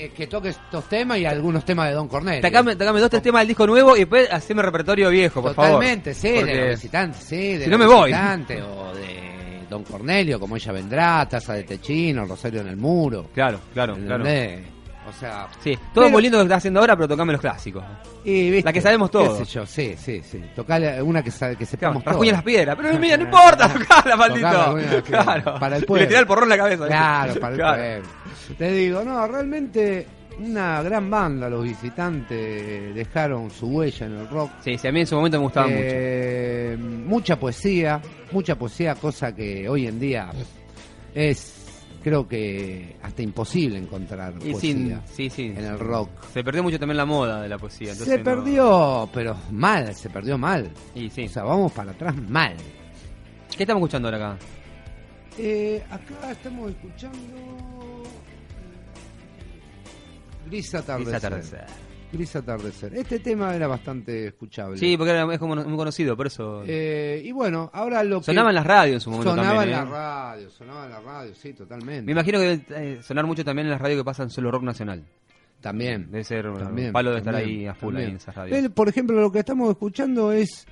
S4: eh, que toque estos temas y algunos temas de Don Cornelio.
S8: Tacame, tacame dos, tres temas del disco nuevo y después haceme repertorio viejo, por
S4: Totalmente, sí,
S8: favor.
S4: de los
S8: Porque-
S4: visitantes, sí, de
S8: si
S4: los
S8: no me voy.
S4: visitantes, o de Don Cornelio, como ella vendrá, Taza de Techino, Rosario en el Muro.
S8: Claro, claro, claro.
S4: ¿entendés? O sea,
S8: Sí, todo
S4: Pero-
S8: muy lindo lo que está haciendo ahora, pero tocame los clásicos.
S4: y, ¿viste?
S8: La que sabemos
S4: Qué
S8: todos.
S4: sé yo, sí, sí, sí. Tocale una que, sa- que
S8: Claro,
S4: sepamos
S8: rascuña las
S4: todos.
S8: piedras, pero no, mira, no
S4: (laughs)
S8: importa, tocala,
S4: Tocala, bueno,
S8: (laughs) maldito.
S4: las piedras,
S8: Claro.
S4: para el
S8: Y
S4: pueblo.
S8: Le tira el porrón en la cabeza. ¿viste? (laughs)
S4: Claro, para el
S8: Claro.
S4: pueblo. Te digo, no, realmente una gran banda, los visitantes dejaron su huella en el rock.
S8: Sí, sí, a mí en su momento me gustaba mucho.
S4: Eh, Mucha poesía, mucha poesía, cosa que hoy en día es, creo que, hasta imposible encontrar
S8: Y sin,
S4: poesía
S8: sí, sí.
S4: en el rock.
S8: Se perdió mucho también la moda de la poesía. entonces
S4: Se
S8: no-
S4: perdió, pero mal, se perdió mal.
S8: Y sí.
S4: O sea, vamos para atrás mal.
S8: ¿Qué estamos escuchando ahora acá?
S4: Eh, acá estamos escuchando. eh, Gris atardecer.
S8: Gris Atardecer.
S4: Gris atardecer. Este tema era bastante escuchable.
S8: Sí, porque era- es como no- muy conocido, por eso.
S4: Eh, y bueno, ahora lo que.
S8: Sonaba en las radios en su momento
S4: Sonaba
S8: también.
S4: en
S8: ¿eh?
S4: la radio, sonaba en la radio, sí, totalmente.
S8: Me imagino que debe eh, sonar mucho también en las radios que pasan solo rock nacional.
S4: También.
S8: Debe ser un
S4: también,
S8: palo de estar
S4: también,
S8: ahí a full ahí
S4: también.
S8: en esas radios.
S4: Él, por ejemplo, lo que estamos escuchando es.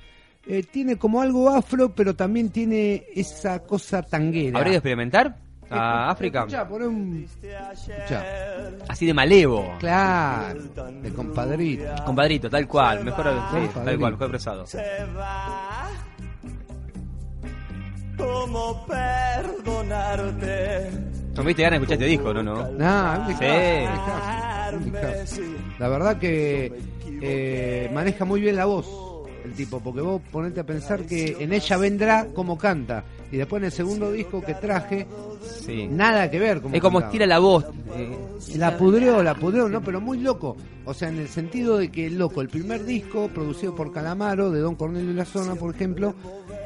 S4: eh, tiene como algo afro, pero también tiene esa cosa tanguera.
S8: ¿Habría ido a experimentar a
S4: Escu-
S8: África?
S4: Escuchá, poné un. Escuchá.
S8: Así de malevo.
S4: Claro, de compadrito.
S8: Compadrito, tal cual. Mejor, sí, tal
S4: Compadrito.
S8: cual, mejor presado.
S10: se va. ¿Cómo perdonarte?
S8: ¿Tuviste ganas de escuchar este disco, no? no?
S4: Nah, un
S8: Sí.
S4: discazo, un discazo. La verdad que eh, maneja muy bien la voz el tipo, porque vos ponete a pensar que en ella vendrá como canta. Y después en el segundo disco que traje,
S8: Sí.
S4: nada que ver. Como
S8: Es como
S4: cantaba.
S8: estira la voz. eh,
S4: La pudreó, la pudreó, no, pero muy loco. O sea, en el sentido de que loco, el primer disco producido por Calamaro, de Don Cornelio y la Zona, por ejemplo,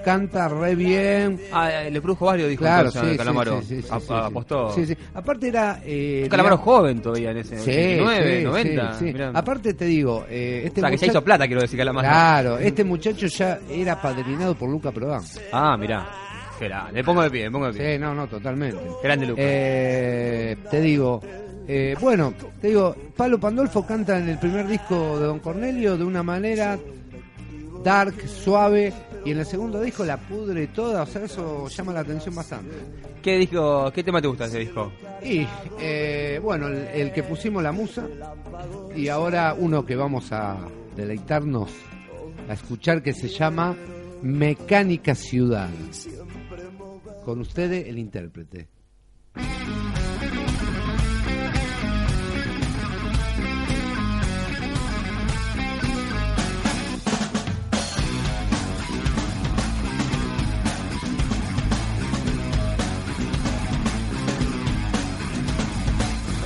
S4: canta re bien.
S8: Ah, le produjo varios discos
S4: Claro,
S8: entonces,
S4: sí, sí,
S8: Calamaro.
S4: sí, sí, sí,
S8: A-
S4: sí,
S8: a-
S4: sí.
S8: apostó.
S4: Sí, sí. Aparte era. eh,
S8: Un Calamaro
S4: digamos-
S8: joven todavía en ese.
S4: Sí,
S8: 89,
S4: sí,
S8: 90.
S4: sí, Ah, sí.
S8: mirá.
S4: Aparte te digo, eh,
S8: o
S4: este
S8: sea, que ya
S4: muchacho-
S8: hizo plata, quiero decir, Calamaro.
S4: Claro, este muchacho ya era padrinado por Luca Prodan.
S8: Ah, mirá. Gerán, le pongo de pie, le pongo de pie.
S4: Sí, no, no, totalmente.
S8: Grande Luca.
S4: Eh, te digo, eh, bueno, te digo, Pablo Pandolfo canta en el primer disco de Don Cornelio de una manera dark, suave, y en el segundo disco la pudre toda, o sea, eso llama la atención bastante.
S8: ¿Qué, disco, ¿Qué tema te gusta de ese disco?
S4: Y eh, bueno, el, el que pusimos la musa, y ahora uno que vamos a deleitarnos a escuchar que se llama Mecánica Ciudad. Con ustedes el intérprete.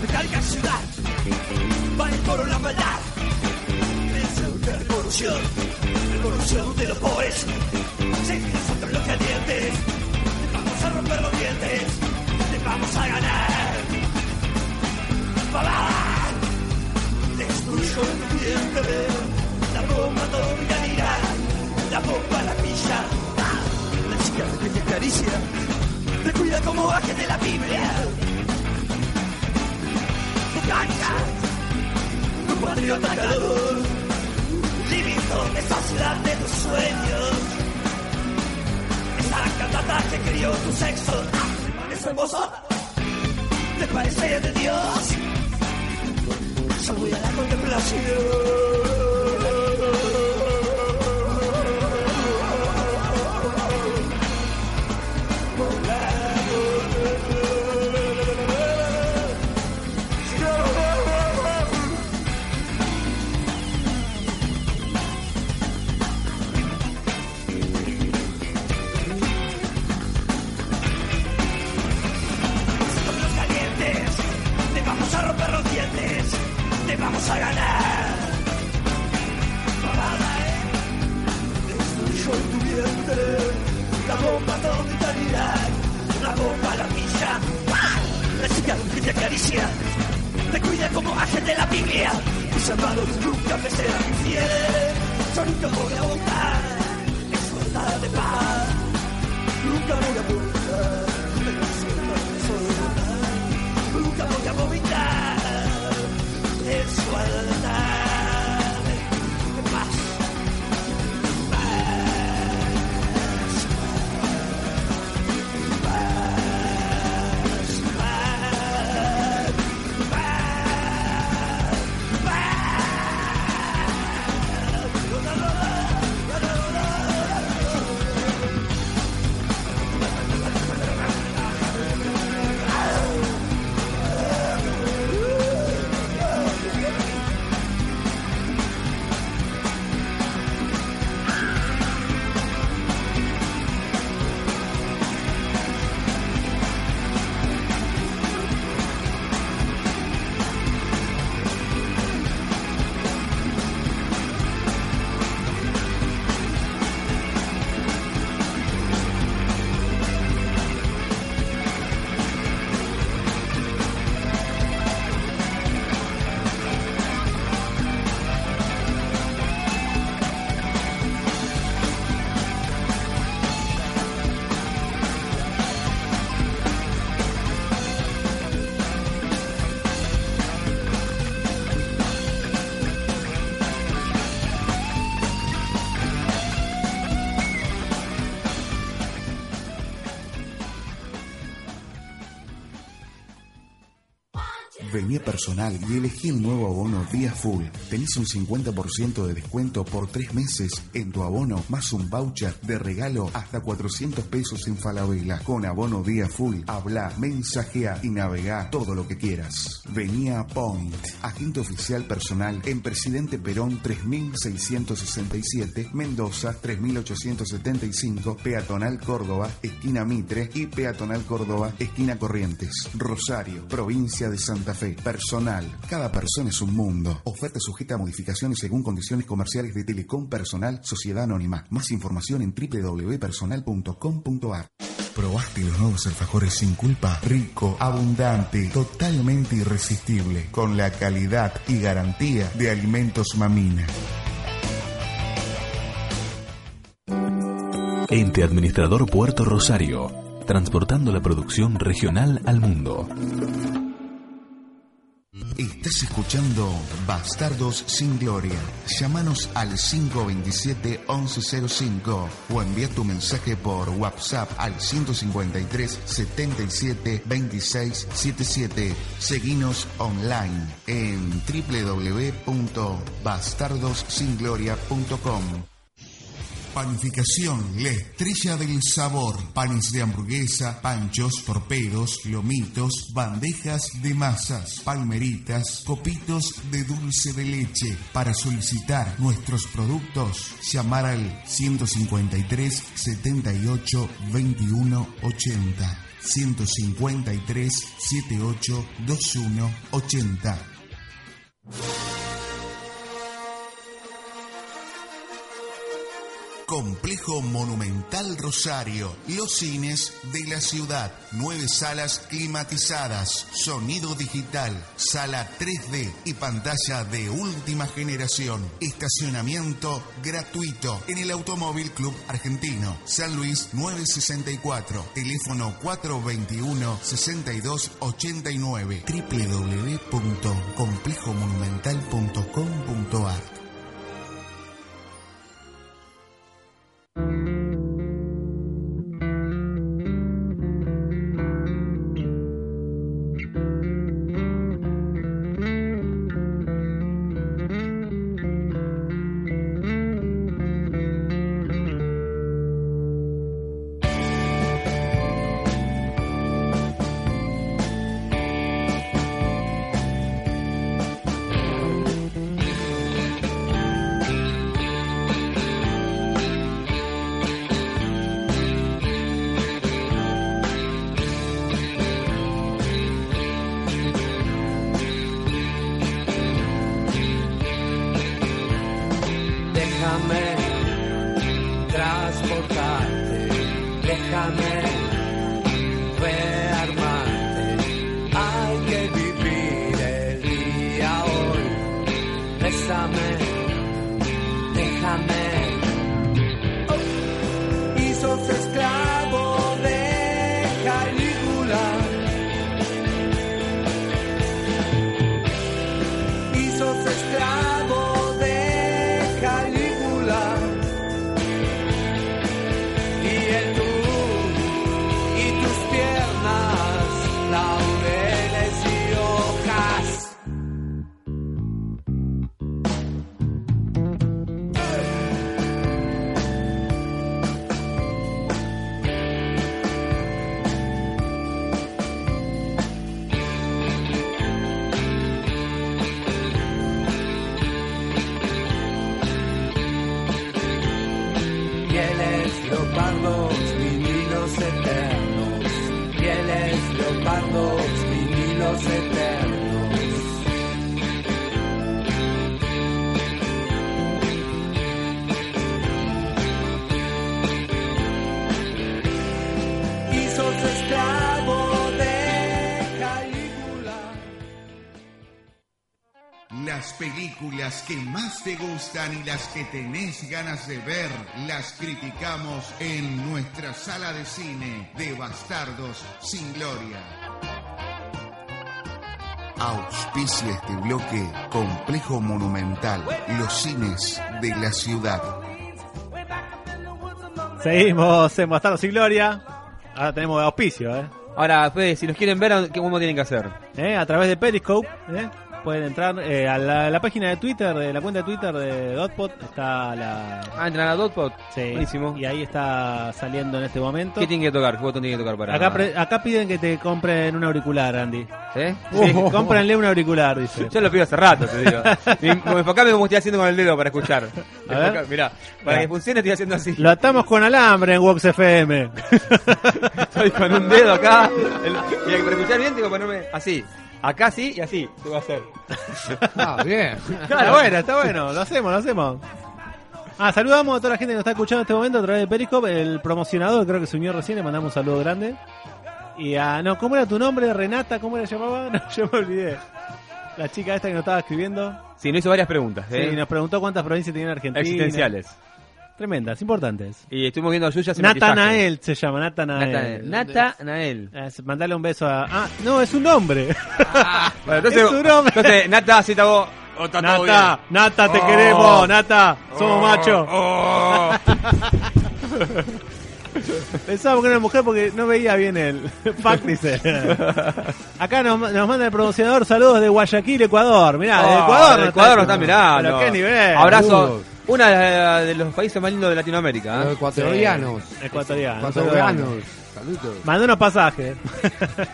S3: Mecánica ciudad Va el toro la maldad Es una revolución Revolución de los pobres Se nosotros los calientes Les vamos a romper los dientes Les vamos a ganar ¡Papá! Destruir con tu diente La bomba atómica en Irán La bomba la pilla La chica que te acaricia Te cuida como ángel de la Biblia cancha. Tu patriota ganador, limito esa ciudad de tus sueños. Esa cantata que crió tu sexo, ¿es hermoso? ¿Te parece de Dios? Solo voy a la contemplación. los calientes, te vamos a romper los dientes, te vamos a ganar. Mamada, ¿eh? Destruyó en tu vientre la bomba atómica en Irak, la bomba la pilla, ¡ah! la chica que te acaricia, te cuida como ángel de la Biblia, tus hermanos nunca me serán infieles, yo nunca voy a votar, es verdad de paz, nunca voy a votar. Nunca voy a vomitar en su altar. Más, más, más, más, más, más. No, no, no, no.
S6: Vení a personal y elegí el nuevo abono Día Full. Tenés un 50% de descuento por tres meses en tu abono, más un voucher de regalo hasta 400 pesos en Falabella. Con abono Día Full, habla, mensajea y navega todo lo que quieras. Vení a Point, agente oficial personal en Presidente Perón 3667, Mendoza 3875, Peatonal Córdoba, esquina Mitre y Peatonal Córdoba, esquina Corrientes. Rosario, provincia de Santa Fe. Personal. Cada persona es un mundo. Oferta sujeta a modificaciones según condiciones comerciales de Telecom Personal Sociedad Anónima. Más información en www.personal.com.ar. ¿Probaste los nuevos alfajores sin culpa? Rico, abundante, totalmente irresistible, con la calidad y garantía de Alimentos Mamina. Ente Administrador Puerto Rosario, transportando la producción regional al mundo.
S1: Estás escuchando Bastardos sin Gloria. Llámanos al 527-1105 o envía tu mensaje por WhatsApp al 153 77 26 77. Seguinos online en www.bastardosingloria.com. Panificación, la estrella del sabor. Panes de hamburguesa, panchos, torpedos, lomitos, bandejas de masas, palmeritas, copitos de dulce de leche. Para solicitar nuestros productos, llamar al 153 78 21 80. 153 78 21 80. Complejo Monumental Rosario, los cines de la ciudad, nueve salas climatizadas, sonido digital, sala 3D y pantalla de última generación, estacionamiento gratuito en el Automóvil Club Argentino, San Luis 964, teléfono 421-6289, www.complejomonumental.com.ar
S3: Déjame transportarte, déjame rearmarte. Hay que vivir el día hoy. Bésame, déjame. Oh, Y sos esclavo de Calígula. Y sos esclavo de Calígula. Y el tú y tus piernas, laureles y hojas. Pieles, leopardos, vinilos eternos. Pieles, leopardos, vinilos eternos. Y sos esclavo de Calígula.
S1: Las películas que más te gustan y las que tenés ganas de ver, las criticamos en nuestra sala de cine de Bastardos sin Gloria. Auspicia este bloque Complejo Monumental, los cines de la ciudad.
S2: Seguimos en Bastardo sin Gloria. Ahora tenemos auspicio, ¿eh?
S8: Ahora, Fede, si nos quieren ver, ¿qué- ¿cómo tienen que hacer?
S2: ¿Eh? A través de Periscope, ¿eh? Pueden entrar eh, a la, la página de Twitter, de la cuenta de Twitter de Dotpot. Está la.
S8: Ah, entran a Dotpot.
S2: Sí.
S8: Buenísimo.
S2: Y ahí está saliendo en este momento.
S8: ¿Qué tienen que tocar? ¿Qué botón tienen que tocar para...?
S2: Acá, pre- acá piden que te compren un auricular, Andy.
S8: ¿Eh? ¿Sí?
S2: Sí, cómprenle un auricular, dice.
S8: Oh. Yo lo pido hace rato, te (laughs) digo. Y- Enfocame como estoy haciendo con el dedo para escuchar.
S2: A ver.
S8: Enfoca- Mirá, para
S2: Mirá.
S8: que funcione estoy haciendo así. (laughs)
S2: Lo atamos con alambre en Vox FM.
S8: Estoy con un dedo acá. El- Mira, que para escuchar bien tengo que ponerme así. Acá sí y así. Te voy a hacer.
S4: Ah, bien.
S2: Está bueno, está bueno. Lo hacemos, lo hacemos. Ah, saludamos a toda la gente que nos está escuchando en este momento a través de Periscope. El promocionador creo que se unió recién. Le mandamos un saludo grande. Y a... No, ¿cómo era tu nombre? Renata, ¿cómo la llamaba? (laughs) No, yo me olvidé. La chica esta que nos estaba escribiendo.
S8: Sí, nos hizo varias preguntas. ¿eh?
S2: Sí, nos preguntó cuántas provincias tiene Argentina.
S8: Existenciales.
S2: Tremendas, importantes.
S8: Y estuvimos viendo a Yuya sin
S2: Natanael se llama, Natanael.
S8: Natanael. Natanael.
S2: Es- Mandale un beso a. Ah, no, es un nombre.
S8: Ah.
S2: (laughs)
S8: Bueno, entonces,
S2: es un nombre.
S8: entonces, Nata, si vos. o está todo
S2: Nata,
S8: bien.
S2: Nata, te
S8: Oh.
S2: queremos, Nata. Somos machos. (laughs) Pensaba que era una mujer porque no veía bien
S8: (laughs)
S2: el Factrice. Acá nos, nos manda el pronunciador saludos de Guayaquil, Ecuador. Mirá, de
S8: Oh,
S2: Ah, Ecuador.
S8: de
S2: nos
S8: Ecuador nos
S2: está-
S8: está mirando.
S2: Pero qué nivel. Uh,
S8: Abrazo. Una de, de los países más lindos de Latinoamérica. ¿eh?
S4: Los ecuatorianos.
S2: Sí, Ah, ecuatorianos.
S4: Ecuatorianos. Saludos.
S2: Mandó unos
S8: (laughs)
S2: pasajes.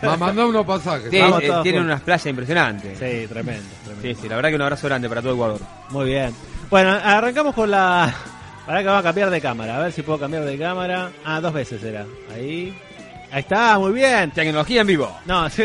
S4: Ma- mandó unos pasajes.
S8: Sí,
S2: Vamos
S8: eh,
S2: todos
S8: tienen
S2: juntos.
S8: unas playas impresionantes.
S2: Sí, tremendo, tremendo.
S8: Sí, sí, la verdad que un abrazo grande para todo Ecuador.
S2: Muy bien. Bueno, arrancamos con la. Para que va a cambiar de cámara. A ver si puedo cambiar de cámara. Ah, dos veces era. Ahí. Ahí está, muy bien.
S8: Tecnología en vivo.
S2: No, (laughs) sí.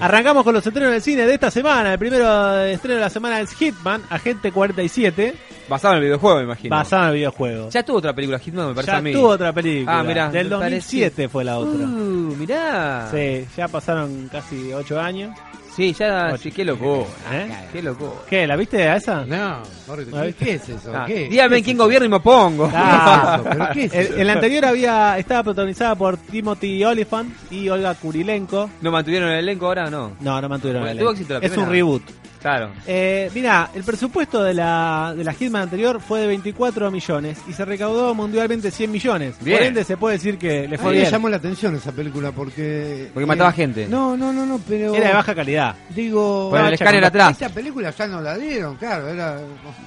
S2: arrancamos con los estrenos del cine de esta semana. El primero estreno de la semana es Hitman, Agente 47,
S8: Basado en el videojuego, me imagino.
S2: basado en el videojuego.
S8: Ya tuvo otra película, Hitman, me parece
S2: Ya
S8: a mí.
S2: tuvo otra película.
S8: Ah, mirá.
S2: Del
S8: me parece.
S2: 2007 fue la otra.
S8: Uh, mirá.
S2: Sí, ya pasaron casi 8 años.
S8: Sí, ya.
S2: Ocho.
S8: Ah, Sí, qué loco.
S2: ¿Eh?
S8: Qué loco.
S2: ¿Qué? ¿La viste a esa?
S4: No, Jorge, ¿qué- ¿qué es eso?
S3: Ah,
S4: ¿Qué?
S8: Dígame quién gobierna y me opongo.
S2: Ah,
S4: ¿Pero qué es eso?
S2: el, el anterior había estaba protagonizada por Timothy Oliphant y Olga Kurilenko.
S8: ¿No mantuvieron el elenco ahora o no?
S2: No, no mantuvieron
S8: Bueno,
S2: el
S8: tuvo
S2: elenco.
S8: éxito la
S2: Es un
S8: primera.
S2: reboot.
S8: Claro.
S2: Eh, mira, el presupuesto de la, de la Hitman anterior fue de 24 millones y se recaudó mundialmente 100 millones.
S8: Bien.
S2: Por ende, se puede decir que Ah, le
S4: A
S2: fue
S4: mí me
S2: bien.
S4: llamó la atención esa película porque... eh,
S8: Porque mataba gente.
S4: No, no, no, no, pero...
S2: Era de baja calidad.
S4: Digo...
S8: Con el
S2: Bacha,
S8: escáner
S2: con-
S8: atrás.
S4: Esta película ya no la dieron, claro, era...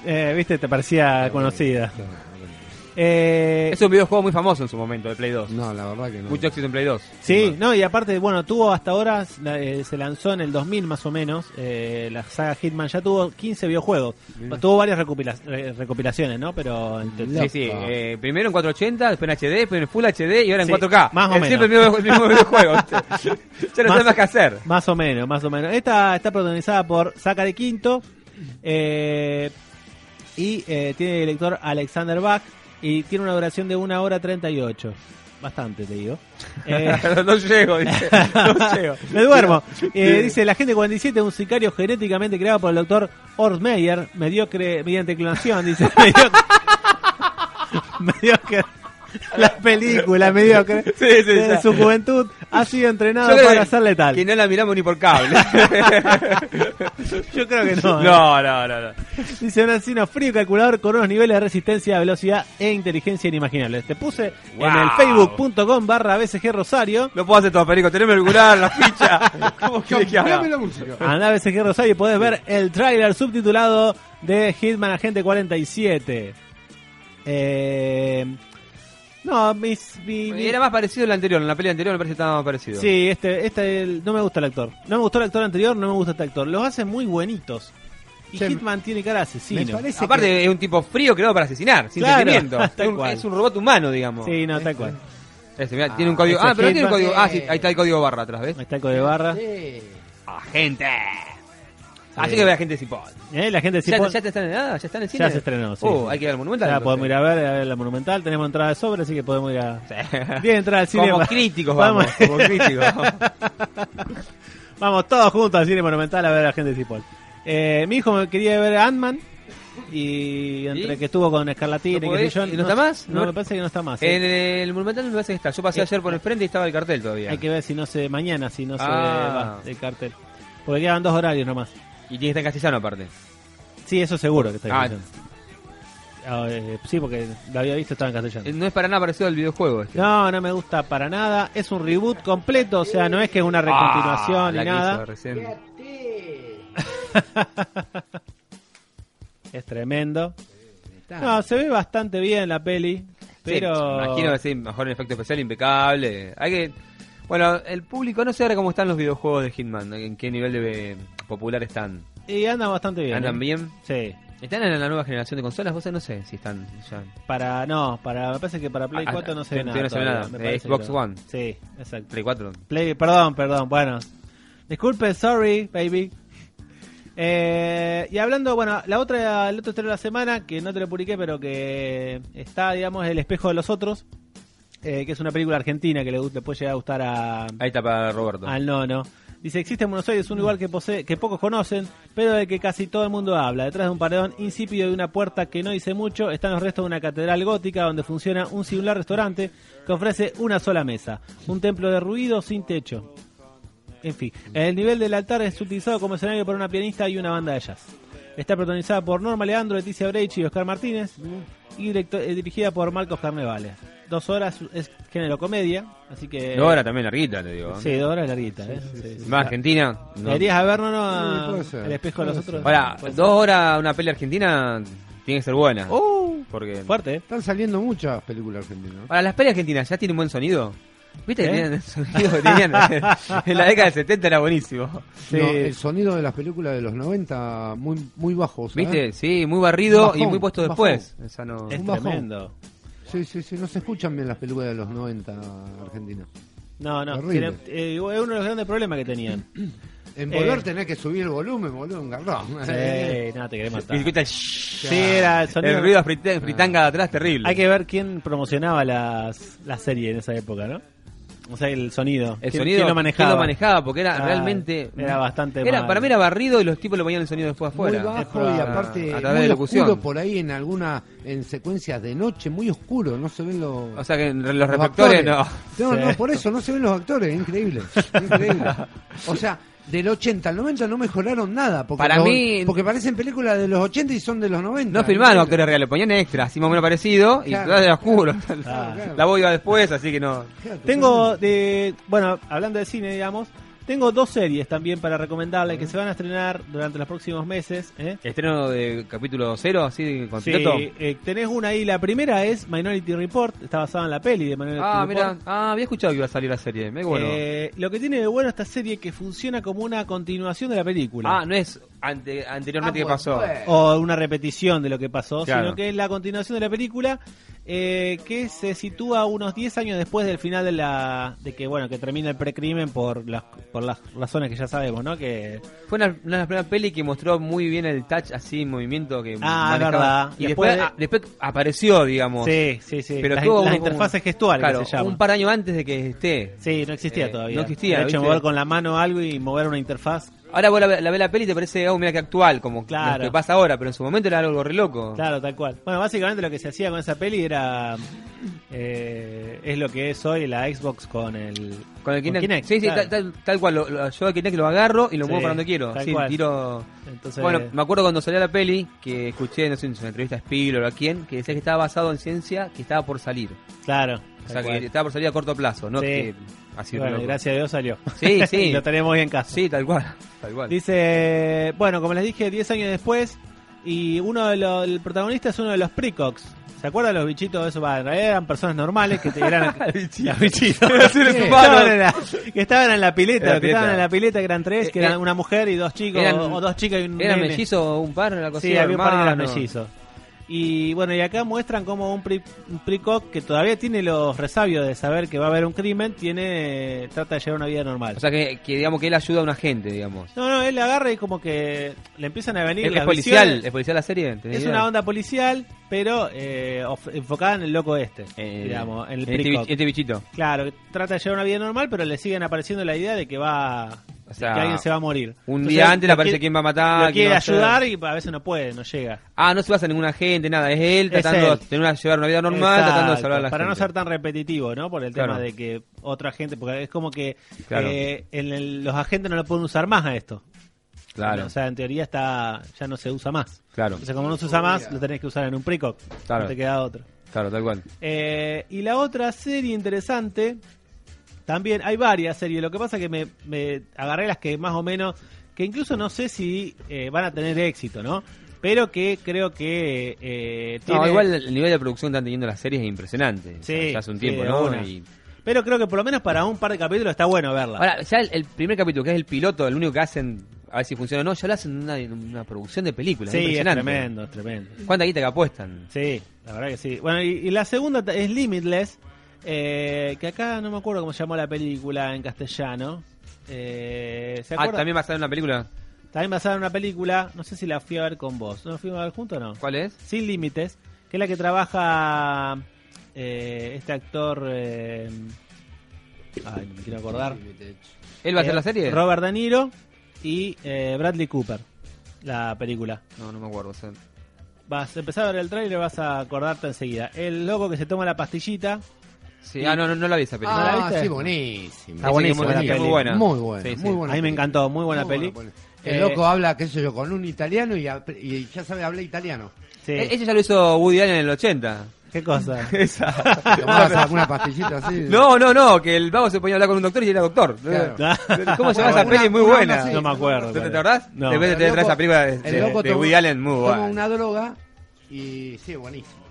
S2: Eh, Viste, te parecía conocida. Eh,
S8: Es un videojuego muy famoso en su momento, de Play 2.
S4: No, la verdad que no.
S8: Mucho éxito en Play 2.
S2: sí, no, y aparte, bueno, tuvo hasta ahora, la- eh, se lanzó en el 2000 más o menos, eh, la saga Hitman ya tuvo 15 videojuegos. Tuvo varias recopila- eh, recopilaciones, ¿no? Pero... entre-
S8: Sí, sí. eh, primero en 480, después en HD, después en Full HD y ahora en
S2: Ah. Sí,
S8: 4K.
S2: más o
S8: Es
S2: menos.
S8: siempre el mismo, el mismo videojuego.
S2: (laughs)
S8: ya no
S2: Más-
S8: sé más qué hacer.
S2: Más o menos, más o menos. Esta está protagonizada por Zachary Quinto eh, y eh, tiene director Alexander Bach y tiene una duración de 1 hora 38. Bastante, te
S8: (laughs)
S2: digo. Eh,
S8: no
S2: (laughs)
S8: llego, dice. No llego.
S2: me duermo. Eh, dice, la gente 47 es un sicario genéticamente creado por el doctor Ortmeyer, mediocre mediante clonación, dice. (laughs) Mediocre. mediocre. La película, mediocre.
S8: Sí, sí,
S2: Desde
S8: ya.
S2: su juventud ha sido entrenado
S8: Yo creo
S2: para
S8: que-
S2: ser letal.
S8: Que no la miramos ni por cable.
S2: (laughs) Yo creo que no. ¿eh?
S8: No, no, no. no.
S2: Dice un ancino frío calculador con unos niveles de resistencia, velocidad e inteligencia inimaginables. Te puse en
S8: Wow.
S2: el facebook.com barra BCG Rosario.
S8: Lo puedo hacer todo, Perico. Teneme el curar,
S2: (laughs)
S8: la ficha. ¿Cómo querés que haga?
S4: Cambiame la música.
S2: Andá a BCG Rosario y podés ver el tráiler subtitulado de Hitman Agente 47. Eh, no, mis... mi- mi-
S8: Era más parecido al anterior. En la peli anterior me parece que estaba más parecido.
S2: Sí, este, este el- no me gusta el actor. No me gustó el actor anterior, no me gusta este actor. Los hace muy buenitos. Y
S4: Che,
S2: Hitman tiene cara de
S4: Me
S2: asesino.
S4: parece
S8: Aparte,
S4: que-
S8: es un tipo frío creado para asesinar, sin
S2: Claro,
S8: sentimiento.
S2: (laughs) tal
S8: Es un,
S2: cual.
S8: es un robot humano, digamos.
S2: Sí, no, tal cual.
S8: Este, mirá, tiene un código.
S2: ese
S8: Ah, pero no tiene un
S2: Hitman.
S8: código. Ah, sí, ahí está el código barra atrás, ¿ves?
S2: Ahí está el código de barra.
S8: ¡Agente! Así que ve a gente sin pod.
S2: Eh, la gente de
S8: ¿Ya,
S2: Cipol-
S8: ¿Ya te están en ah, ¿Ya están en cine?
S2: Ya se estrenó, sí.
S8: Uh, hay que ver el monumento.
S2: Ya podemos ir a ver, a ver la Monumental, tenemos entrada de sobre, así que podemos ir a... (laughs) Bien, entrar al cine.
S8: Como críticos, vamos. Como críticos.
S2: Vamos todos juntos al cine Monumental a ver a la gente de Cipol. Eh, mi hijo me quería ver a Ant-Man y entre
S8: ¿Y?
S2: que estuvo con Escarlatina
S8: ¿No
S2: y qué
S8: podés?
S2: sé yo...
S8: ¿Y no está más?
S2: No,
S8: No.
S2: me parece que no está más. eh.
S8: En el monumental me parece que está. Yo pasé
S2: Eh,
S8: ayer por el frente y estaba el cartel todavía.
S2: Hay que ver si no se... Mañana, si no se
S8: Ah.
S2: va el cartel. Porque quedan dos horarios nomás.
S8: Y tiene que estar en castellano aparte.
S2: Sí, eso seguro que está en
S8: Ah.
S2: castellano. Ah, eh, sí, porque lo había visto, estaba en castellano.
S8: Eh, No es para nada parecido al videojuego este.
S2: No, no me gusta para nada. Es un reboot completo, o sea, no es que es una
S8: Ah,
S2: recontinuación
S8: la
S2: ni
S8: que hizo
S2: nada.
S8: recién.
S2: Es tremendo.
S4: Está.
S2: No, se ve bastante bien la peli, (laughs) pero
S8: Sí, me imagino que sí, mejor en efecto especial, impecable. Hay que... Bueno, el público no sé ahora cómo están los videojuegos de Hitman, en qué nivel de popular están.
S2: y anda bastante bien.
S8: ¿Andan
S2: ¿eh?
S8: bien?
S2: Sí.
S8: ¿Están en la nueva generación de consolas? Vos no sé si están ya.
S2: Para no, para me parece que para Play
S8: Ah,
S2: 4 no se ve
S8: no
S2: nada.
S8: se ve
S2: todavía,
S8: nada.
S2: me
S8: Eh,
S2: parece
S8: Xbox
S2: que no.
S8: One.
S2: Sí, exacto.
S8: Play 4.
S2: Play, perdón, perdón. Bueno, disculpe, sorry, baby. Eh, y hablando, bueno, la otra, el otro estreno de la semana, que no te lo publiqué, pero que está, digamos, El espejo de los otros, eh, que es una película argentina que le, gu- le puede llegar a gustar a,
S8: Ahí está para Roberto.
S2: al nono. Dice, existe en Buenos Aires un lugar que, posee, que pocos conocen, pero del que casi todo el mundo habla. Detrás de un paredón insípido y una puerta que no dice mucho, están los restos de una catedral gótica donde funciona un singular restaurante que ofrece una sola mesa. Un templo de ruido sin techo. En fin, el nivel del altar es utilizado como escenario por una pianista y una banda de jazz. Está protagonizada por Norma Leandro, Leticia Breich y Oscar Martínez. Y directo- eh, dirigida por Marcos Carnevale. Dos horas es género comedia, así que...
S8: Dos horas también larguita, te digo.
S2: Sí, dos horas larguita. ¿eh? Sí, sí.
S8: Más Argentina. no.
S2: Deberías a vernos ¿no? a-
S4: Sí, puede ser,
S2: el espejo de
S4: puede
S2: nosotros.
S8: Ahora,
S2: Puede
S8: dos horas una peli argentina tiene que ser buena.
S2: Oh.
S8: porque
S2: Uh, fuerte. ¿eh?
S4: Están saliendo muchas películas argentinas.
S8: Ahora, las pelis argentinas ya tienen buen sonido. ¿Viste que
S4: ¿Eh?
S8: tenían el sonido que tenían? en la década del 70 era buenísimo.
S4: No, el sonido de las películas de los 90 muy muy bajo. ¿sabes?
S8: ¿Viste? Sí, muy barrido
S4: Bajón,
S8: y muy puesto
S4: un
S8: después.
S4: bajón.
S8: Esa no-
S4: Un
S8: Es
S4: bajón.
S8: tremendo.
S4: Sí, sí, sí, no se escuchan bien las películas de los 90 argentinas.
S2: No, no,
S4: Terrible.
S2: tienen- eh, es uno de los grandes problemas que tenían.
S4: En volver
S2: Eh.
S4: tenés que subir el volumen, boludo, un garrón. (laughs)
S2: Sí, no, te querés matar.
S8: Y escucha el
S2: Sí, era el sonido. Ah,
S8: El ruido a frita- fritanga de atrás, terrible.
S2: Hay que ver quién promocionaba las, la serie en esa época, ¿no? O sea, el sonido.
S8: El
S2: ¿Quién-
S8: sonido,
S2: ¿Quién lo manejaba?
S8: ¿quién lo manejaba? Porque era
S2: Ah,
S8: realmente.
S2: Era bastante
S8: era-
S2: mal.
S8: Para mí era barrido y los tipos le ponían el sonido después
S4: Muy
S8: afuera.
S4: bajo
S8: Ah,
S4: y aparte
S8: A través
S4: muy
S8: de
S4: oscuro
S8: locución.
S4: por ahí en alguna en secuencias de noche, muy oscuro, no se ven los
S8: O sea que en- los reflectores no.
S4: No,
S8: Sí.
S4: no, por eso no se ven los actores, increíble, increíble. O sea, del 80 al 90 no mejoraron nada, porque
S8: Para
S4: los-
S8: mí-
S4: porque parecen películas de los 80 y son de los 90.
S8: No filmaban los actores reales, ponían extras, así más o menos parecido, y
S4: Claro.
S8: todo era oscuro.
S4: claro.
S8: La voz iba después, así que no.
S2: Tengo, de, bueno, hablando de cine, digamos, tengo dos series también para recomendarles que se van a estrenar durante los próximos meses. ¿eh?
S8: Estreno de capítulo cero, así, con
S2: Sí,
S8: piloto.
S2: eh, tenés una ahí. La primera es Minority Report, está basada en la peli de Minority
S8: Ah,
S2: Report.
S8: mira, ah, había escuchado que iba a salir la serie, me bueno.
S2: Eh, lo que tiene de bueno esta serie es que funciona como una continuación de la película.
S8: ah, no es ante-
S2: Ah,
S8: anteriormente que
S2: bueno,
S8: pasó.
S2: o una repetición de lo que pasó,
S8: Claro.
S2: sino que es la continuación de la película eh, que se sitúa unos 10 años después del final de la de que bueno que termina el precrimen por las por las razones que ya sabemos, ¿no? Que
S8: Fue una, una de las primeras peli que mostró muy bien el touch así en movimiento que
S2: Ah, es verdad.
S8: Y
S2: Después
S8: después,
S2: de-
S8: ah, después, apareció, digamos.
S2: Sí, sí, sí.
S8: Pero
S2: Las-
S8: tuvo
S2: las
S8: como-
S2: interfaces gestuales que
S8: claro,
S2: se llaman.
S8: Un par de años antes de que esté.
S2: sí, no existía
S8: Eh,
S2: todavía.
S8: No existía.
S2: De hecho,
S8: ¿viste?
S2: mover con la mano algo y mover una interfaz.
S8: Ahora vos la, ve- la ves la peli y te parece, oh, mira que actual, como
S2: Claro.
S8: lo que pasa ahora, pero en su momento era algo re loco.
S2: Claro, tal cual. Bueno, básicamente lo que se hacía con esa peli era eh, es lo que es hoy la Xbox con el
S8: Con el Kinect.
S2: Kinect,
S8: sí, sí,
S2: claro.
S8: tal, tal- tal cual. Lo, lo- yo al Kinect lo agarro y lo
S2: Sí,
S8: muevo para donde quiero.
S2: tal
S8: Sí,
S2: cual.
S8: tiro.
S2: Entonces-
S8: Bueno, me acuerdo cuando salió la peli que escuché, no sé, en una entrevista a Spielberg o a quién, que decía que estaba basado en ciencia que estaba por salir.
S2: Claro.
S8: O sea,
S2: tal
S8: que
S2: cual.
S8: estaba por salir a corto plazo, ¿no?
S2: Sí.
S8: Que, así
S2: Y bueno,
S8: loco.
S2: gracias a Dios salió.
S8: Sí,
S2: (laughs)
S8: sí.
S2: lo tenemos bien en casa.
S8: Sí, tal cual. Tal cual.
S2: Dice, bueno, como les dije, 10 años después, y uno de los, el protagonista es uno de los Precox. ¿Se acuerdan los bichitos de esos? Va, en realidad eran personas normales que te-
S8: (laughs)
S2: eran los bichitos.
S8: Los seres
S2: que,
S8: humanos.
S2: estaban en la, que estaban en la pileta,
S8: En la
S2: los que estaban
S8: pileta.
S2: en la pileta, que eran tres, que
S8: Eh,
S2: eran
S8: eh,
S2: una mujer y dos chicos,
S8: eran-
S2: o dos chicas y un
S8: ¿Eran
S2: nene.
S8: mellizos o un par? Una cosa
S2: Mm, Sí,
S8: así,
S2: había un par que eran
S8: hermanos?
S2: mellizos. Y bueno, y acá muestran como un, pre, un precoc que todavía tiene los resabios de saber que va a haber un crimen, tiene trata de llevar una vida normal.
S8: O sea, que, que digamos que él ayuda a una gente, digamos.
S2: No, no, él agarra y como que le empiezan a venir
S8: ¿Es, es
S2: las
S8: policial?
S2: visiones.
S8: ¿Es policial la serie? ¿Tenés
S2: Es
S8: idea?
S2: una onda policial, pero eh, of- enfocada en el loco este,
S8: Eh,
S2: digamos, en el
S8: este,
S2: precoc.
S8: bich- este bichito.
S2: Claro, que trata de llevar una vida normal, pero le siguen apareciendo la idea de que va,
S8: O sea,
S2: que alguien se va a morir.
S8: Un
S2: Entonces,
S8: día antes le
S2: lo
S8: aparece
S2: quiere-
S8: quién va a matar.
S2: lo
S8: quién
S2: quiere
S8: va a hacer.
S2: ayudar y a veces no puede, no llega.
S8: Ah, no se basa en ninguna gente, nada. Es él
S2: Es
S8: tratando
S2: él.
S8: de tener una, llevar una vida normal,
S2: Exacto,
S8: tratando de salvar a la
S2: Para no
S8: gente.
S2: ser tan repetitivo, ¿no? Por el tema
S8: Claro.
S2: de que otra gente, porque es como que
S8: Claro.
S2: eh, en el- los agentes no lo pueden usar más a esto.
S8: Claro.
S2: O sea, en teoría está ya no se usa más.
S8: Claro.
S2: O sea, como no se usa más, lo tenés que usar en un precoc.
S8: Claro.
S2: No te queda otro.
S8: Claro, tal cual.
S2: Eh, y la otra serie interesante, también hay varias series. Lo que pasa que me, me agarré las que más o menos, que incluso no sé si eh, van a tener éxito, ¿no? Pero que creo que eh,
S8: No,
S2: tiene-
S8: igual el nivel de producción que están teniendo las series es impresionante. O sea,
S2: Sí,
S8: ya hace un
S2: sí,
S8: tiempo,
S2: de
S8: ¿no?
S2: una.
S8: Y-
S2: Pero creo que por lo menos para un par de capítulos está bueno verla.
S8: Ahora, ya el, el primer capítulo, que es el piloto, el único que hacen, a ver si funciona o no, ya lo hacen en una, en una producción de películas.
S2: Sí, es
S8: impresionante.
S2: tremendo, es tremendo.
S8: ¿Cuánta guita que apuestan?
S2: Sí, la verdad que sí. Bueno, y, y la segunda ta- es Limitless, eh, que acá no me acuerdo cómo se llamó la película en castellano. Eh, ¿se
S8: Ah,
S2: acuerdan?
S8: también va a salir una película.
S2: También basada en una película, no sé si la fui a ver con vos. ¿No la fuimos a ver juntos o no?
S8: ¿Cuál es?
S2: Sin Límites, que es la que trabaja eh, este actor eh, Ay, no me quiero acordar.
S8: ¿Él va a
S2: Eh,
S8: hacer la serie?
S2: Robert De Niro y eh, Bradley Cooper. La película.
S8: No, no me acuerdo. o sea,
S2: Vas a empezar a ver el trailer vas a acordarte enseguida. El loco que se toma la pastillita.
S8: Sí, ah, no, no, no la vi esa película.
S2: ¿No la
S8: Ah,
S2: viste?
S8: sí, buenísima.
S2: Está
S8: Dicen que es
S2: buenísima.
S8: muy-
S2: la
S8: que es muy
S2: peli.
S8: buena.
S4: Muy buena, muy buena
S2: A mí me
S4: película.
S2: encantó, muy buena
S4: Muy
S2: peli.
S4: buena El
S2: Eh,
S4: loco habla, qué sé yo, con un italiano y, ap- y ya sabe hablar
S8: (laughs)
S4: italiano.
S2: Ah.
S8: E-
S4: Eh,
S8: Ese ya lo hizo Woody Allen en el 80.
S2: ¿Qué cosa?
S8: (laughs) Esa.
S2: (laughs)
S4: Tomabas alguna pastillita así.
S8: No, no, no, que el vago se ponía a hablar con un doctor y
S2: (laughs)
S8: era doctor.
S4: Claro.
S8: ¿Cómo se llama esa
S4: Una-
S8: peli? Muy
S4: una onda
S8: buena.
S4: así.
S2: No Ah, me acuerdo
S8: ¿Te, te
S2: cuál es.
S8: acordás?
S2: No.
S8: Después te
S2: El
S8: traes
S2: loco-
S8: la Este película de,
S4: El
S8: de-
S4: loco
S8: de
S4: toma-
S8: Woody Allen, muy
S4: Toma
S8: buena.
S4: una droga y sí, buenísimo.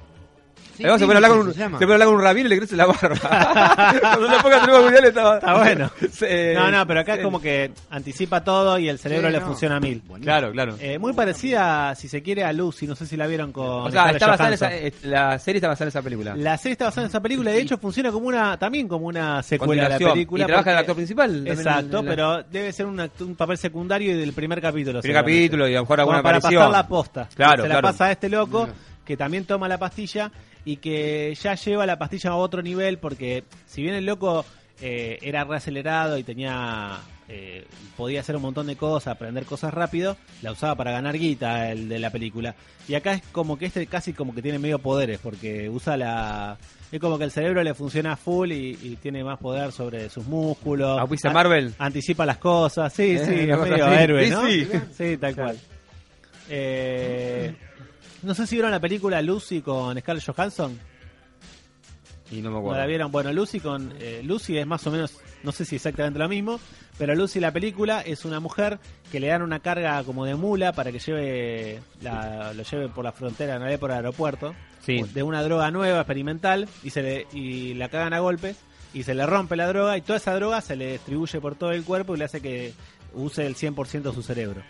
S8: El vago se pone a hablar con un,
S4: se llama.
S8: se pone a hablar con un rabino y le crece la
S2: (laughs)
S8: barba. Cuando le ponga droga a Woody Allen estaba...
S2: Está
S8: (laughs)
S2: bueno.
S8: Se-
S2: no, no, pero acá
S8: se-
S2: como que anticipa todo y el cerebro
S8: Sí,
S2: le
S8: no.
S2: funciona a mil.
S8: Claro, claro.
S2: Eh, muy parecida, si se quiere, a Lucy. No sé si la vieron con.
S8: O sea,
S2: Scarlett
S8: está basada en
S2: Johansson.
S8: esa- eh, la serie está basada en esa película.
S2: La serie está basada en esa película y de hecho funciona como una también como una secuela de la
S8: Continuación.
S2: película.
S8: Y trabaja el
S2: porque-
S8: actor principal también
S2: Exacto,
S8: en la-
S2: pero debe ser un, act- un papel secundario y del primer capítulo.
S8: Primer
S2: seguramente.
S8: capítulo y a lo mejor alguna
S2: Como para
S8: aparición.
S2: pasar la posta.
S8: Claro,
S2: Se la
S8: claro.
S2: pasa a este loco que también toma la pastilla y que ya lleva la pastilla a otro nivel porque si bien el loco eh, era reacelerado y tenía eh, podía hacer un montón de cosas, aprender cosas rápido, la usaba para ganar guita el de la película. Y acá es como que este casi como que tiene medio poderes porque usa la es como que el cerebro le funciona full y, y tiene más poder sobre sus músculos.
S8: Ah, fuiste
S2: A-
S8: Marvel.
S2: Anticipa las cosas, sí,
S8: Eh,
S2: sí,
S8: (laughs) una
S2: es
S8: cosa
S2: medio
S8: así.
S2: héroe,
S8: Sí,
S2: ¿no?
S8: sí.
S2: Sí, tal cual. Eh, no sé si vieron la película Lucy con Scarlett Johansson.
S8: Y no me
S2: ¿No
S8: acuerdo.
S2: la vieron? Bueno, Lucy con eh, Lucy es más o menos, no sé si exactamente lo mismo, pero Lucy la película es una mujer que le dan una carga como de mula para que lleve la- lo lleve por la frontera, no por el aeropuerto,
S8: Sí.
S2: de una droga nueva experimental y se le, y la cagan a golpes y se le rompe la droga y toda esa droga se le distribuye por todo el cuerpo y le hace que use el 100% de su cerebro.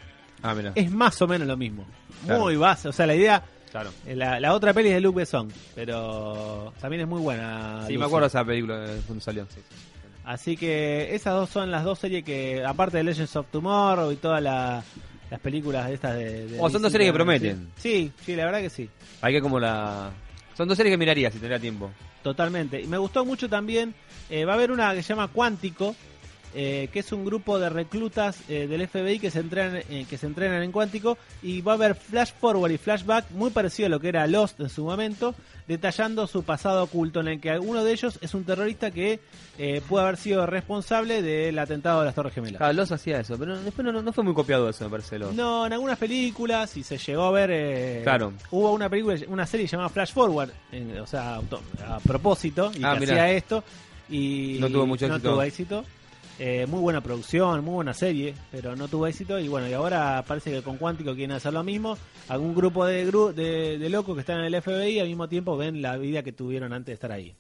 S8: Ah, mira.
S2: Es más o menos lo mismo.
S8: Claro.
S2: Muy base. O sea, la idea.
S8: Claro.
S2: eh, La, la otra peli es de Luke Besson. Pero también es muy buena.
S8: Sí,
S2: Lucy.
S8: me acuerdo de esa película eh, cuando salió. Sí, sí.
S2: Así que esas dos son las dos series que, aparte de Legends of Tomorrow y todas la- las películas estas de. de
S8: Oh, son
S2: DC
S8: dos series que
S2: también, sí.
S8: prometen.
S2: Sí, sí, la verdad que sí.
S8: Hay que como la... Son dos series que miraría si tendría tiempo.
S2: Totalmente. Y me gustó mucho también, eh, va a haber una que se llama Cuántico, eh, que es un grupo de reclutas eh, del FBI que se, entrenan, eh, que se entrenan en Cuántico y va a haber flash forward y flashback muy parecido a lo que era Lost en su momento, detallando su pasado oculto en el que uno de ellos es un terrorista que eh, puede haber sido responsable del atentado de las Torres Gemelas.
S8: Claro, Lost hacía eso, pero después no, no- no fue muy copiado eso, me parece, Lost.
S2: No, en algunas películas y se llegó a ver. eh,
S8: Claro.
S2: Hubo una película, una serie llamada Flash Forward, en- o sea, auto- a propósito, y
S8: Ah,
S2: que
S8: mirá.
S2: hacía esto. Y
S8: No tuvo mucho
S2: no
S8: éxito.
S2: tuvo éxito. Eh, muy buena producción, muy buena serie, pero no tuvo éxito. Y bueno, y ahora parece que con Cuántico quieren hacer lo mismo. Algún grupo de, gru- de, de locos que están en el FBI al mismo tiempo ven la vida que tuvieron antes de estar ahí.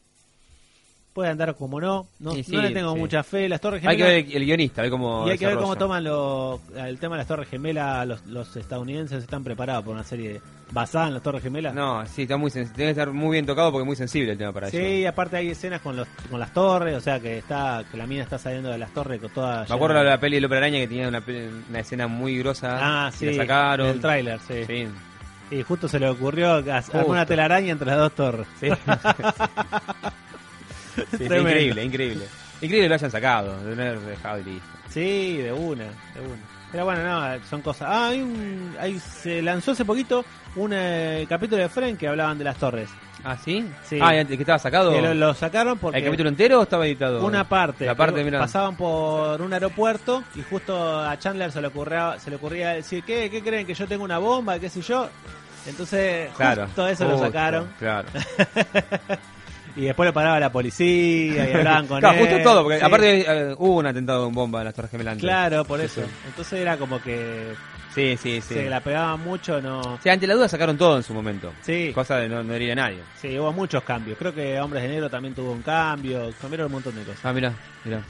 S2: Puede andar como no, no,
S8: Sí, sí,
S2: no le tengo
S8: sí.
S2: mucha fe. Las Torres
S8: Hay que
S2: Gemelas-
S8: ver el, el guionista, a ver cómo
S2: y hay que ver cómo
S8: desarrolla.
S2: toman lo- el tema de las Torres Gemelas. Los, los estadounidenses están preparados por una serie basada en las Torres Gemelas.
S8: No, sí, está muy sen- tiene que estar muy bien tocado porque es muy sensible el tema para
S2: sí,
S8: ello.
S2: y aparte hay escenas con los con las torres, o sea que está que la mina está saliendo de las torres con toda.
S8: Me acuerdo de
S2: llena-
S8: la peli de López Araña que tenía una, pe- una escena muy grosa.
S2: Ah,
S8: que
S2: sí,
S8: La sacaron.
S2: del tráiler, sí. (laughs)
S8: Sí.
S2: Y justo se le ocurrió hacer
S8: Justo.
S2: una telaraña entre las dos torres.
S8: Sí. Sí, sí,
S2: Tremendo.
S8: increíble, increíble. Increíble que lo hayan sacado, de no haber dejado y listo.
S2: (laughs) Sí, de una, de una. Pero bueno, no, son cosas. Ah, hay un, hay- se lanzó hace poquito un eh, capítulo de Friends que hablaban de las torres.
S8: ¿Ah, sí?
S2: Sí.
S8: Ah, ¿y antes que estaba sacado?
S2: Que lo, lo sacaron porque.
S8: ¿El capítulo entero o estaba editado?
S2: Una parte.
S8: La parte,
S2: que
S8: mira.
S2: Pasaban por un aeropuerto y justo a Chandler se le ocurría, se le ocurría decir, ¿qué, ¿qué creen? ¿Que yo tengo una bomba? ¿Qué sé yo? Entonces,
S8: Claro.
S2: justo eso lo
S8: Justo,
S2: sacaron.
S8: Claro.
S2: Y después lo paraba la policía y hablaban con
S8: (laughs) Claro,
S2: él.
S8: justo todo, porque
S2: Sí.
S8: aparte eh, hubo un atentado con bomba en las Torres Gemelas. antes.
S2: Claro, por
S8: Sí,
S2: eso.
S8: sí.
S2: Entonces era como que
S8: Sí, sí, sí.
S2: se la pegaban mucho, no...
S8: O sea, ante la duda sacaron todo en su momento.
S2: Sí.
S8: Cosa de no, no herir a nadie.
S2: Sí, hubo muchos cambios. Creo que Hombres de Negro también tuvo un cambio. Cambiaron un montón de cosas.
S8: Ah, mirá, mirá.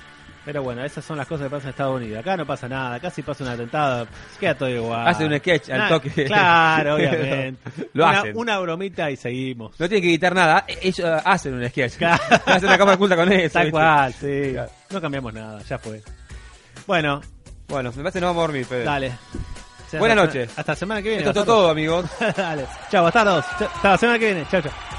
S2: Pero bueno, esas son las cosas que pasan en Estados Unidos. Acá no pasa nada, acá si pasa un atentado, queda todo igual.
S8: Hace un sketch al
S2: Nah,
S8: toque. (laughs)
S2: Claro, obviamente.
S8: Lo
S2: una,
S8: hacen.
S2: una bromita y seguimos.
S8: No tienen que editar nada, eh, ellos eh, hacen un sketch. (laughs)
S2: Claro.
S8: hacen una cámara oculta con eso.
S2: Tal
S8: ¿viste?
S2: cual, sí.
S8: Claro.
S2: No cambiamos nada, ya fue. Bueno,
S8: Bueno, me parece que nos vamos a dormir, Fede.
S2: dale.
S8: Buenas
S2: Hasta-
S8: noches.
S2: Hasta la semana que viene.
S8: Esto es
S2: bastardo. (laughs)
S8: todo, amigos.
S2: dale. Chao, bastardos. Chao, Hasta la semana que viene. Chao, chao.